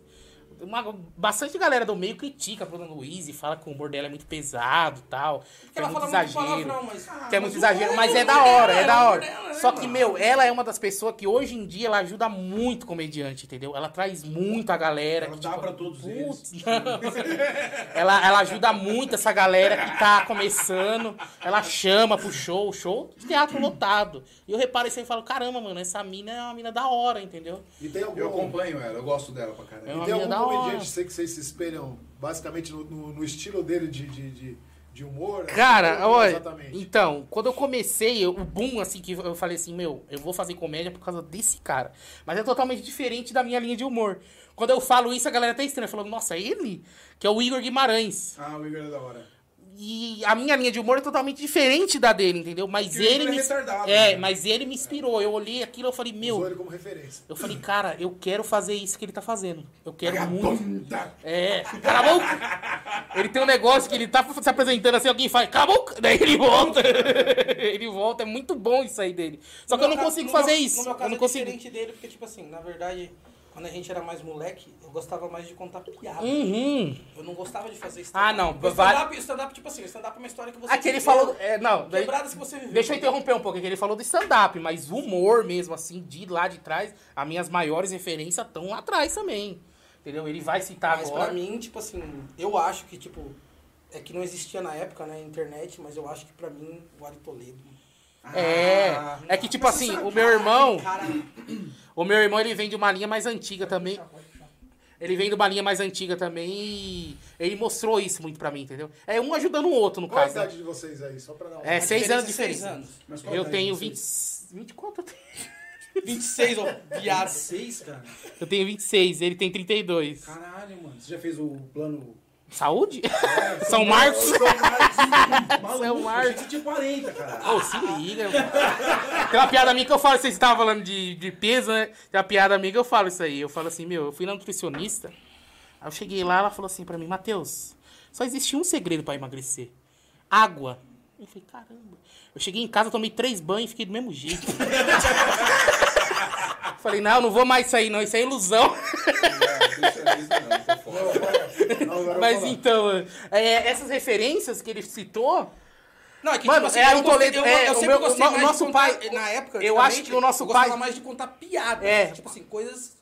Uma, bastante galera do meio critica a Bruna Luiz fala que o humor dela é muito pesado e tal. Que é ela muito fala muito exagero. palavrão, mas. Ah, Que é muito mas exagero, o- mas é o- da hora, é da o- hora. dela, né, Só que, mano? meu, ela é uma das pessoas que hoje em dia ela ajuda muito comediante, entendeu? Ela traz muito a galera. Ela que, dá tipo, pra todos putz, não. ela, ela ajuda muito essa galera que tá começando. Ela chama pro show, show de teatro lotado. E eu reparo isso aí e falo, caramba, mano, essa mina é uma mina da hora, entendeu? E tem algum, Eu acompanho ela, eu gosto dela pra caralho. É uma tem mina algum da hora. comediante sei que vocês se espelham basicamente no, no- no estilo dele de, de, de, de humor? Cara, Assim, olha. Exatamente. Então, quando eu comecei, eu- o boom, assim, que eu falei assim, meu, eu vou fazer comédia por causa desse cara. Mas é totalmente diferente da minha linha de humor. Quando eu falo isso, a galera até estranha, falando, nossa, ele? Que é o Igor Guimarães. Ah, o Igor é da hora. E a minha linha de humor é totalmente diferente da dele, entendeu? Mas Porque o ele Igor é me. retardado, É, né? mas ele me inspirou. Eu olhei aquilo e eu falei, Usou meu. ele como referência. Eu falei, cara, eu quero fazer isso que ele tá fazendo. Eu quero muito. Vagabunda! É, cala a boca! Ele tem um negócio que ele tá se apresentando assim, alguém faz, cala a boca! Daí ele volta. ele volta, é muito bom isso aí dele. Só No que eu meu não caso- consigo no fazer meu- isso. No meu caso Eu não é consigo. diferente dele, porque, tipo assim, na verdade, quando a gente era mais moleque, eu gostava mais de contar piada. Uhum. Eu não gostava de fazer stand-up. Ah, não, O vai- stand-up, o stand-up, tipo assim, o stand-up é uma história que você. Aqui ele viveu, falou. É, não, daí- Quebradas que você viveu. Deixa eu interromper um pouco, que ele falou do stand-up, mas o humor mesmo, assim, de lá de trás, as minhas maiores referências estão lá atrás também. Entendeu? Ele vai citar Mas Tá, agora. pra mim, tipo assim, eu acho que, tipo. É que não existia na época, né, internet, mas eu acho que pra mim, o Ari Toledo. É. ah, é que, tipo assim, o meu irmão. Cara, O meu irmão, ele vem de uma linha mais antiga também. Ele vem de uma linha mais antiga também e ele mostrou isso muito pra mim, entendeu? É um ajudando o outro, no Qual a caso. né? idade de vocês aí? Só pra dar uma. É, seis anos de seis diferença. anos. Mas qual a Eu idade de tenho vocês? 20... 20 quanto eu tenho? 26, ó. Viado. 6, cara. Eu tenho 26, ele tem 32. Caralho, mano. Você já fez o plano. Saúde? São Marcos? é um Maluco, eu achei que você tinha 40, cara. Ô, se liga, mano. Tem uma piada minha que eu falo, vocês estavam falando de, de peso, né? Tem uma piada minha que eu falo isso aí. Eu falo assim, meu, eu fui na nutricionista. Aí eu cheguei lá, ela falou assim pra mim, Matheus, só existe um segredo pra emagrecer. Água. Eu falei, caramba. Eu cheguei em casa, tomei três banhos e fiquei do mesmo jeito. falei, não, não vou mais sair, não. Isso é ilusão. Não, agora eu Mas vou falar. então, é, essas referências que ele citou, Não, é que, Mano, é eu o gostei- Toledo, eu, é, eu o sempre meu- gostei o mais nosso de contar, pai- na época, eu acho que o nosso eu gostava pai- mais de contar piadas, É. tipo assim, coisas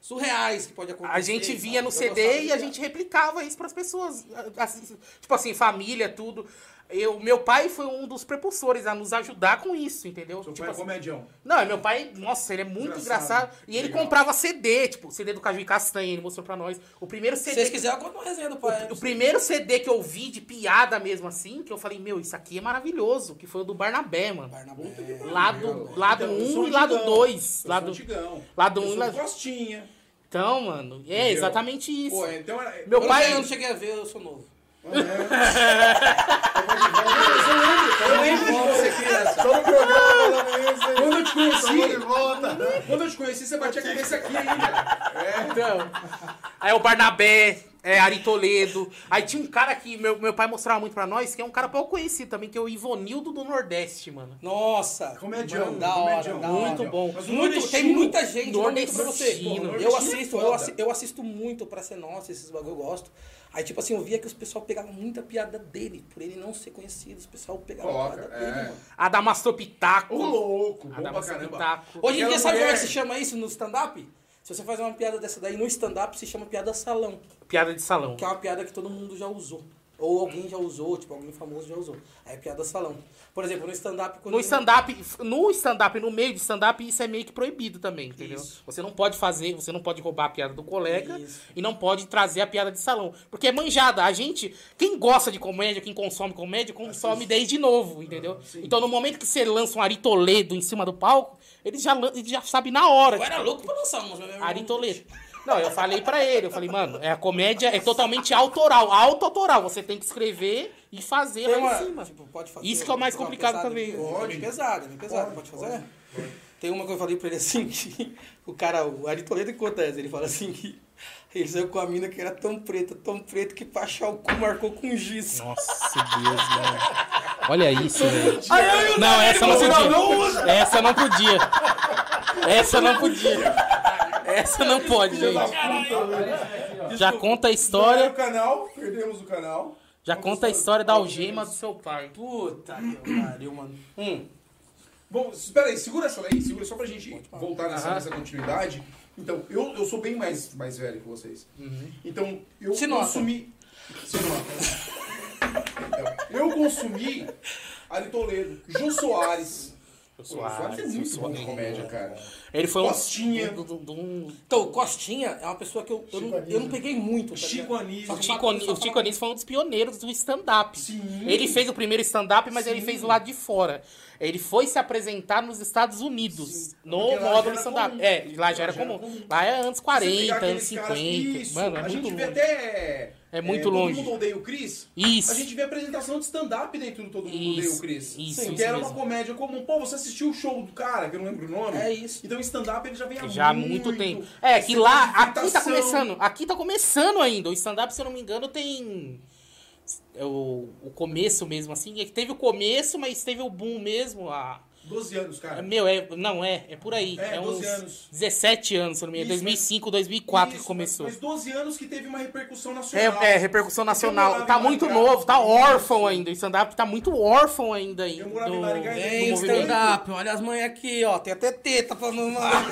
surreais que pode acontecer. A gente via no sabe? Eu CD gostava e de a gente replicava isso pras pessoas. assim, tipo assim, família, tudo. Eu, meu pai foi um dos propulsores a nos ajudar com isso, entendeu? Seu Tipo pai é assim, comedião. não, meu pai, nossa, ele é muito engraçado. Engraçado. E ele Legal. comprava CD, tipo, CD do Caju e Castanha, ele mostrou pra nós. O primeiro Se CD. vocês quiserem, eu conto uma resenha do pai. O primeiro CD que eu vi de piada mesmo assim, que eu falei, meu, isso aqui é maravilhoso, que foi o do Barnabé, mano. Barnabé. Lado, lado Então, eu 1 sou um e lado antigão. 2. Eu sou Lado, antigão. lado Eu um e sou lado- Costinha. Então, mano, é Entendeu? exatamente isso. Pô, então era... Meu é. eu pai- Não sei, eu não cheguei a ver, eu sou novo. É. Eu lembro de é você criança. Todo programa falando isso, hein? Quando Tamo eu te de conheci, volta. quando eu te conheci, você batia a cabeça aqui ainda. Então, aí o Barnabé, é, Ari Toledo. Aí tinha um cara que meu, meu pai mostrava muito pra nós, que é um cara pouco conhecido também, que é o Ivonildo do Nordeste, mano. Nossa. Comedião, Mano, da hora, comedião. da hora. Muito bom. Mas o Muito, tem nordestino- muita gente, eu minto pra você. nordestino. Eu Nordestino é assisto, eu, foda. assi- eu assisto muito pra ser nossa, esses bagulho eu gosto. Aí, tipo assim, eu via que os pessoal pegavam muita piada dele, por ele não ser conhecido, os pessoal pegavam Coloca, piada é. dele, mano. Adamastor Pitaco. Ô, louco, bom Ah, pra Adamastor caramba. Pitaco. Hoje em Aquela dia, sabe como é que mulher- se chama isso no stand-up? Se você faz uma piada dessa daí no stand-up, se chama piada salão. Piada de salão. Que é uma piada que todo mundo já usou. Ou alguém já usou, tipo, alguém famoso já usou. Aí é piada salão. Por exemplo, no stand-up... quando- No stand-up, no stand-up, no meio de stand-up, isso é meio que proibido também, entendeu? Isso. Você não pode fazer, você não pode roubar a piada do colega Isso. e não pode trazer a piada de salão. Porque é manjada. A gente, quem gosta de comédia, quem consome comédia, consome desde novo, entendeu? Ah, então no momento que você lança um Ari Toledo em cima do palco, ele já, lan- ele já sabe na hora. Eu era tipo, é louco pra lançar umas, mas... Ari Toledo. Não, eu falei pra ele, eu falei, mano, é a comédia é totalmente autoral, auto-autoral. Você tem que escrever e fazer Tem lá uma- em cima. tipo, pode fazer, Isso que é o mais pode complicado pesado, também. É bem pesado, é bem pesado. Pode, fazer? Tem uma que eu falei pra ele assim, que o cara, o Ari Toledo conta essa, ele fala assim que ele saiu com a mina que era tão preta, tão preta, que pra achar o cu marcou com giz. Nossa, Deus, mano. Olha isso, velho. Aí eu- Não, essa não Não, não podia. Essa não podia. Essa não podia. Essa não pode, gente. Já conta a Olha história, o canal, perdemos o canal. já conta a história da algema do seu pai. Puta que pariu, mano. Hum, Bom, espera aí, segura essa daí, segura só pra gente voltar nessa, nessa continuidade. Então, eu, eu sou bem mais, mais velho que vocês. Então, eu Se nota. consumi. Se nota. Então, eu consumi Ari Toledo, Jô Soares. Pô, Jô Soares é muito bom de comédia, cara. Ele foi um. Costinha. do- do- do- um- Então, o Costinha é uma pessoa que eu, eu, não, eu não peguei muito. tá Chico ligado? Anísio. Só que Chico Ani- o Tico Anísio foi um dos pioneiros do stand-up. Sim. Ele fez o primeiro stand-up, mas ele fez do lado de fora. Ele foi se apresentar nos Estados Unidos, Sim. no Porque lá já módulo era stand-up. comum. É, lá já era comum. Lá é anos Você pegar 40, anos aqueles caras- 50. Isso, Mano, é a gente muito vê louco. até. É muito Todo longe. Mundo Odeia o Chris. Isso. A gente vê apresentação de stand-up dentro do Todo Mundo Isso, Odeia o Chris. isso, que isso era mesmo. uma comédia comum. Pô, você assistiu o show do cara, que eu não lembro o nome. É isso. Então stand-up ele já vem há Já há muito, tempo. É, que lá, aqui tá Imitação. começando. Aqui tá começando ainda. O stand-up, se eu não me engano, tem. é O, o começo mesmo, assim. É que teve o começo, mas teve o boom mesmo. A, 12 anos, cara. meu, é, não é, é por aí. É, É, uns 12 anos. 17 anos, se eu não me engano. Isso, mas- 2005, 2004 Isso, que começou. Mas 12 anos que teve uma repercussão É, nacional. é, repercussão nacional. Tá muito novo, tá órfão ainda. O stand-up tá muito órfão ainda aí. Eu morava em do- Maringá e do Vem movimento. stand-up, olha as mães aqui, ó. Tem até teta falando lá.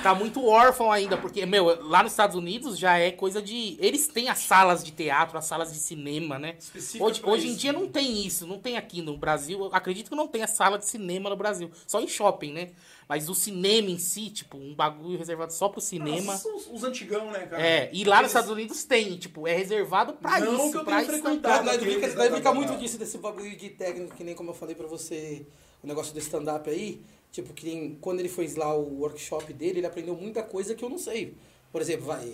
tá muito órfão ainda, porque, meu, lá nos Estados Unidos já é coisa de. Eles têm as salas de teatro, as salas de cinema, né? Específica Hoje, pra hoje em isso. dia não tem isso, não tem aqui no Brasil. Eu acredito que não tem a sala de cinema no Brasil. Só em shopping, né? Mas o cinema em si, tipo, um bagulho reservado só pro cinema. Nossa, os, os antigão, né, cara? É, e lá nos Eles- Estados Unidos tem, tipo, é reservado pra Não isso, que eu pra tenha isso. frequentado. Tá, nós ok, brinca, tá, nós tá, brinca tá, muito tá. disso, desse bagulho de técnico, que nem como eu falei pra você, o negócio do stand-up aí. Tipo, que nem quando ele fez lá o workshop dele, ele aprendeu muita coisa que eu não sei. Por exemplo, vai.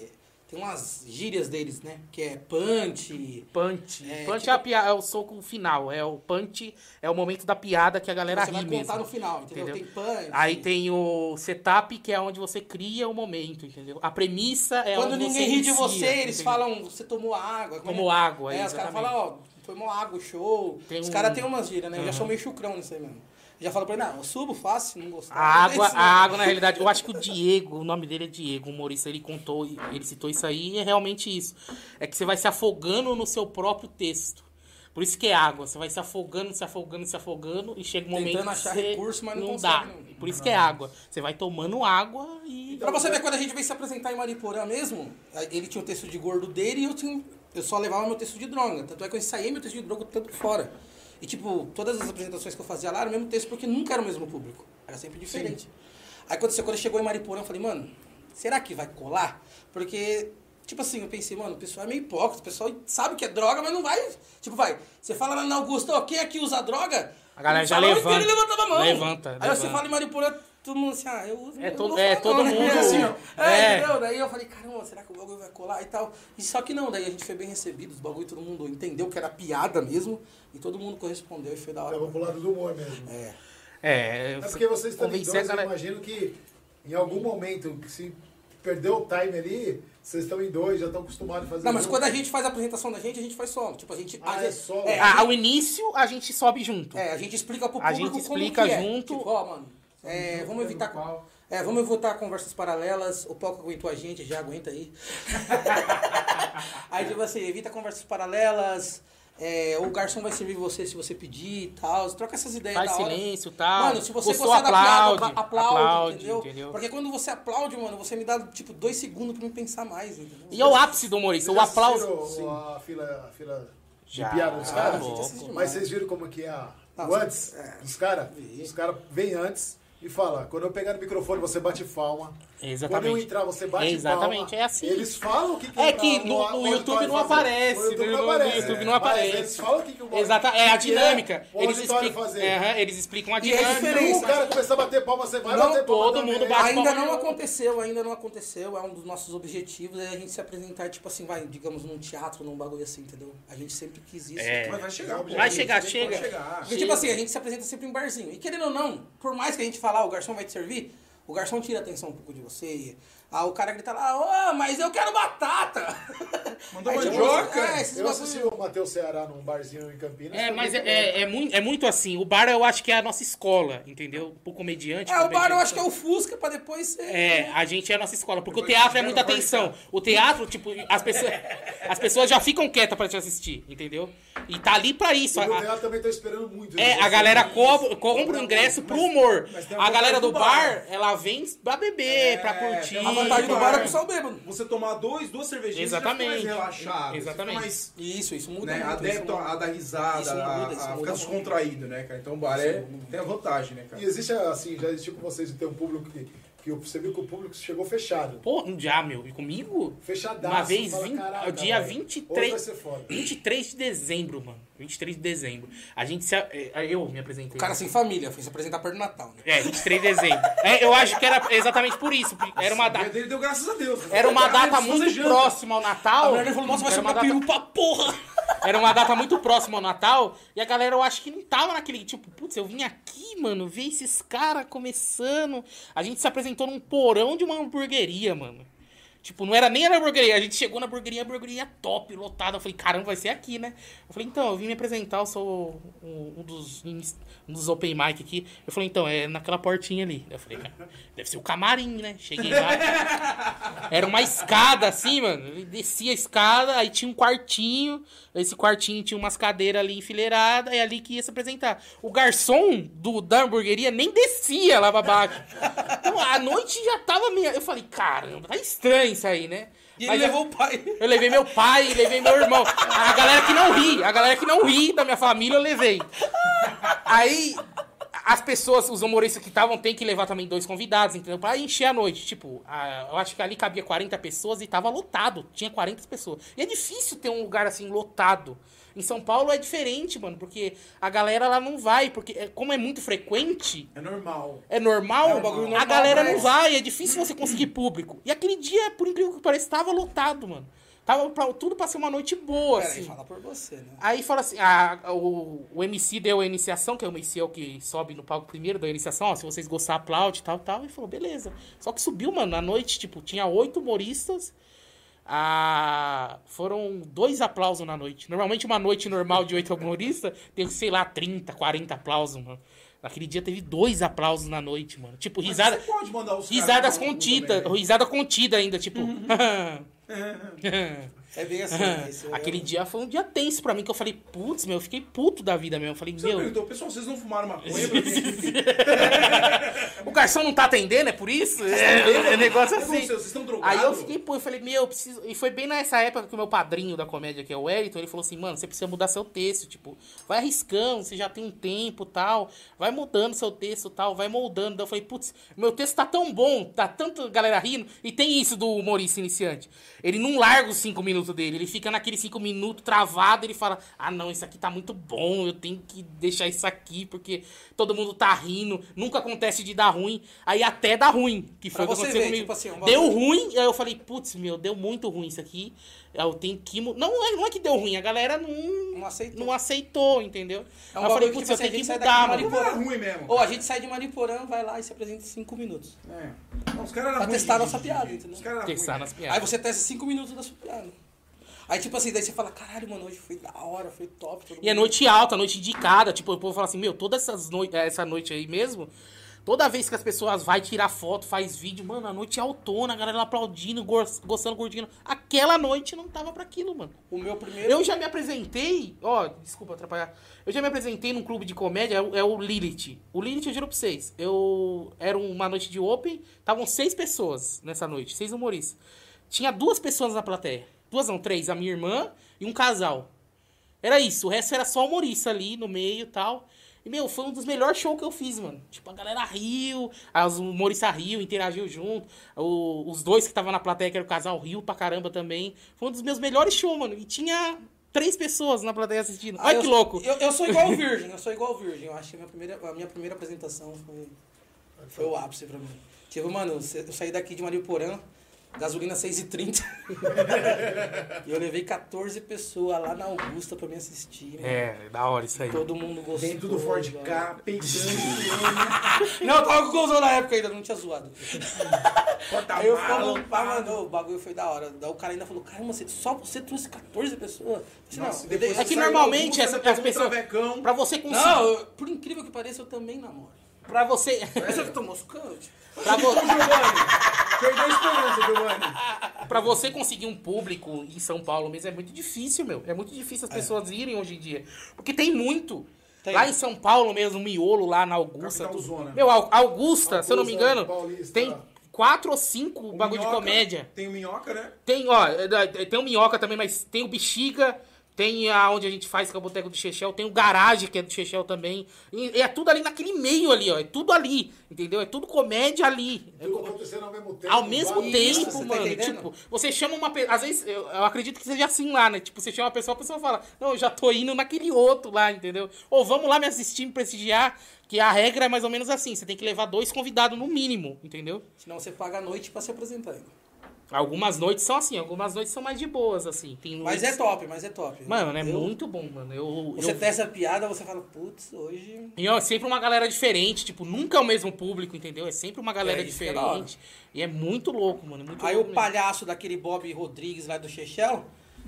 Tem umas gírias deles, né? Que é punch. Punch. É, punch tipo- é, a pia- é o soco final. É o punch, é o momento da piada que a galera você vai ri contar mesmo. no final, entendeu? entendeu? Tem punch. Aí tem o setup, que é onde você cria o momento, entendeu? A premissa é Quando onde ninguém você ri de inicia, você, eles entendeu? falam, você tomou água. como é? Tomou água, É, é, os caras exatamente. falam, ó, tomou água, o show. Tem os um- caras têm umas gírias, né? Eu já sou meio chucrão nisso aí mesmo. Eu já falo pra ele, não, eu subo fácil, não gostar. A água, Isso, né? a água, na realidade, eu acho que o Diego, o nome dele é Diego, o humorista, ele contou, ele citou isso aí, e é realmente isso. É que você vai se afogando no seu próprio texto. Por isso que é água, você vai se afogando, se afogando, se afogando, e chega um momento Tentando que achar você recurso, mas não dá. consegue, não. Por isso que é água. Você vai tomando água e... Pra você ver, quando a gente veio se apresentar em Mariporã mesmo, aí ele tinha o texto de gordo dele e eu tinha. um, Eu só levava meu texto de droga. Tanto é que eu ensaiei meu texto de droga tanto fora. E tipo, todas as apresentações que eu fazia lá era o mesmo texto porque nunca era o mesmo público. Era sempre diferente. Aí quando, quando chegou em Mariporã, eu falei, mano, será que vai colar? Porque, tipo assim, eu pensei, mano, o pessoal é meio hipócrita, o pessoal sabe que é droga, mas não vai. Tipo, vai. Você fala lá na Augusta, ó, quem aqui usa droga? A galera já O salão levanta. inteiro levantava a mão. Levanta, Aí levanta. você fala em Mariporã, todo mundo assim, ah, eu uso. É eu todo- não é, falo todo não, né? mundo- Assim, ó. é, é. entendeu? Daí eu falei, caramba, será que o bagulho vai colar e tal? E só que não, daí a gente foi bem recebido, os bagulho todo mundo entendeu que era piada mesmo, e todo mundo correspondeu e foi da hora. Levou pro lado do humor mesmo. É, É, porque vocês estão em dois, convencer é a eu galera- imagino que em algum momento, que se perdeu o time ali, vocês estão em dois, já estão acostumados a fazer um. Não, mas junto. quando a gente faz a apresentação da gente, a gente faz solo. Tipo, a gente. Ah, a é gente- solo. É, Ah, ao início, a gente sobe junto. é, a gente explica pro A público gente como explica que é. junto. Tipo, ó, mano, é, vamos evitar. É, vamos evitar conversas paralelas. O palco aguentou a gente, já aguenta aí. aí, tipo assim, evita conversas paralelas. é, o garçom vai servir você se você pedir e tal. Troca essas ideias Faz é da hora. silêncio e tal. Mano, se você Gostou, gostar aplaude, da piada, apla- aplaude, aplaude, entendeu? entendeu? Porque quando você aplaude, mano, você me dá, tipo, dois segundos pra me pensar mais, entendeu? E é o ápice do humorista, Vocês o já aplauso. assistiram A fila, a fila de Já, piada dos tá caras? louco. Mas vocês viram como que é a... Ah, o antes dos caras? Os caras vêm antes e falam, quando eu pegar no microfone, você bate palma. Exatamente. Quando eu entrar, você bate Exatamente, palma. é assim. Eles falam o que, que É pra- que no- no auditório YouTube não fazer. aparece, No YouTube no- não no aparece. YouTube não Mas aparece. Eles falam o que, que o Exato, é a né? que que dinâmica. o eles, auditório explicam, fazer. Aham, eles explicam a E é dinâmica. diferente. Se o cara começar a bater palma, você vai Não, bater palma todo também. mundo bate ainda palma não no- aconteceu, ainda não aconteceu. É um dos nossos objetivos, é a gente se apresentar, tipo assim, vai, digamos, num teatro, num bagulho assim, entendeu? A gente sempre quis isso. É. Mas vai chegar, pô. Vai chegar, Pode chega. chegar. Porque, tipo assim, a gente se apresenta sempre em barzinho. E querendo ou não, por mais que a gente falar, "Ah, o garçom vai te servir, o garçom tira a atenção um pouco de você. Ah, o cara grita lá, ô, mas eu quero batata! Mandou Aí, tipo, mandioca. É, esses Eu bagulho- assisti o Matheus Ceará num barzinho em Campinas. um É, Foi mas é, muito bom. é, é muito, é muito assim. O bar eu acho que é a nossa escola, entendeu? Pro comediante. É, o bar eu comediante. acho que é o né? Fusca pra depois ser. É, a gente é a nossa escola, porque o Depois teatro é espera muita o corte, atenção. O teatro, tipo, as pessoas, as pessoas já ficam quietas pra te assistir, entendeu? E tá ali pra isso. E no A- teatro também tô esperando muito. né? Assim, É, a galera cobra, compra o ingresso pro humor. mas tem a A galera vontade do do bar. bar, ela vem pra beber, pra tem a curtir. A É, vontade do Bar. bar é pro sol bêbado. Você tomar dois, duas cervejinhas, você já fica Exatamente. mais relaxado. você Exatamente. fica mais, Isso, isso muda. né, muito, isso adepto muda. a, a dar risada, Isso muda, a, isso a muda ficar descontraído, né, cara? Então o bar é, tem a vantagem, né, cara? E existe, assim, já existiu com vocês de ter um público que, que você viu que o público chegou fechado. Pô, já, um meu, e comigo? Fechadaço. Uma vez, fala, vinte- "Caraca, dia velho, 23. Hoje vai ser foda. 23 de dezembro, mano. 23 de dezembro. A gente se. a- é, Eu me apresentei. O cara sem família, foi se apresentar perto do Natal, né? É, 23 de dezembro. É, eu acho que era exatamente por isso. porque Era uma O dia data. dele deu graças a Deus. Era é, uma Caralho, data eles muito festejando. próxima ao A Natal. mulher falou, nossa, vai Era uma chamar data- peru pra porra! Era uma data muito próxima ao Natal e a galera eu acho que não tava naquele tipo, putz, eu vim aqui, mano, ver esses caras começando. A gente se apresentou num porão de uma hamburgueria, mano. Tipo, não era nem na hamburgueria, a gente chegou na hamburgueria, hamburgueria top, lotada. Eu falei, caramba, vai ser aqui, né? Eu falei, então, eu vim me apresentar, eu sou um, um dos, um dos open mic aqui. Eu falei, então, é naquela portinha ali. Eu falei, "Ah, deve ser o camarim, né? Cheguei lá. Era uma escada assim, mano. Ele descia a escada, aí tinha um quartinho. Esse quartinho tinha umas cadeiras ali enfileiradas, e ali que ia se apresentar. O garçom do, da hamburgueria nem descia lá pra baixo. Então, a- a noite já tava minha. Eu falei, caramba, tá estranho isso aí, né? E ele Mas levou o pai. Eu levei meu pai, levei meu irmão. A galera que não ri, a galera que não ri da minha família, eu levei. Aí, as pessoas, os humoristas que estavam, tem que levar também dois convidados, entendeu? Pra encher a noite. Tipo, a- eu acho que ali cabia 40 pessoas e tava lotado. Tinha 40 pessoas. E é difícil ter um lugar assim lotado. Em São Paulo é diferente, mano, porque a galera lá não vai, porque é- como é muito frequente, É normal. é normal, É um bagulho a normal, galera mas- não vai, é difícil você conseguir público. E aquele dia, por incrível que pareça, tava lotado, mano. Tava pra- tudo pra ser uma noite boa, Peraí, assim. fala por você, né? Aí fala assim, a- o, o MC deu a iniciação, que é o MC é o que sobe no palco primeiro, deu a iniciação, ó, se vocês gostar, aplaude, tal, tal, e falou, beleza. Só que subiu, mano, na noite, tipo, tinha oito humoristas, ah, foram dois aplausos na noite. Normalmente uma noite normal de oito humoristas tem, sei lá, 30, 40 aplausos, mano. Naquele dia teve dois aplausos na noite, mano. Tipo, risada, Você pode mandar os caras risadas tomar no cu contidas, é um também, né? Uhum. risada contida ainda, tipo... É bem assim. né? Esse é- Aquele dia foi um dia tenso pra mim, que eu falei, putz, meu, eu fiquei puto da vida mesmo. Eu falei, Você meu, perguntou, pessoal, vocês não fumaram maconha pra mim aqui? o garçom não tá atendendo, é por isso? É, é negócio O que aconteceu? assim. Vocês um estão drogados? Aí eu fiquei, pô, eu falei, meu, eu preciso. E foi bem nessa época que o meu padrinho da comédia, que é o Wellington, ele falou assim, mano, você precisa mudar seu texto, tipo, vai arriscando, você já tem um tempo tal, vai mudando seu texto tal, vai moldando. Daí eu falei, putz, meu texto tá tão bom, tá tanta galera rindo, e tem isso do humorista iniciante. Ele não larga os cinco minutos dele, ele fica naqueles cinco minutos travado, ele fala, ah não, isso aqui tá muito bom, eu tenho que deixar isso aqui, porque todo mundo tá rindo, nunca acontece de dar ruim, aí até dá ruim, que foi Pra o que você aconteceu ver, comigo. tipo assim, um deu bagulho- ruim, aí eu falei, putz, meu, deu muito ruim isso aqui. Eu tenho que. mu- Não, é- não é que deu ruim, a galera não, Não aceitou. não aceitou, entendeu? É um aí eu falei, bagulho que, putz, tipo eu assim, tenho a que gente sai mudar, daqui mano. Os caras eram ruins mesmo. É. Ou a gente sai de Mariporã, vai lá e se apresenta em 5 minutos. Não, Os caras eram Pra ruins. testar a de- nossa de- piada, de- né? entendeu? Os caras eram ruins. Pensar nas Aí piadas. você testa 5 minutos da sua piada. Aí tipo assim, daí você fala, caralho, mano, hoje foi da hora, foi top. todo E é mundo- noite alta, noite indicada. Tipo, o povo fala assim, meu, toda essas noi- essa noite aí mesmo. Toda vez que as pessoas vai tirar foto, faz vídeo, mano, a noite é autona, a galera aplaudindo, gos- gostando, curtindo. Aquela noite não tava pra aquilo, mano. O meu primeiro. Eu já me apresentei, ó, desculpa atrapalhar. Eu já me apresentei num clube de comédia, é o, é o Lilith. O Lilith, eu juro pra vocês, eu era um, uma noite de open, estavam seis pessoas nessa noite, seis humoristas. Tinha duas pessoas na plateia. Duas não, três, a minha irmã e um casal. Era isso, o resto era só humorista ali no meio e tal. E, meu, foi um dos melhores shows que eu fiz, mano. Tipo, a galera riu, as humoristas riu, interagiu junto. O- os dois que estavam na plateia, que era o casal, riu pra caramba também. Foi um dos meus melhores shows, mano. E tinha três pessoas na plateia assistindo. Ah, Olha eu que sou- louco. Eu, eu sou igual o Virgem, eu sou igual o Virgem. Eu acho que a minha primeira, a minha primeira apresentação foi, foi o ápice pra mim. Tipo, mano, eu saí daqui de Mariporã, gasolina 6,30. e eu levei 14 pessoas lá na Augusta pra me assistir. mano. É, da hora isso aí. Todo mundo gostou. Dentro do Ford velho. K, peitando, Não, eu tava com o Golzão na época ainda, não tinha zoado. Aí eu falo, porta-mala. pá, mano, Tá o bagulho foi da hora. Daí o cara ainda falou, caramba, você, só você trouxe 14 pessoas. Eu disse, Nossa, não, e depois eu É dei- que Saiu normalmente da as, Augusta, as pegou um pessoas. travecão. Pra você conseguir. Não, eu- por incrível que pareça, eu também namoro. Pra você. É. Você que tomou os cantos? pra vo- Perdeu a esperança, Giovanni. Pra você conseguir um público em São Paulo mesmo é muito difícil, meu. É muito difícil as pessoas irem hoje em dia. Porque tem muito. Tem. Lá em São Paulo mesmo, um miolo lá na Augusta. Capital tudo. zona. né? Meu, Au- Augusta, se eu não me Augusta, engano, Paulista. tem quatro ou cinco Um O bagulho de Minhoca, comédia. Tem o Minhoca, né? Tem, ó, é da- tem o Minhoca também, mas tem o Bexiga, tem a onde a gente faz, que é o Boteco do Chechel, tem o Garage, que é do Chechel também. E, e é tudo ali naquele meio ali, ó. É tudo ali, entendeu? É tudo comédia ali. É Tudo acontecendo ao mesmo tempo. ao mesmo vários- tempo, você tá mano. entendendo? tipo, você chama uma pessoa. Às vezes, eu, eu acredito que seja assim lá, né? Tipo, você chama uma pessoa, a pessoa fala, não, eu já tô indo naquele outro lá, entendeu? Ou vamos lá me assistir, me prestigiar. Que a regra é mais ou menos assim: você tem que levar dois convidados no mínimo, entendeu? Senão você paga a noite pra se apresentar. ainda. Algumas noites são assim, algumas noites são mais de boas, assim. Tem Mas é noites- top, mas é top. Mano, é Eu- muito bom, mano. Eu, Você eu- testa a piada, você fala, putz, hoje. E ó, é sempre uma galera diferente, tipo, nunca é o mesmo público, entendeu? É sempre uma galera É, isso que é da diferente. e é muito louco, mano. Muito Aí louco mesmo. o palhaço daquele Bob Rodrigues lá do Chechel,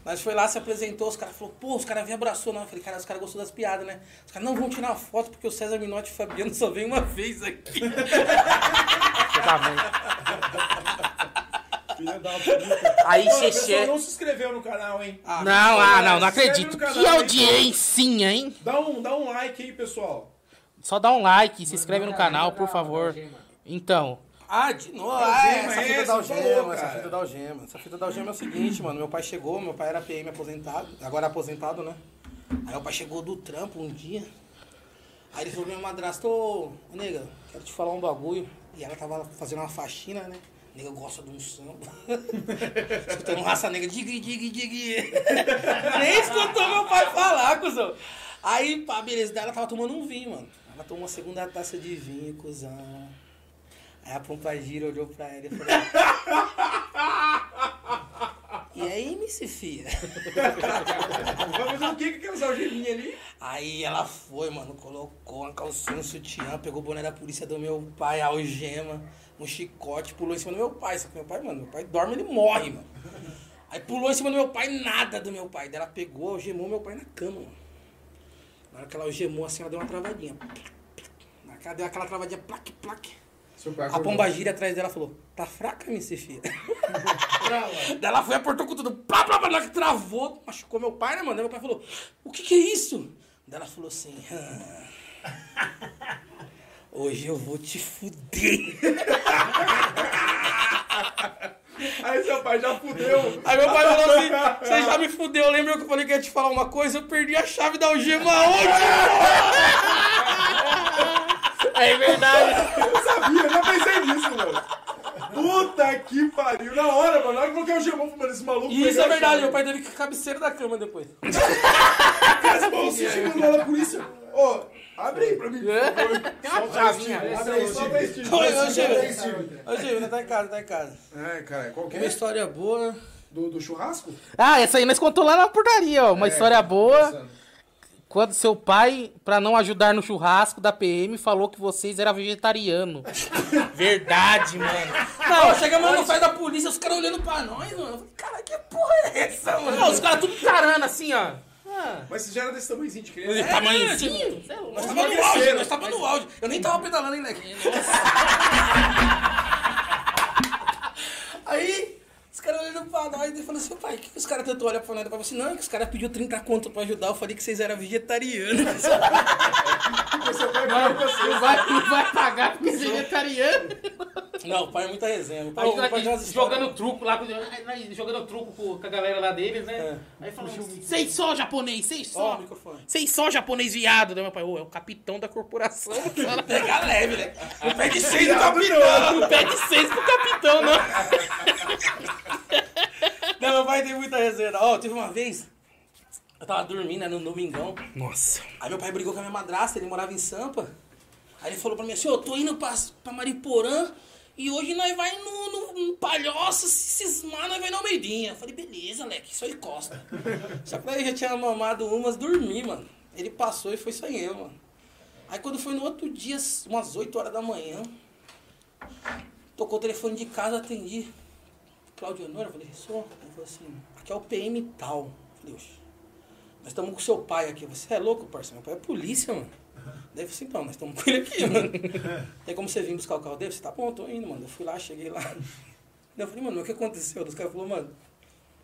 nós foi lá, se apresentou, os caras falaram, pô, os caras me abraçou, não. Eu falei, cara, os caras gostou das piadas, né? Os caras, não, vão tirar uma foto porque o César Minotti e o Fabiano só vem uma vez aqui. Você tá vendo? Filha da puta. Aí Mano, a pessoa é. Chechel. não se inscreveu no canal, hein? Ah, Não, ah, não, não Se inscreve acredito. no canal, Que hein? audiência, hein? Dá um, dá um like aí, pessoal. Só dá um like, se inscreve no Manda, canal, manda por da- favor. da gema. Então, Ah, de novo. Ah, Algema, essa esse, fita da falou, algema, essa cara. fita da algema. Essa fita da algema é o seguinte, mano. Meu pai chegou, meu pai era PM aposentado, agora é aposentado, né? Aí meu pai chegou do trampo um dia. Aí ele falou pra minha madrasta, ô, nega, quero te falar um bagulho. E ela tava fazendo uma faxina, né? Nega gosta de um samba. Escutando raça negra, digui, digui, digui. Nem escutou meu pai falar, cuzão. Aí, pá, beleza, daí ela tava tomando um vinho, mano. Ela tomou uma segunda taça de vinho, cuzão. Aí a Pompadira olhou pra ela e falou... E aí, MC Fia? Vai fazer o que com aquelas algeminhas ali? Aí ela foi, mano, colocou uma calcinha, um sutiã, pegou o boné da polícia do meu pai, a algema, um chicote, pulou em cima do meu pai. Só que meu pai, mano, meu pai dorme, ele morre, mano. Aí pulou em cima do meu pai, nada do meu pai. Daí ela pegou, algemou meu pai na cama, mano. Na hora que ela algemou, assim, ela deu uma travadinha. Plac, plac. Na hora que ela deu aquela travadinha, plaque, plaque. Seu pai A pomba gira atrás dela falou, tá fraca, MC Fia? Daí ela foi, apertou com tudo, plá, plá, plá, na hora que travou, machucou meu pai, né, mano? Daí meu pai falou, o que que é isso? Daí ela falou assim, "Ah, hoje eu vou te fuder. Aí seu pai já fudeu. Aí meu pai falou assim, você já me fudeu, lembra que eu falei que ia te falar uma coisa? Eu perdi a chave da algema ontem. É verdade. Eu sabia, eu já pensei nisso, mano. Puta que pariu. Na hora, mano. Na hora que eu coloquei o gemão, mano, esse maluco. E isso é pegou a verdade, chave. meu pai teve que cabeceira da cama depois. Cara, você chegando lá na polícia. Ô, abre aí pra mim, por favor. Abre é aí, só pra esse Oi, ô, Gil. Ô, Gil, ainda tá em casa, tá em casa. Ai, cara, qual que Uma é? história boa, Do, do churrasco? Ah, essa aí nós contou lá na portaria, ó. É, Uma história boa. Quando seu pai, pra não ajudar no churrasco da PM, falou que vocês eram vegetariano. Verdade, mano. Não, chega mano, faz da polícia, os caras olhando pra nós, mano. Eu falei, caralho, que porra é essa, mano? Não, os caras tudo carando assim, ó. Ah, Mas você já era desse tamanhozinho de criança. tá É, tamanhozinho. tipo, Nós tava no auge, nós tava no auge. Eu nem tava pedalando, hein, moleque. Aí, os caras olhando pra nós e falando assim, pai, o que, que os caras tentou olhar pra nós? Eu falei assim, não, é que os caras pediu 30 conto pra ajudar, eu falei que vocês eram vegetarianos. Não vai, não vai pagar porque é vegetariano. não, o pai é muita resenha. O pai, Aí, o pai tem umas nós- histórias- tá jogando truco lá, com- aí nós jogando truco com, com a galera lá deles, né? Aí falando, seis só japonês, seis Ó, o só. microfone. Seis só japonês viado, né, meu pai? Ô, é o capitão da corporação. cara. Pega leve, né? Não pede seis tá no Não pede seis pro capitão, né? não. Não, meu pai tem muita resenha. Ó, teve uma vez, eu tava dormindo, né, no domingão. Nossa. Aí meu pai brigou com a minha madrasta, ele morava em Sampa. Aí ele falou pra mim assim, eu tô indo pra, pra Mariporã e hoje nós vai no, no, no Palhoça, se cismar, nós vai na Almeidinha. Eu falei, beleza, Leque, só encosta. Só que daí eu já tinha mamado umas, dormi, mano. Ele passou e foi sem eu, mano. Aí quando foi no outro dia, umas 8 horas da manhã, tocou o telefone de casa, atendi. Claudio Honor, eu falei, sou? Ele falou assim, aqui é o PM tal. Eu falei, oxe. Nós estamos com seu pai aqui. Você é louco, parceiro? Meu pai é polícia, mano. Daí eu falei assim, então, nós estamos com ele aqui, mano. Daí como você vir buscar o carro dele, você tá bom, tô indo, mano. Eu fui lá, cheguei lá. Daí eu falei, mano, mas o que aconteceu? Os caras falaram, mano,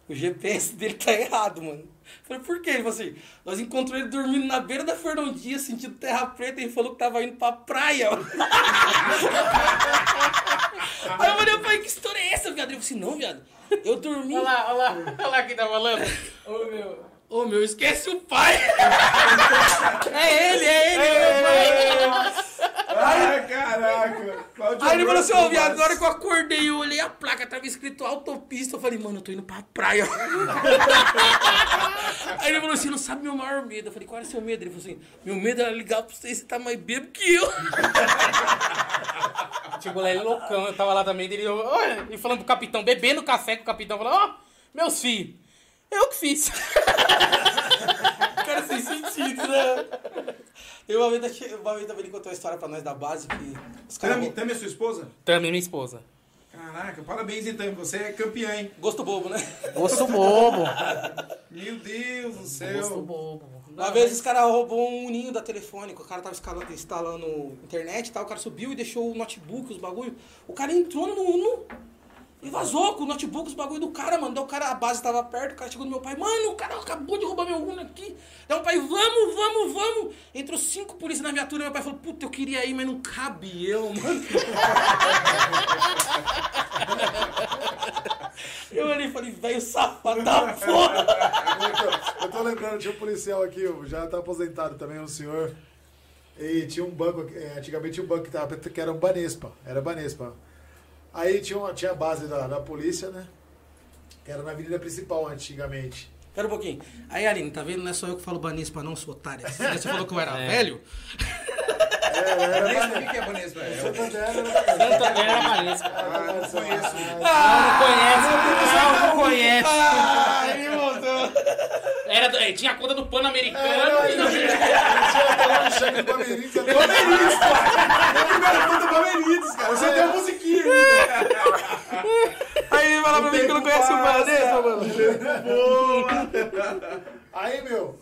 o GPS dele tá errado, mano. Eu falei, por quê? Ele falou assim, nós encontramos ele dormindo na beira da Fernandinha, sentindo terra preta, e ele falou que tava indo pra praia, mano. Aí eu falei, pai, que história é essa, viado? Ele falou assim, não, viado. Eu dormi. Olha lá, olha lá, olha lá quem tá falando. Ô, meu. Ô meu, esquece o pai! é ele, é ele! Ah, caraca. Claudio É. Aí ele falou assim, ó, Brás, viado, na hora que eu acordei, eu olhei a placa, tava escrito autopista, eu falei, mano, eu tô indo pra praia. Aí ele falou assim, não sabe meu maior medo. Eu falei, qual era o seu medo? Ele falou assim, meu medo era ligar pra você e você tá mais bêbado que eu. Tipo, lá ele loucão, eu tava lá também, ele, olha, e falando pro capitão, bebendo café com o capitão, falando, ó, meus filhos, eu que fiz. Cara, sem sentido, né? Eu uma vez, achei- uma vez também ele contou uma história pra nós da base, que os caras... Tami, Tami é sua esposa? Também minha esposa. Caraca, parabéns então, você é campeã, hein? Gosto bobo, né? Gosto bobo. Meu Deus do Gosto céu. bobo. Uma vez os caras roubou um ninho da telefônica, o cara tava escalando, instalando internet e tal, o cara subiu e deixou o notebook, os bagulho. O cara entrou no Uno e vazou com o notebook, os bagulho do cara, mano. Daí o cara, a base tava perto, o cara chegou no meu pai, mano, o cara acabou de roubar meu Uno aqui. Daí o pai, vamos, vamos, vamos. Entrou cinco polícias na viatura, meu pai falou, puta, eu queria ir, mas não cabe eu, mano. velho safado da porra. Eu tô lembrando, tinha um policial aqui, ó, já tá aposentado também, um senhor. E tinha um banco, é, antigamente tinha um banco que, tava, que era um Banespa, era Banespa. Aí tinha, uma, tinha a base da, da polícia, né? Que era na avenida principal antigamente. Pera um pouquinho. Aí, Aline, tá vendo? Não é só eu que falo banispa, não, sou otária. Você falou que eu era velho? É, Banespa, o que que é Banespa? É, eu Santander era Banespa. ah, não conheço. Não conhece, não, não conhece. Ah, ele voltou. Era, do- é, tinha a conta do Pan-Americano. e É, não- né? Você tem a musiquinha Aí ele fala pra mim que não conhece o Banespa, mano. Aí, meu,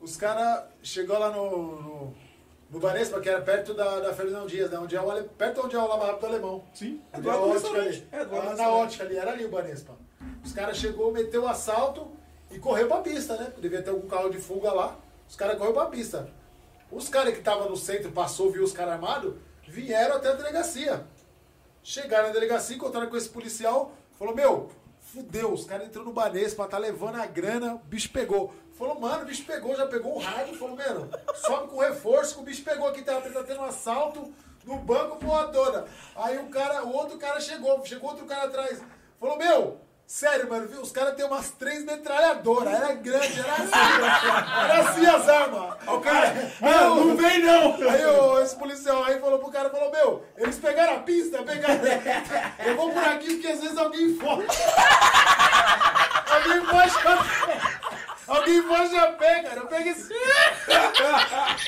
os caras chegou lá no, no, no Banespa, que era perto da, da Fernão Dias, né? onde é o, ale- perto onde é o Lava Rápido Alemão. Sim, É é do na lado do ótica ali. restaurante. É do lado do na restaurante. ótica ali, era ali o Banespa. Os caras chegou, meteu o assalto e correu pra pista, né? Devia ter algum carro de fuga lá. Os caras correu pra pista. Os caras que estavam no centro, passou, viu os caras armados, vieram até a delegacia. Chegaram na delegacia, encontraram com esse policial, falou, meu, fudeu, os caras entrou no Banespa, tá levando a grana, o bicho pegou. Falou, mano, o bicho pegou, já pegou o rádio, falou, mano, sobe com reforço, que o bicho pegou aqui, tá, tá tendo um assalto no banco voadora. Aí o cara, o outro cara chegou, chegou outro cara atrás, falou, meu, sério, mano, viu? Os caras têm umas três metralhadoras, era grande, era assim, era assim as armas. Ó, o cara, não, não vem não. Aí o- esse policial aí falou pro cara, falou, meu, eles pegaram a pista, pegaram. Eu vou por aqui porque às vezes alguém foge. alguém foge a pé. Alguém foge a pé, cara. Eu pego esse. Os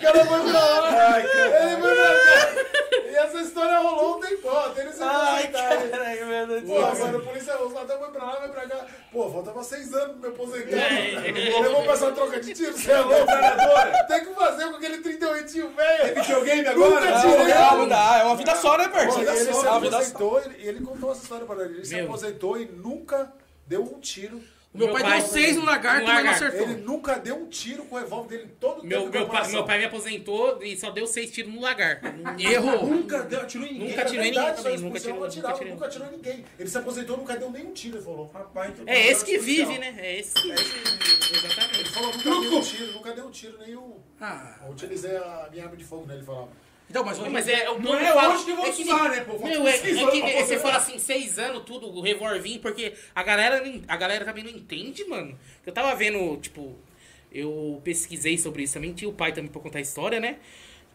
caras vão pra lá. Ai, cara. Ele foi pra cá. E essa história rolou um tempão, até eles se né? Ai, aposentarem. caralho, meu Deus do Pô, céu. mano, o policial, os ladrões foi pra lá, vai pra cá. Pô, faltava seis anos pra me aposentar. Eu vou passar troca de tiro, você é louco, Metralhadora. Tem que fazer com aquele 38 velho. Videogame Nunca agora? tive. Não, direito. Ah, não dá, é uma vida só, né, Pô, parceiro? Ele se É uma vida só. aposentou, ele, ele contou essa história pra nós. Ele se Meu. aposentou e nunca deu um tiro. Meu pai deu seis no lagarto, no mas não lagarto. Ele acertou. nunca deu um tiro com o revólver dele todo o tempo. Meu, de meu, pa- corporação. meu pai me aposentou e só deu seis tiros no lagar. Errou. Nunca deu, atirou em ninguém. Nunca É tirou em verdade, ninguém também, só nunca expulsão, tirou, não atirava, nunca tirou. nunca atirou em ninguém. Ele se aposentou, nunca deu nenhum tiro, ele falou. Rapaz, então- É esse que vive, né? É esse. É esse Ele exatamente. falou, nunca deu um tiro, nunca deu um tiro, nem o... Ah, Eu utilizei a minha arma de fogo, né? Ele falava. então, mas Não, mas é o Não povo é fala- hoje que eu vou é que nem- usar, né, pô? Meu, é, é Seis que anos pra é, você poder. fala assim, seis anos, tudo, o revolvinho, porque a galera, não- a galera também não entende, mano. Eu tava vendo, tipo, eu pesquisei sobre isso também, tinha o pai também pra contar a história, né?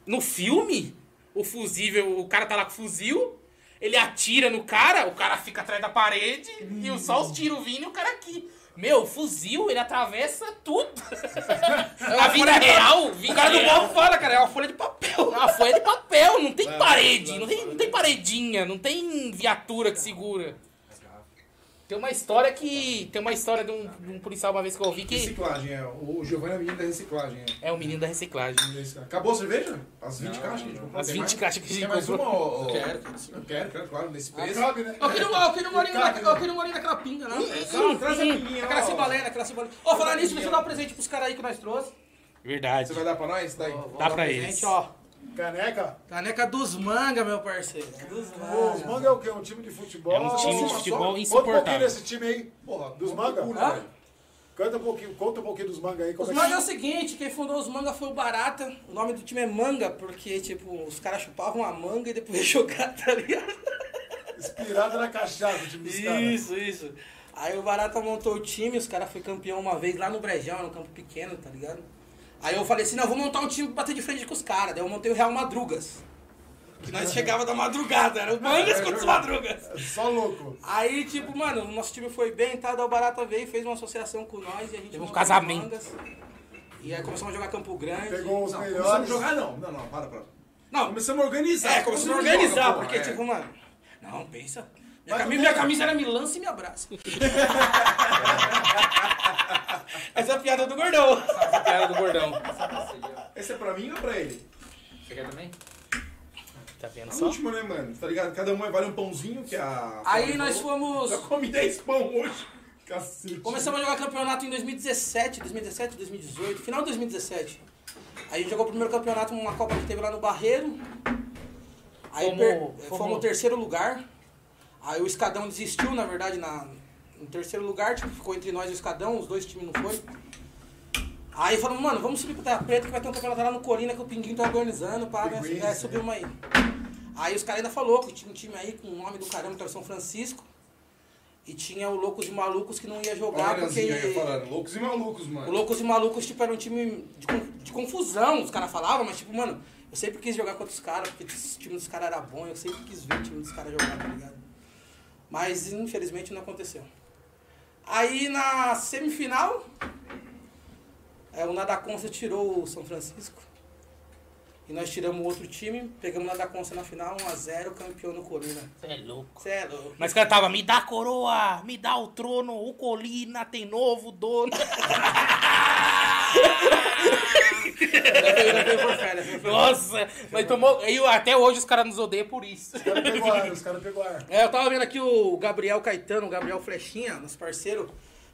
No filme, o fusível, o cara tá lá com fuzil, ele atira no cara, o cara fica atrás da parede, e o- só os tiros vindo e o cara aqui. Meu, o fuzil, ele atravessa tudo. a vida real, o cara do mal mal fala, cara, é uma folha de papel. a folha de papel, não tem parede, não tem, não tem paredinha, não tem viatura que segura. Tem uma história que. Tem uma história de um, de um policial uma vez que eu ouvi que. Reciclagem, é. O Giovanni é menino da reciclagem, é. É o menino da reciclagem. Acabou a cerveja? As 20 caixas que a gente comprou. As tem 20 mais? caixas que a gente Quer mais comprou. uma? ô- ô- Quero, Eu quero, quero, claro, nesse preço. Acabe, né? Eu que não- eu que não moro em- eu que não moro naquela pinga, não. Não, traz a pinguinha, Aquela ó. cibalena, aquela cibalena. Ó, falar nisso, deixa eu dar um presente pros caras aí que nós trouxe. Verdade. Você vai dar pra nós? Tá aí. Ó, vou Dá dar um pra presente, eles. ó. Caneca? Caneca dos manga, meu parceiro. Dos Pô, os manga é o quê? Um time de futebol? É um time de só- futebol Conta um pouquinho insuportável. desse time aí. Porra, Dos conta manga? o cu, né, Hã? velho? Canta um pouquinho, conta um pouquinho dos manga aí. Como Os é manga é o que... seguinte, quem fundou os manga foi o Barata. O nome do time é Manga, porque, tipo, os caras chupavam a manga e depois ia jogar, tá ligado? Inspirado na cachaça, o time dos caras. Isso, isso. Aí o Barata montou o time, os caras foram campeão uma vez lá no Brejão, no campo pequeno, tá ligado? Aí eu falei assim, não, eu vou montar um time pra bater de frente com os caras. Daí eu montei o Real Madrugas. Que nós chegava da madrugada, era o Mangas É contra os Madrugas. Só louco. Aí, tipo, mano, o nosso time foi bem, tá? Daí o Barata veio, fez uma associação com nós e a gente... Teve um montou o casamento. Mangas. E aí começamos a jogar Campo Grande. Pegou os Não, começamos a melhores. jogar não. Não, não, para, para. Não, Começamos a organizar. É, começou a Todo mundo organizar, joga, porque, porra, é. tipo, mano. Não, pensa. Minha, Mas camisa, não minha tem- camisa era me lança e me abraça. Essa é a piada do gordão. Cara do gordão. Esse é pra mim ou pra ele? Você quer também? Tá É vendo A só? última, né, mano? Tá ligado? Cada um vale um pãozinho que a... Aí Flávia nós falou. fomos. Já comi 10 pão hoje. Cacete. Começamos a jogar campeonato em 2017, 2017, 2018, final de 2017. Aí a gente jogou o primeiro campeonato numa Copa que teve lá no Barreiro. Aí Fomos- per- fomos, fomos- o terceiro lugar. Aí o Escadão desistiu, na verdade, na, no terceiro lugar, tipo, ficou entre nós e o Escadão, os dois times não foi. Aí falamos, mano, vamos subir pro Terra Preta que vai ter um campeonato lá no Colina que o Pinguinho tá organizando pra né, Pinguim, é, subir uma aí. Aí os caras ainda falou que tinha um time aí com o nome do caramba que era o São Francisco. E tinha o Loucos e Malucos que não ia jogar Olha, porque. Zinho, eu ia falando, loucos e malucos, O mano. Loucos e Malucos, tipo, era um time de, con- de confusão, os caras falavam, mas tipo, mano, eu sempre quis jogar contra os caras, porque o time dos caras era bom, eu sempre quis ver o time dos caras jogar, tá ligado? Mas infelizmente não aconteceu. Aí na semifinal, é, o Nada Consta tirou o São Francisco. E nós tiramos outro time, pegamos o Nada Consta na final, 1x0, campeão no Colina. Você é louco. Cê é louco. Mas cantava, me dá a coroa, me dá o trono, o colina tem novo dono. Nossa, mas tomou. E até hoje os caras nos odeiam por isso. Os caras pegou ar, os caras pegou ar. É, eu tava vendo aqui o Gabriel Caetano, o Gabriel Flechinha, nosso parceiro.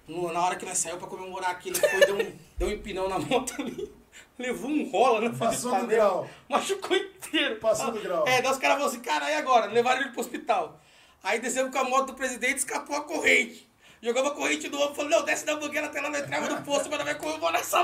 no- na hora que nós saímos pra comemorar aqui, ele foi, deu um, deu um empinão na moto ali. Levou um rola na frente Passou do do panela, grau. Machucou inteiro. Passou do grau. É, daí os caras falaram assim, cara, e agora? Levaram ele pro hospital. Aí descemos com a moto do presidente, escapou a corrente. Jogamos a corrente do ombro, falou, não, desce da mangueira até lá na entrada do posto, mas não vai comemorar essa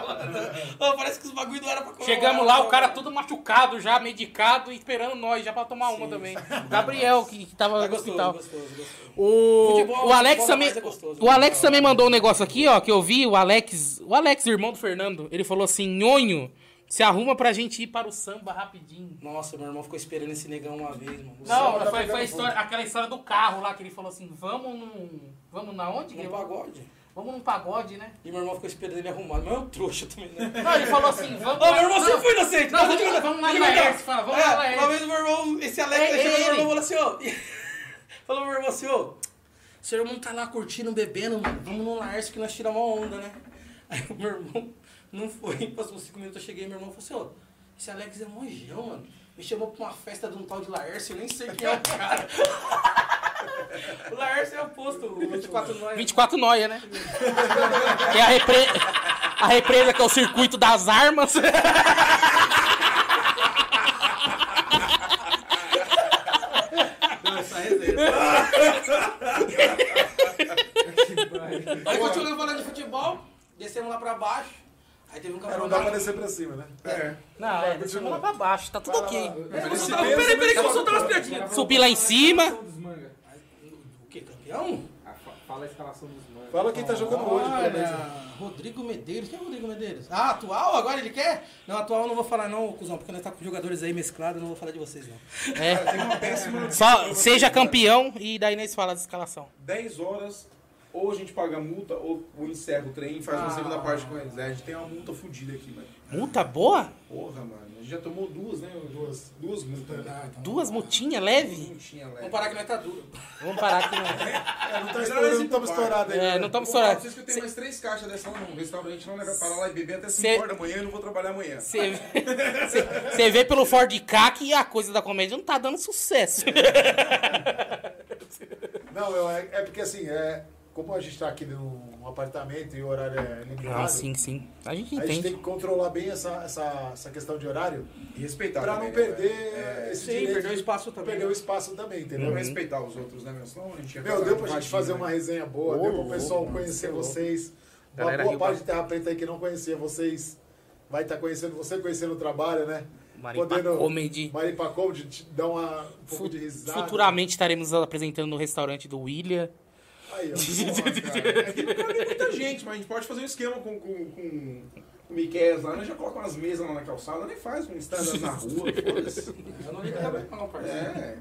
mano. Ô, parece que os bagulho não era pra comemorar. Chegamos lá, o cara tudo. todo machucado já, medicado, e esperando nós já pra tomar uma também. O Gabriel, que, que tava Tá no hospital. gostoso, gostoso, gostoso. O, Futebol, o Alex futebol também, mais é gostoso, o né? Alex também mandou um negócio aqui, ó, que eu vi, o Alex, o Alex, irmão do Fernando, ele falou assim, nhonho, se arruma pra gente ir para o samba rapidinho. Nossa, meu irmão ficou esperando esse negão uma vez, mano. Não, tá foi, pegando foi a história- aquela história do carro lá, que ele falou assim, vamos num, vamos na onde? Um pagode. Vamos num pagode, né? E meu irmão ficou esperando ele arrumar. Mas é um trouxa também, né? Não, ele falou assim, vamos... Ô, meu irmão não, sempre foi inocente. Não, Mas vamos- eu digo- vamos lá eu no digo, Laércio, não. fala, vamos É, lá no Laércio. Uma vez o meu irmão, esse Alex, É ele chegou ele. no meu irmão e falou assim, ó. Falou pro meu irmão assim, ó. Seu irmão tá lá curtindo, bebendo, mano. Vamos no Laércio que nós tiramos uma onda, né? Aí o meu irmão não foi. Passou uns 5 minutos, eu cheguei e meu irmão falou assim, ó. Esse Alex é mojão, mano. Me chamou pra uma festa de um tal de Laércio, eu nem sei quem é o cara. o Laércio é o posto, o 24 nós. 24 noia, né? Tem a represa, a represa que é o circuito das armas. Aí continuando falando de futebol, descemos lá pra baixo. Aí teve um É, não dá pra campeonato. descer pra cima, né? É. Não, é, deixa eu lá pra baixo, tá tudo ok. Esse Peraí, peso é peraí, peraí, que eu também vou soltar umas piadinhas. Agora Subir vamos lá em falar a cima. escalação dos manga. O que, campeão? Ah, fa- Fala a escalação dos manga. Fala quem tá jogando hoje, pelo menos. Rodrigo Medeiros. Quem é o Rodrigo Medeiros? Ah, atual? Agora ele quer? Não, atual eu não vou falar não, cuzão, porque nós tá com jogadores aí mesclados, eu não vou falar de vocês não. É. Tem uma péssima notícia pra Só vocês, seja cara. campeão e daí nós fala da escalação. 10 horas, ou a gente paga a multa, ou ou encerra o trem e faz Ah. uma segunda parte com eles. É, a gente tem uma multa fodida aqui, mano. Multa boa? Porra, mano. A gente já tomou duas, né? Duas, duas multas. né? então. Duas multinhas leve? Não tinha, Vamos parar que nós tá duro. Vamos parar aqui. Não. É, não tá estourando, não estamos estourados ainda. né? É, não estamos estourados. Vocês que eu tenho mais três caixas dessa lá no restaurante, não leva para lá e beber até 5 Cê- horas da manhã, eu não vou trabalhar amanhã. Você vê- você- você vê pelo Ford K que a coisa da comédia não tá dando sucesso. Não, eu- é, é porque assim, é, como a gente tá aqui num apartamento e o horário é limitado, Não, Ah, sim, sim. A gente a gente tem entende. que controlar bem essa, essa, essa questão de horário E respeitar pra também, não né, velho? perder É, esse Sim, direito perdeu de espaço também. perder o espaço também, entendeu? Vamos Uhum. respeitar os outros, né, meu? Senão a gente ia Meu, ficar deu pra gente invadido, fazer né? uma resenha boa, Ô, deu pro pessoal louco, mano, conhecer cê é louco. vocês. Uma Galera boa riu parte de Terra Preta aí que não conhecia vocês vai estar conhecendo você, conhecendo o trabalho, né? Maripa Comedy. Maripá Comedy, te dar uma, um pouco Fu- de risada. Futuramente estaremos apresentando no restaurante do William. Aí, ó. É muita gente, mas a gente pode fazer um esquema com, com, com o Miquel lá, né? Já coloca umas mesas lá na calçada, nem faz um stand na rua, foda-se. Eu não ligo também não, parceiro. É.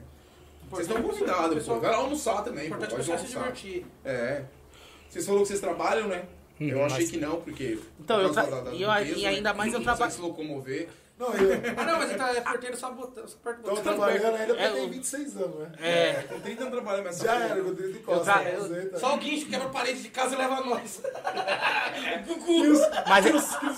Vocês estão convidados, pô. Vai lá almoçar também, O pô. importante é o Pode pessoal se almoçar. divertir. É. Vocês falaram que vocês trabalham, né? eu Hum, achei mas- que não, porque. Então, por eu causa da- tra- da- e eu- do peso, e ainda né? mais eu Não consegue traba- se locomover. Não, eu Ah não, mas ele tá é porteiro só botando, só perto tô do trabalhando ainda porque É, tem o- 26 anos, né? É. Com 30 anos trabalhando, mas. Já era, com 30 e costa. tra- eu- aposenta. Só o guincho quebra a parede de casa e leva nós. Mas,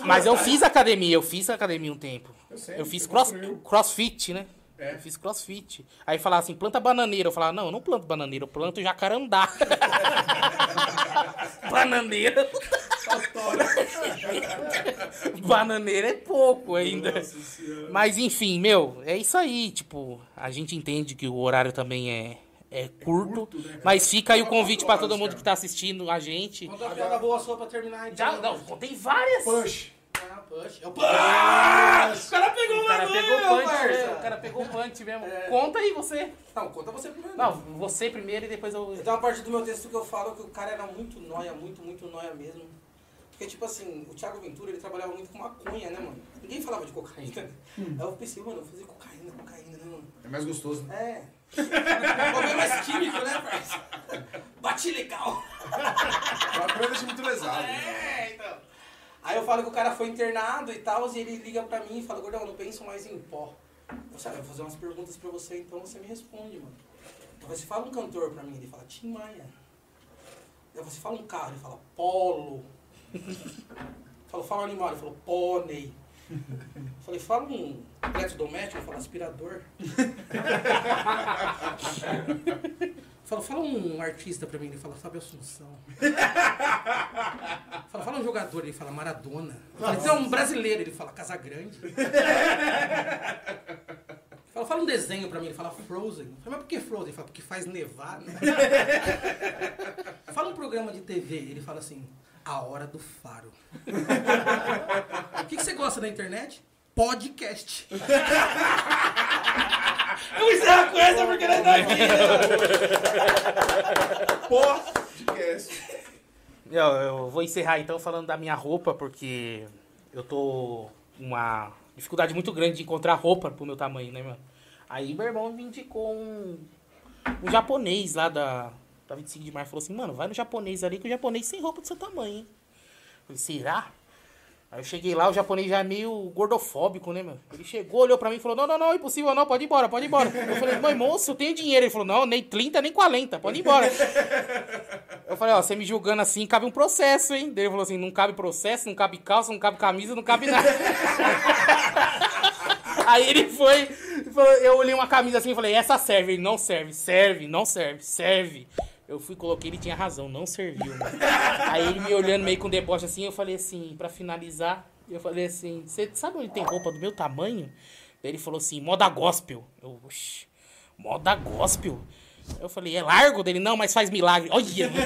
mas eu fiz academia, eu fiz academia um tempo. Eu sei, Eu fiz você cross, construiu. crossfit, né? É. Eu fiz crossfit. Aí falava assim, planta bananeira. Eu falava, não, eu não planto bananeira, eu planto jacarandá. bananeira. bananeira é pouco ainda. Mas enfim, meu, é isso aí. Tipo, a gente entende que o horário também é, é curto. mas fica aí o convite pra todo mundo que tá assistindo a gente. Conta uma piada boa sua pra terminar. Já, então. não, tem várias. Push. Ah, push. É o push. O cara pegou O uma cara pegou o agulha, punch, parça. né? o cara pegou o punch mesmo. Conta aí você. Não, conta você primeiro. Não, você primeiro e depois eu. Tem uma parte do meu texto que eu falo que o cara era muito noia, muito, muito noia mesmo. Porque, tipo assim, o Thiago Ventura, ele trabalhava muito com maconha, né, mano? Ninguém falava de cocaína. Hum. Aí eu pensei, mano, eu vou fazer cocaína, cocaína, né, mano? É mais gostoso, né? É. Problema mais químico, né, parça? Bate legal. Uma coisa assim muito lesado. É, então. Aí eu falo que o cara foi internado e tal, e ele liga pra mim e fala, gordão, eu não penso mais em pó. Eu sabe, eu vou fazer umas perguntas pra você, então você me responde, mano. Então você fala um cantor pra mim, ele fala, Tim Maia. Aí você fala um carro, ele fala, Polo. Falo, fala um animal, ele falou, pônei. Eu Falei, fala um eletrodoméstico, ele fala aspirador. Falo, fala um artista pra mim, ele fala, sabe Assunção. Fala, fala um jogador, ele fala Maradona. Fala, você é um brasileiro, ele fala Casagrande. Fala, fala um desenho pra mim, ele fala Frozen. Eu Falei, mas por que Frozen? Ele fala, porque faz nevar, né? fala um programa de TV, ele fala assim, A Hora do Faro. O que, que você gosta da internet? Podcast. Eu encerro com essa porque não é da Podcast. Eu, eu vou encerrar então falando da minha roupa, porque eu tô com uma dificuldade muito grande de encontrar roupa pro meu tamanho, né, mano? Aí meu irmão me indicou um, um japonês lá da, da 25 de março. Falou assim, mano, vai no japonês ali, que o japonês tem roupa é do seu tamanho, hein? Eu Falei, será? Aí eu cheguei lá, o japonês já é meio gordofóbico, né, mano? Ele chegou, olhou pra mim e falou, não, não, não, impossível não, pode ir embora, pode ir embora. Eu falei, mãe, moço, eu tenho dinheiro. Ele falou, não, nem 30, nem 40, pode ir embora. Eu falei, ó, você me julgando assim, cabe um processo, hein? Daí Ele falou assim, não cabe processo, não cabe calça, não cabe camisa, não cabe nada. Aí ele foi, falou- eu olhei uma camisa assim e falei, essa serve, ele não serve, serve, não serve, serve. Eu fui, coloquei, ele tinha razão, não serviu, mano. Aí ele me olhando meio com deboche assim, eu falei assim, pra finalizar, eu falei assim, você sabe onde tem roupa do meu tamanho? Daí ele falou assim, moda gospel. Eu, oxi, moda gospel. Eu falei, é largo dele? Não, mas faz milagre. Olha, mano.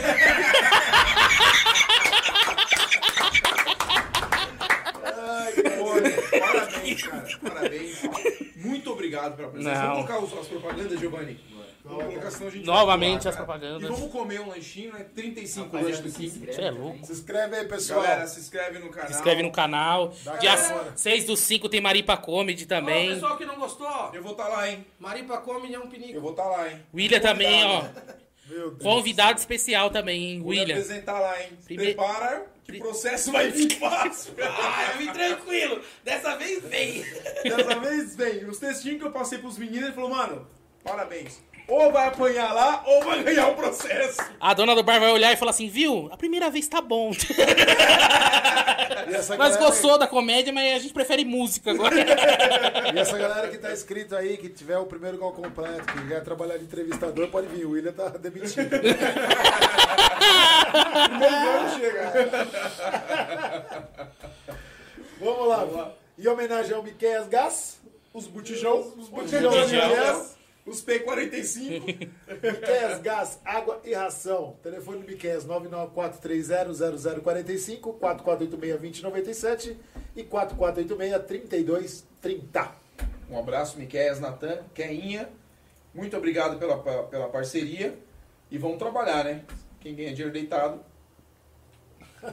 Olha, parabéns, cara. Parabéns. Muito obrigado pela presença. Não. Vamos colocar os- as propagandas, Giovanni? Vamos colocar, senão a gente vai Novamente pular, cara. as propagandas. E vamos comer um lanchinho, né? 35 Rapaziada, lanches do se Kim. inscreve Você é também. louco. Se inscreve aí, pessoal. Galera, se inscreve no canal. Se inscreve no canal. Dá Dia aquela- 6 do 5 tem Maripa Comedy Ó, também. pessoal que não gostou, ó, Eu vou estar lá, hein? Maripa come é um pinico. Eu vou estar lá, hein? William também, ó. Meu Deus. Convidado especial também, hein, Vou me William. apresentar lá, hein? Prime- Prepara, que o processo vai vir fácil. Ah, eu vim tranquilo. Dessa vez vem. Dessa vez, bem, os textinhos que eu passei pros meninos, ele falou, mano, parabéns. Ou vai apanhar lá, ou vai ganhar o processo. A dona do bar vai olhar e falar assim, viu? A primeira vez tá bom. E essa Nós galera- gostou da comédia, mas a gente prefere música agora. E essa galera que tá inscrito aí, que tiver o primeiro gol completo, que quer trabalhar de entrevistador, pode vir. O William tá demitido. Vamos chegar. Vamos lá. Em homenagem ao Miquel Gas, Os botijão, os botijão, botijão. os, botijão. os P45. Miquel Gás, Água e Ração. Telefone do Miquel 994300045, 4486-2097 e 4486-3230. Um abraço, Miquéias, Natan, Queinha. Muito obrigado pela, pela parceria. E vamos trabalhar, né? Quem ganha dinheiro deitado.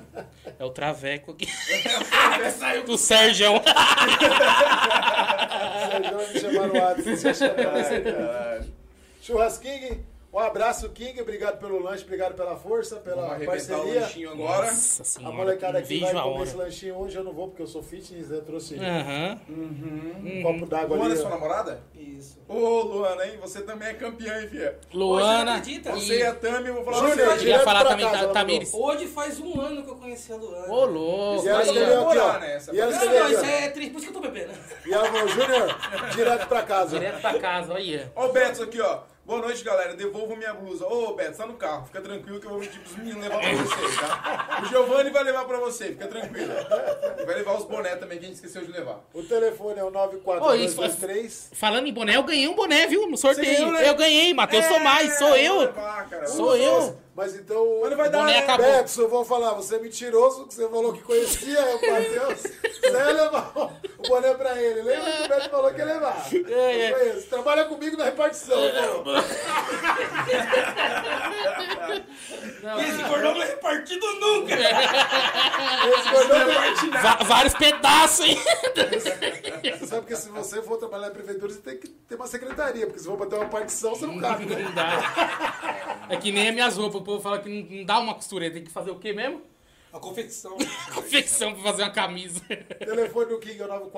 É o Traveco aqui. do Sérgio. Sérgio, me chamaram o Adson. Churrasquinho, um abraço, King. Obrigado pelo lanche, obrigado pela força, Vamos pela arrebentar o parceria. lanchinho agora. Nossa A senhora, molecada não aqui vai vejo a comer esse hora. lanchinho hoje. Eu não vou porque eu sou fitness. Eu trouxe Aham. um copo d'água Luana é ali. sua ó. namorada? Isso. Ô, Luana, hein? Você também é campeã, hein, Fia? Luana. Hoje, você acredita? Você é e a Tami, eu vou falar Tá. Júnior, pra Eu você. ia Direto falar pra também tá, casa, da ela Tamires. Ô, Hoje faz um ano que eu conheci a Luana. E louco. ela escreveu aqui, ó. namorar, né, essa E ela não, escreveu não, isso aqui, é triste. Por isso que eu tô bebendo. ó. E ela falou, Júnior, direto pra casa. Direto pra casa, olha. Ó o Beto aqui, ó. Boa noite, galera. Devolvo minha blusa. Ô, Beto, tá no carro. Fica tranquilo que eu vou pedir pros meninos levar pra vocês, tá? O Giovanni vai levar pra você, fica tranquilo. E vai levar os boné também que a gente esqueceu de levar. O telefone é o Ô, isso faz- 94223. Falando em boné, eu ganhei um boné, viu? No sorteio. Você ganhou, né? Eu ganhei, Matheus, sou mais, sou É, vai eu. levar, cara. Sou eu. Mas então. Mas não vai O dar, boné né? acabou. Beto, eu vou falar, você é mentiroso que você falou que conhecia é o Matheus. Você ia levar o o boné pra ele. Lembra que o Beto falou que ia levar? É, é. Eu conheço. Trabalha comigo na repartição. pô. Esse cordão não é repartido nunca. É, Esse é gordão- Va- vários pedaços, hein? Você sabe que se você for trabalhar na prefeitura, você tem que ter uma secretaria, porque se for bater uma partição, você não cabe. né? Não dá. É que nem as minhas roupas. O povo fala que não, não dá uma costureira. Tem que fazer o quê mesmo? A confecção. Confecção pra fazer uma camisa. Telefone do King é o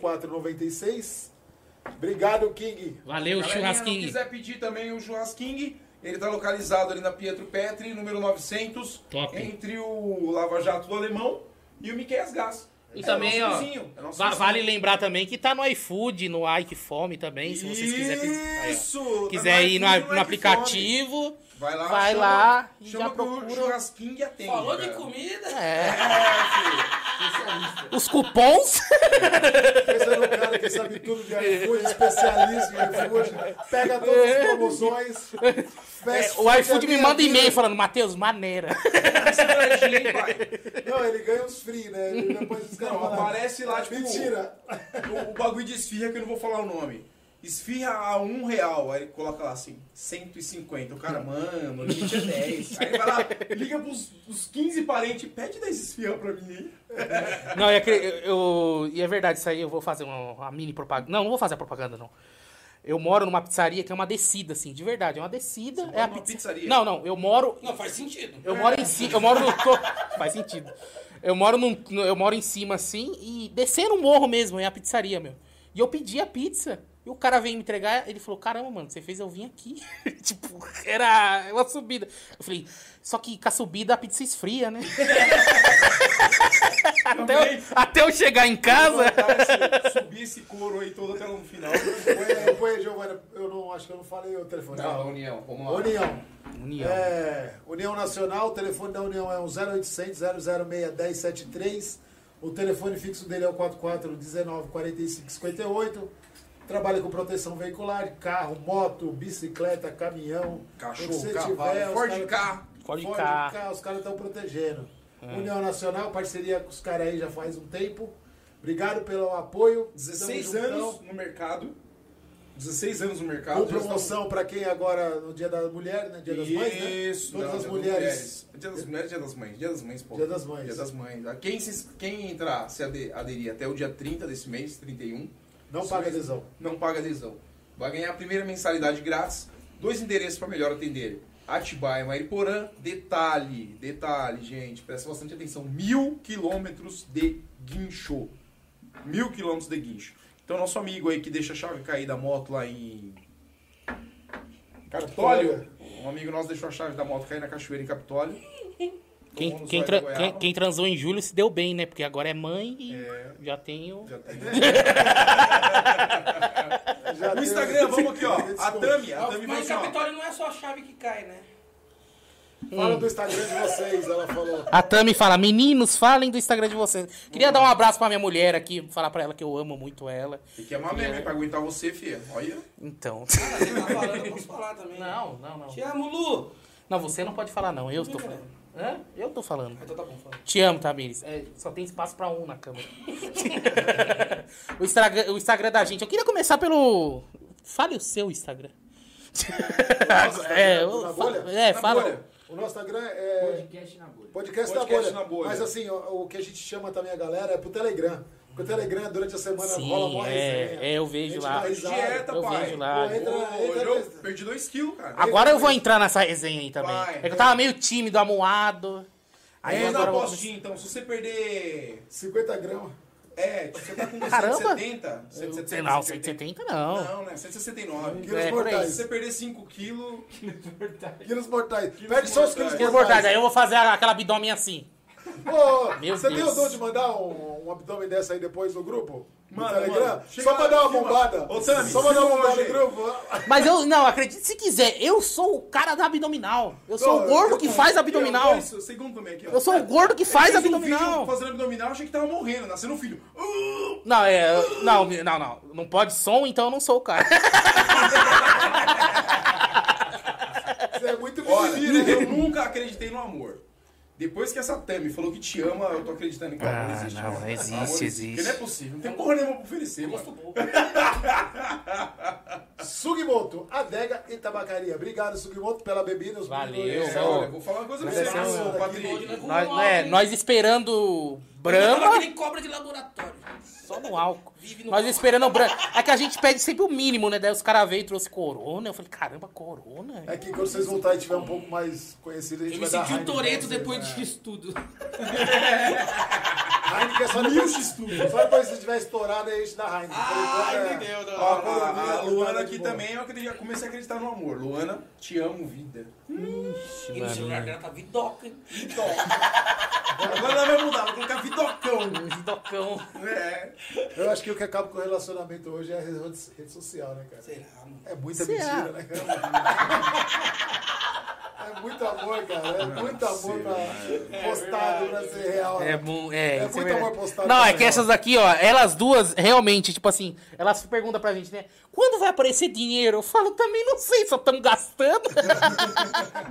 94223-9496. Obrigado, King. Valeu, Galerinha, Se churrasquinho. quiser pedir também o churrasquinho, ele tá localizado ali na Pietro Petri, número 900. Top. Entre o Lava Jato do Alemão e o Miquel Gás. E também, nosso ó, vizinho, é nosso Va- vizinho. vale lembrar também que tá no iFood, no Ike Fome também, se vocês quiserem. Aí, Isso! ó. tá Quiser ir no, iFood, no iFood. aplicativo. Vai lá, vai chama- lá e chama já que o procura. churrasquinho e atende. Falou de cara. comida. É. Especialista. Os cupons. Esse é o cara que sabe tudo de iFood, especialista em iFood, pega todas as promoções. fast o food iFood é me minha manda e-mail vida. falando, Matheus, maneira. Churrasquinho, pai. Não, ele ganha uns free, né? Ele depois os caras Não, falam, aparece lá, tipo, Mentira. O, o bagulho de esfirra que eu não vou falar o nome. Esfirra a um real, aí ele coloca lá assim, 150. O cara, mano, o limite é 10. Aí ele vai lá, liga pros, pros 15 parentes, e pede 10 esfirra pra mim. aí. Não, e, aquele- eu- eu- e é verdade, isso aí eu vou fazer uma, uma mini propaganda. Não, não vou fazer a propaganda, não. Eu moro numa pizzaria que é uma descida, assim, de verdade. É uma descida. é mora a numa pizza- pizzaria? Não, não, eu moro. Não, faz sentido. Eu moro em cima. Eu moro no topo. Faz sentido. Eu moro, num, no- eu moro em cima, assim, e descendo um morro mesmo, é a pizzaria, meu. E eu pedi a pizza. E o cara veio me entregar, ele falou, caramba, mano, você fez eu vim aqui. tipo, era uma subida. Eu falei, só que com a subida a pizza esfria, né? até, eu, até eu chegar em casa. Levantar esse- Subir esse couro aí todo até lá no final. Põe, põe, Giovana, eu não acho que eu não falei o telefone. Não, da União, vamos lá. União. União. É, União Nacional, o telefone da União é um 0800 006 1073. O telefone fixo dele é o 44 19 45 58. Trabalha com proteção veicular, carro, moto, bicicleta, caminhão. o que Cachorro, você cavalo, tiver, os Ford caras- K. Pode Ford ficar. K, os caras estão protegendo. União Nacional, parceria com os caras aí já faz um tempo. Obrigado pelo apoio. 16 Tamo anos juntão. no mercado. 16 anos no mercado. Com já estamos- promoção para quem agora, no Dia da Mulher, né? Dia das Mães, né? Isso, Todas não, as Dia das mulheres. Dia das mulheres, dia das mães. Dia das mães, pô. Dia das mães. Dia das mães. Ah, Quem, se- quem entrar, se ade- aderir até o dia 30 desse mês, 31, Não Isso paga mesmo. adesão. não paga adesão. Vai ganhar a primeira mensalidade grátis, dois endereços para melhor atender. Atibaia, Mariporã, detalhe, detalhe, gente, presta bastante atenção. Mil quilômetros de guincho. Mil quilômetros de guincho. Então, nosso amigo aí que deixa a chave cair da moto lá em Capitólio, um amigo nosso deixou a chave da moto cair na cachoeira em Capitólio. Tomou Quem, no quem, zóio tra- da quem- é goiaba. quem transou em julho se deu bem, né? Porque agora é mãe e É. já tenho. Já tem. Já No deu- Instagram, vamos aqui, ó. A Desculpa. Tami, a Tami falou Mas assim, ó. Capitólio não é só a chave que cai, né? Fala do Instagram de vocês, ela falou. A Tami fala, meninos, falem do Instagram de vocês. Queria dar um abraço pra minha mulher aqui, falar pra ela que eu amo muito ela. Tem que amar mesmo, hein, pra aguentar você, filha. Olha. Então. Ah, você tá falando, eu posso falar também. Não, não, não. Te amo, Lu. Não, você não pode falar, não. Eu tô Por quê? falando. Hã? Eu tô falando. Ah, Então tá bom, fala. Te amo, Tamires. É, só tem espaço pra um na câmera. o, Instagram, o Instagram da gente. Eu queria começar pelo. Fale o seu Instagram. é, eu tá Na fa- bolha? é, Na fala. bolha. O nosso Instagram é Podcast na bolha. podcast, da Podcast bolha. na bolha. Mas assim, o, o que a gente chama também a galera é pro Telegram. Porque o Telegram, durante a semana, Sim, rola mó é, resenha. é, eu vejo A gente lá. dá risada. Dieta, Eu pai. vejo lá. Pô, entra- Ô, entra eu nessa. perdi 2 quilos, cara. Agora eu vou entrar nessa resenha aí também. Vai, é que eu tava meio tímido, amuado. Aí Aí é agora na eu vou- postinha, então. Se você perder. 50 gramas. É, tipo, você tá com Caramba. 170. 170 Não, 170. 170 não. Não, né? 169. Quilos É, por aí. Se mortais. você perder 5 quilos. Quilos mortais. Perde só os quilos mortais. Que mortais. abordagem? é Aí eu vou fazer a- aquela abdômen assim. Ô, Meu você tem Deus. o dom de mandar um, um abdômen dessa aí depois no grupo? no Telegram? só pra dar uma bombada. Ô, Tami, só pra dar uma filma bombada hoje no aí. grupo. Mas eu, não, acredite se quiser, eu sou o cara da abdominal. Eu sou Não, o gordo eu- que faz abdominal. Isso, segundo também aqui, ó. Eu sou o gordo que faz Ele fez um vídeo abdominal. fazendo abdominal, achei que tava morrendo, nascendo um filho. Uh! Não, é. Não, não, não. Não pode som, então eu não sou o cara. Você é muito Olha, menino, hein? eu nunca acreditei no amor. Depois que essa Tami falou que te ama, eu tô acreditando em que o amor Ah, existe. né? não, amor. existe, Amor existe. Porque não é possível, não tem porra nenhuma pra oferecer, mano. Sugimoto, adega e tabacaria. Obrigado, Sugimoto, pela bebida. os Valeu, meninos aí. É, olha, vou falar uma coisa pra você, Mas esse é um- ô, Hoje Patrick. com Nós, álcool, né, hein? nós esperando Fala que Brahma, nem cobra de laboratório. só no álcool. Vive no Nós álcool. esperando o Brahma. É que a gente pede sempre o mínimo, né? Daí os caras veio e trouxe corona. Eu falei, caramba, corona? É que quando vocês voltarem e tiver um pouco mais conhecido, a gente Eu me vai dar senti um Heineken Toreto pra vocês, depois né? disso tudo. Heineken é só depois, só depois que tiver estourado, aí a gente dá Heineken. Por enquanto, é- Ó, A, a Luana aqui também, eu acredito- eu comecei a acreditar no amor. Luana, te amo, vida. E no celular dela tá vidoca. hein? Agora ela vai mudar, vai colocar Vidocão. Vidocão. É. Eu acho que o que acaba com o relacionamento hoje é a rede rede social, né, cara? Será, mano? É muita Será? mentira, né, cara? É muito amor, cara. É muito amor pra postado pra ser real. É, né? mu- é, É isso muito verdade. amor postado Não, é também, que ó. essas aqui, ó, elas duas realmente, tipo assim, elas perguntam pra gente, né? Quando vai aparecer dinheiro? Eu falo, também não sei, só estamos gastando.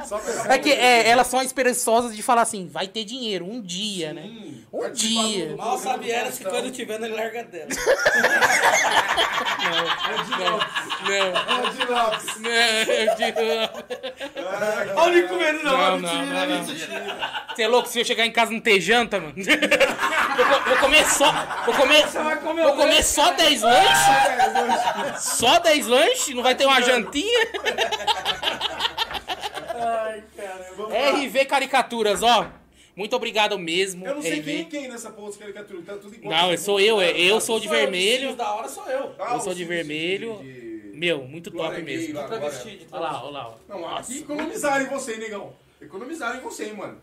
Só pensar É que é, elas são esperançosas de falar assim, vai ter dinheiro, um dia, né? Um dia. Mal sabe ela que quando tiver, não larga dela. Não, no Dinox. não, eu digo- Olha o Nico medo, não, não, não, não. Você é louco? Se eu chegar em casa não ter janta, mano? Vou, co- vou comer só. Vou comer, vou comer né? só 10 lanches? É, Só 10 lanches? Não vai ter uma jantinha? né? RV Caricaturas, ó. Muito obrigado mesmo. Eu não sei RV. quem é quem nessa porra de caricatura, tá tudo igual. Não, eu sou eu, é- eu sou de Sou eu, vermelho. os da hora sou eu. Ah, Eu sou o de Cid, vermelho. de- de- Meu, muito Glória top Gay mesmo. lá, Glória. Travesti de Olha lá, olha lá. ó. Não, aqui economizaram em você, negão. Economizaram em você, hein, mano.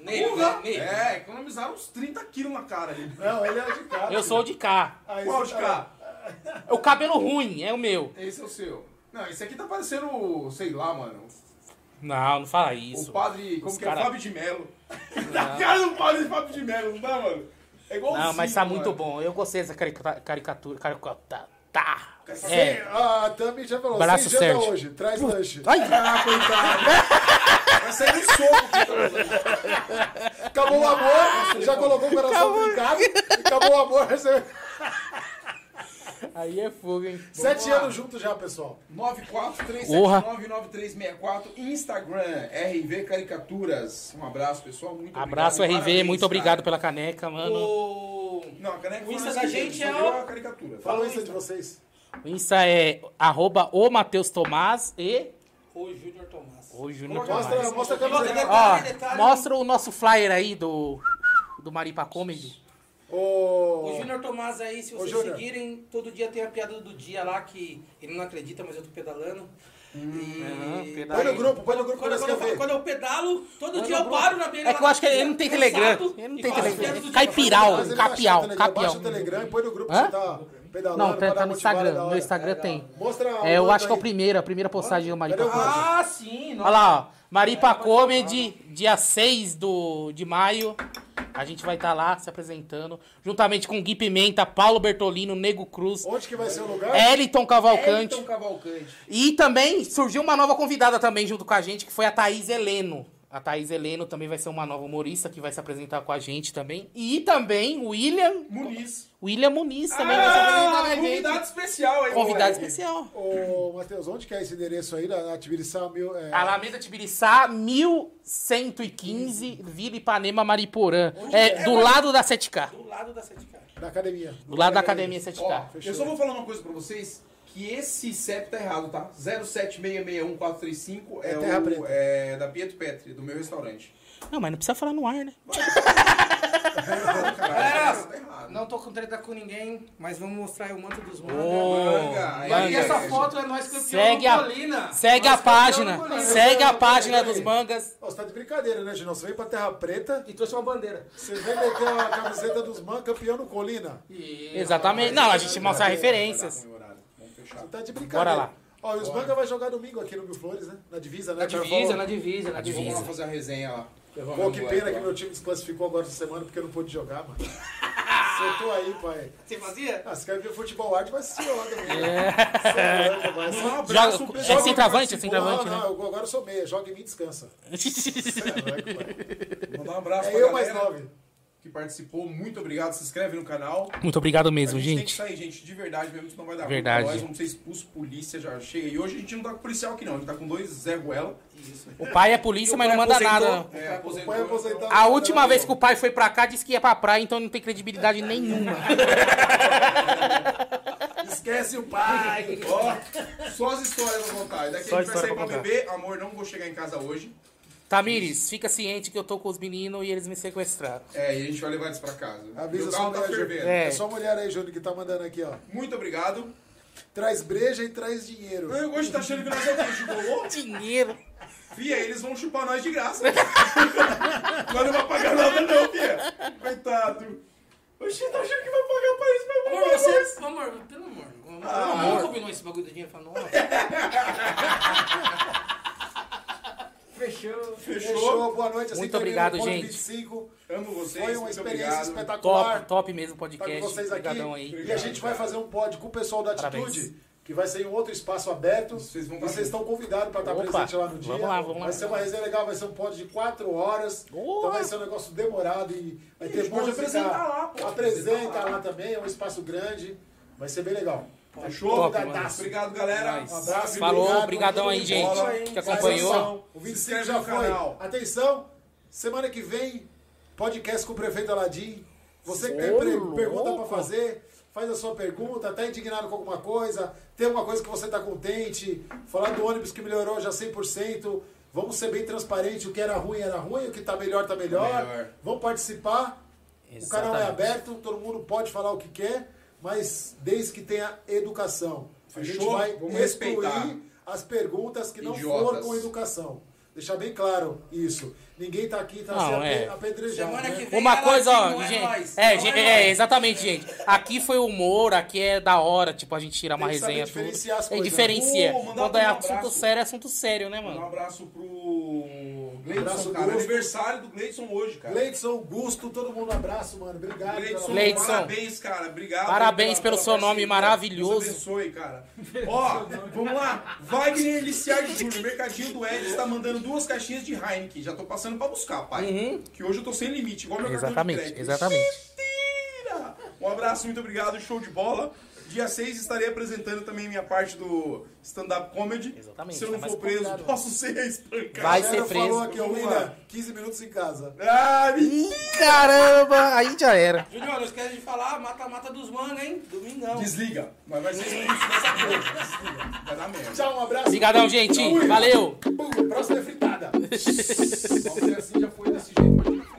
Negro, Porra! né? Negro. É, economizaram uns 30 quilos na cara ali. Não, ele é o de cá. Eu sou o de cá. Aí, tá Qual de cá? O cabelo ruim é o meu. Esse é o seu. Não, esse aqui tá parecendo, sei lá, mano. Não, não fala isso. O padre, como Os que cara- é? Fábio de Melo. Na cara do padre Fábio de Melo, não dá, mano? É igualzinho. Não, mas tá mano. muito bom. Eu gostei dessa carica- caricatura. Caricatura. Tá. Sim, É. Ah, a Tami já falou, Abraço, sem janta Sérgio. hoje, traz lanche. Ai, Ah, coitado. Vai sair um soco. Acabou o amor, já colocou o coração brincado. Acabou o amor. você- aí é fogo, hein? Sete lá. anos juntos já, pessoal. 943799364 Instagram, RV Caricaturas. Um abraço, pessoal. Muito Abraço, obrigado. RV. Parabéns, Muito cara. obrigado pela caneca, mano. O... Não, a caneca O foi Insta mais da que gente só é deu o- a caricatura. Fala isso de vocês. O Insta é arroba o Matheus Tomás e O Júnior Tomás. o Júnior Mostra, Tomás. mostra a Ó, camiseta. detalhe, Ó, detalhe. mostra o nosso flyer aí do, do Maripa Comedy. Ô, O Júnior Tomás aí, se vocês Júnior. seguirem, todo dia tem a piada do dia lá que ele não acredita, mas eu tô pedalando. E- Aham, pedala Põe aí. no grupo, põe no grupo que Hum, Quando, nós quando- queremos ver. quando eu pedalo, todo no dia eu grupo. paro na beira É que eu acho que ele não tem Telegram. Ele não tem Telegram. Caipiral, Mas ele capial, baixa o Telegram, capial. Baixa o Telegram e põe no grupo Hã? que você tá pedalando. Não, pra tá, dar tá uma motivada no Instagram. da hora. No Instagram tem. Mostra a É, eu outra acho que é o aí. primeiro, a primeira postagem do Maripa Cadê o Comedy. outro? Ah, sim. Olha lá, ó. É, Maripa Comedy, dia 6 do, de maio. A gente vai estar lá se apresentando. Juntamente com Gui Pimenta, Paulo Bertolino, Nego Cruz, Onde que vai ser o lugar? Eliton É, Cavalcante. então, Elton Cavalcante. E também surgiu uma nova convidada também junto com a gente, que foi a Thaís Heleno. A Thaís Heleno também vai ser uma nova humorista que vai se apresentar com a gente também. E também o William. Muniz. William Muniz também vai se apresentar com Ah, a gente. convidado especial aí. Convidado moleque. especial. Ô, Matheus, onde que é esse endereço aí? Na, na Tibiriçá, mil... É... Alameda Tibiriçá, 1115, Vila Ipanema, Mariporã. É, do lado da 7K. Do lado da 7K. Da academia. Do lado da É Academia 7K. Ó, eu só vou falar uma coisa pra vocês, que esse CEP tá errado, tá? 07661435435 é, É Terra o Preta. é da Pietro Petri, do meu restaurante. Não, mas não precisa falar no ar, né? Caralho, tá errado. Não tô com treta com ninguém, mas vamos mostrar o manto dos Ô, manos. Manga, aí, e essa aí, foto é nós campeão Segue do a- Colina. Segue Nós a campeão do página. Colina. Segue a página Peraí. dos mangas. Ô, você tá de brincadeira, né, Ginão? Você veio pra Terra Preta, E trouxe uma bandeira. você vem meter uma camiseta dos man campeão no Colina. Exatamente. Não, a gente mostra referências. Tem horário. Vamos fechar. Você tá de brincadeira. Bora lá. Ó, e os manga vai jogar domingo aqui no Mil Flores, né? Na divisa, né? Na divisa, na né? divisa, na Vamos lá divisa. fazer a resenha lá. Pô, que pena que meu time desclassificou agora essa semana porque eu não pude jogar, mano. Sentou aí, pai. Você fazia? Ah, se quer ver futebol arte, vai se lá também. É. Vai. Um Joga- abraço, Joga- pessoal. É centroavante, é Não, centroavante, não, né? eu- agora eu sou meia. Joga em mim e descansa. Mandar um abraço É pra eu mais galera nove. que participou. Muito obrigado. Se inscreve no canal. Muito obrigado A mesmo, gente, tem que gente. sair, gente, de verdade mesmo, senão vai dar Verdade. ruim pra nós, vamos ser expulsos, polícia já chega. E hoje a gente não tá com policial aqui não, a gente tá com dois Zé Ruela. O pai é polícia, mas não manda nada. É, O pai aposentado. A última vez que o pai foi pra cá disse que ia pra praia, então não tem credibilidade nenhuma. Esquece o pai! Ó, só as histórias pra contar. Daqui Só a gente vai história sair pra pra contar. beber. Amor, não vou chegar em casa hoje. Tamires, fica ciente que eu tô com os meninos e eles me sequestraram. É, e a gente vai levar eles pra casa. Avisa Meu só carro tá mulher, fervendo. Júnior. É. É. só mulher aí, Júnior, que tá mandando aqui, ó. Muito obrigado. Traz breja e traz dinheiro. Eu hoje tá achando que nós é o quê? Chubolô? Dinheiro. Fia, eles vão chupar nós de graça. nós não vai pagar nada não, Fia. Coitado. Oxi, tá achando que vai pagar pra eles, mas Amor, você. Amor, pelo amor. Amor, amor. Nunca combinou esse bagulho do dinheiro. Falou, nossa. Fechou. Fechou. Fechou. Boa noite. Muito termina o obrigado, Ponto gente. 25. Amo vocês. Foi uma muito experiência obrigado. espetacular. Top, top Tá mesmo o com podcast. vocês aqui. Obrigadão aí. E a gente vai fazer um pod com o pessoal da Parabéns. Atitude, que vai ser em outro espaço aberto. Vocês vão e pra vocês estão convidados para estar Opa, presente lá no dia. vamos lá, vamos lá. Vai ser uma resenha legal, vai ser um pod de 4 horas. Então vai ser um negócio demorado e vai ter bom de apresentar lá, pô. Apresenta lá também, é um espaço grande. Vai ser bem legal. Fechou? Top, mano. Obrigado, galera. Nice. Um abraço. Falou, obrigado, obrigadão aí, vamos que bola. gente, que Faz acompanhou. ação. O 25 inscreve já no foi. canal. Atenção, semana que vem, podcast com o prefeito Aladim. Você que tem Ô, pre- louco. pergunta pra fazer, faz a sua pergunta, tá indignado com alguma coisa, tem alguma coisa que você tá contente, falar do ônibus que melhorou já 100%, vamos ser bem transparente, o que era ruim era ruim, o que tá melhor tá melhor, Melhor. vamos participar, o canal é Exatamente. aberto, todo mundo pode falar o que quer, mas desde que tenha educação. A gente Fechou? vai Vamos excluir respeitar. as perguntas que não Idiotas. foram com educação. Deixar bem claro isso. Ninguém tá aqui, tá Não, sendo é. ape- apedrejado. Semana né? que vem. Uma é coisa, Latim, ó, não é gente. nós. É, Não gente, nós. é, exatamente, gente. Aqui foi humor, aqui é da hora, tipo, a gente tira uma Tem que saber resenha tudo. diferenciar as É coisas, né? diferencia. Pô, mandar Quando é um assunto abraço. sério, é assunto sério, né, Um mano? abraço pro Abraço, Gleidson, cara. Gleidson. Aniversário do Gleidson hoje, cara. Leidson, Gusto, todo mundo um abraço, mano. Obrigado. Gleidson, pela- Gleidson. parabéns, cara. Obrigado. Parabéns aí pelo seu nome parceria. maravilhoso. Deus abençoe, cara. Ó, vamos lá. Wagner Liciar Júnior, Mercadinho do Edis, tá mandando duas caixinhas de Heineken. Já tô passando pra buscar, pai. Que hoje eu tô sem limite, igual meu Uhum. Exatamente, cartão de um crédito. exatamente. Mentira! Um abraço, muito obrigado, show de bola. Dia 6 estarei apresentando também minha parte do stand-up comedy. Exatamente, Se eu não tá for mais preso, pancado. posso ser espancado. Vai A ser galera preso. falou aqui, ó, Vamos William, lá. 15 minutos em casa. Ah, mentira! Caramba, aí já era. Julião, não esquece de falar mata-mata dos manos, hein? Domingão. Desliga. Mas vai ser expulso dessa coisa. Desliga. Vai dar merda. Tchau, um abraço. Obrigadão, gente. Fui. Valeu. Pum, Próxima é fritada. Vamos fazer assim, já foi desse jeito. Pode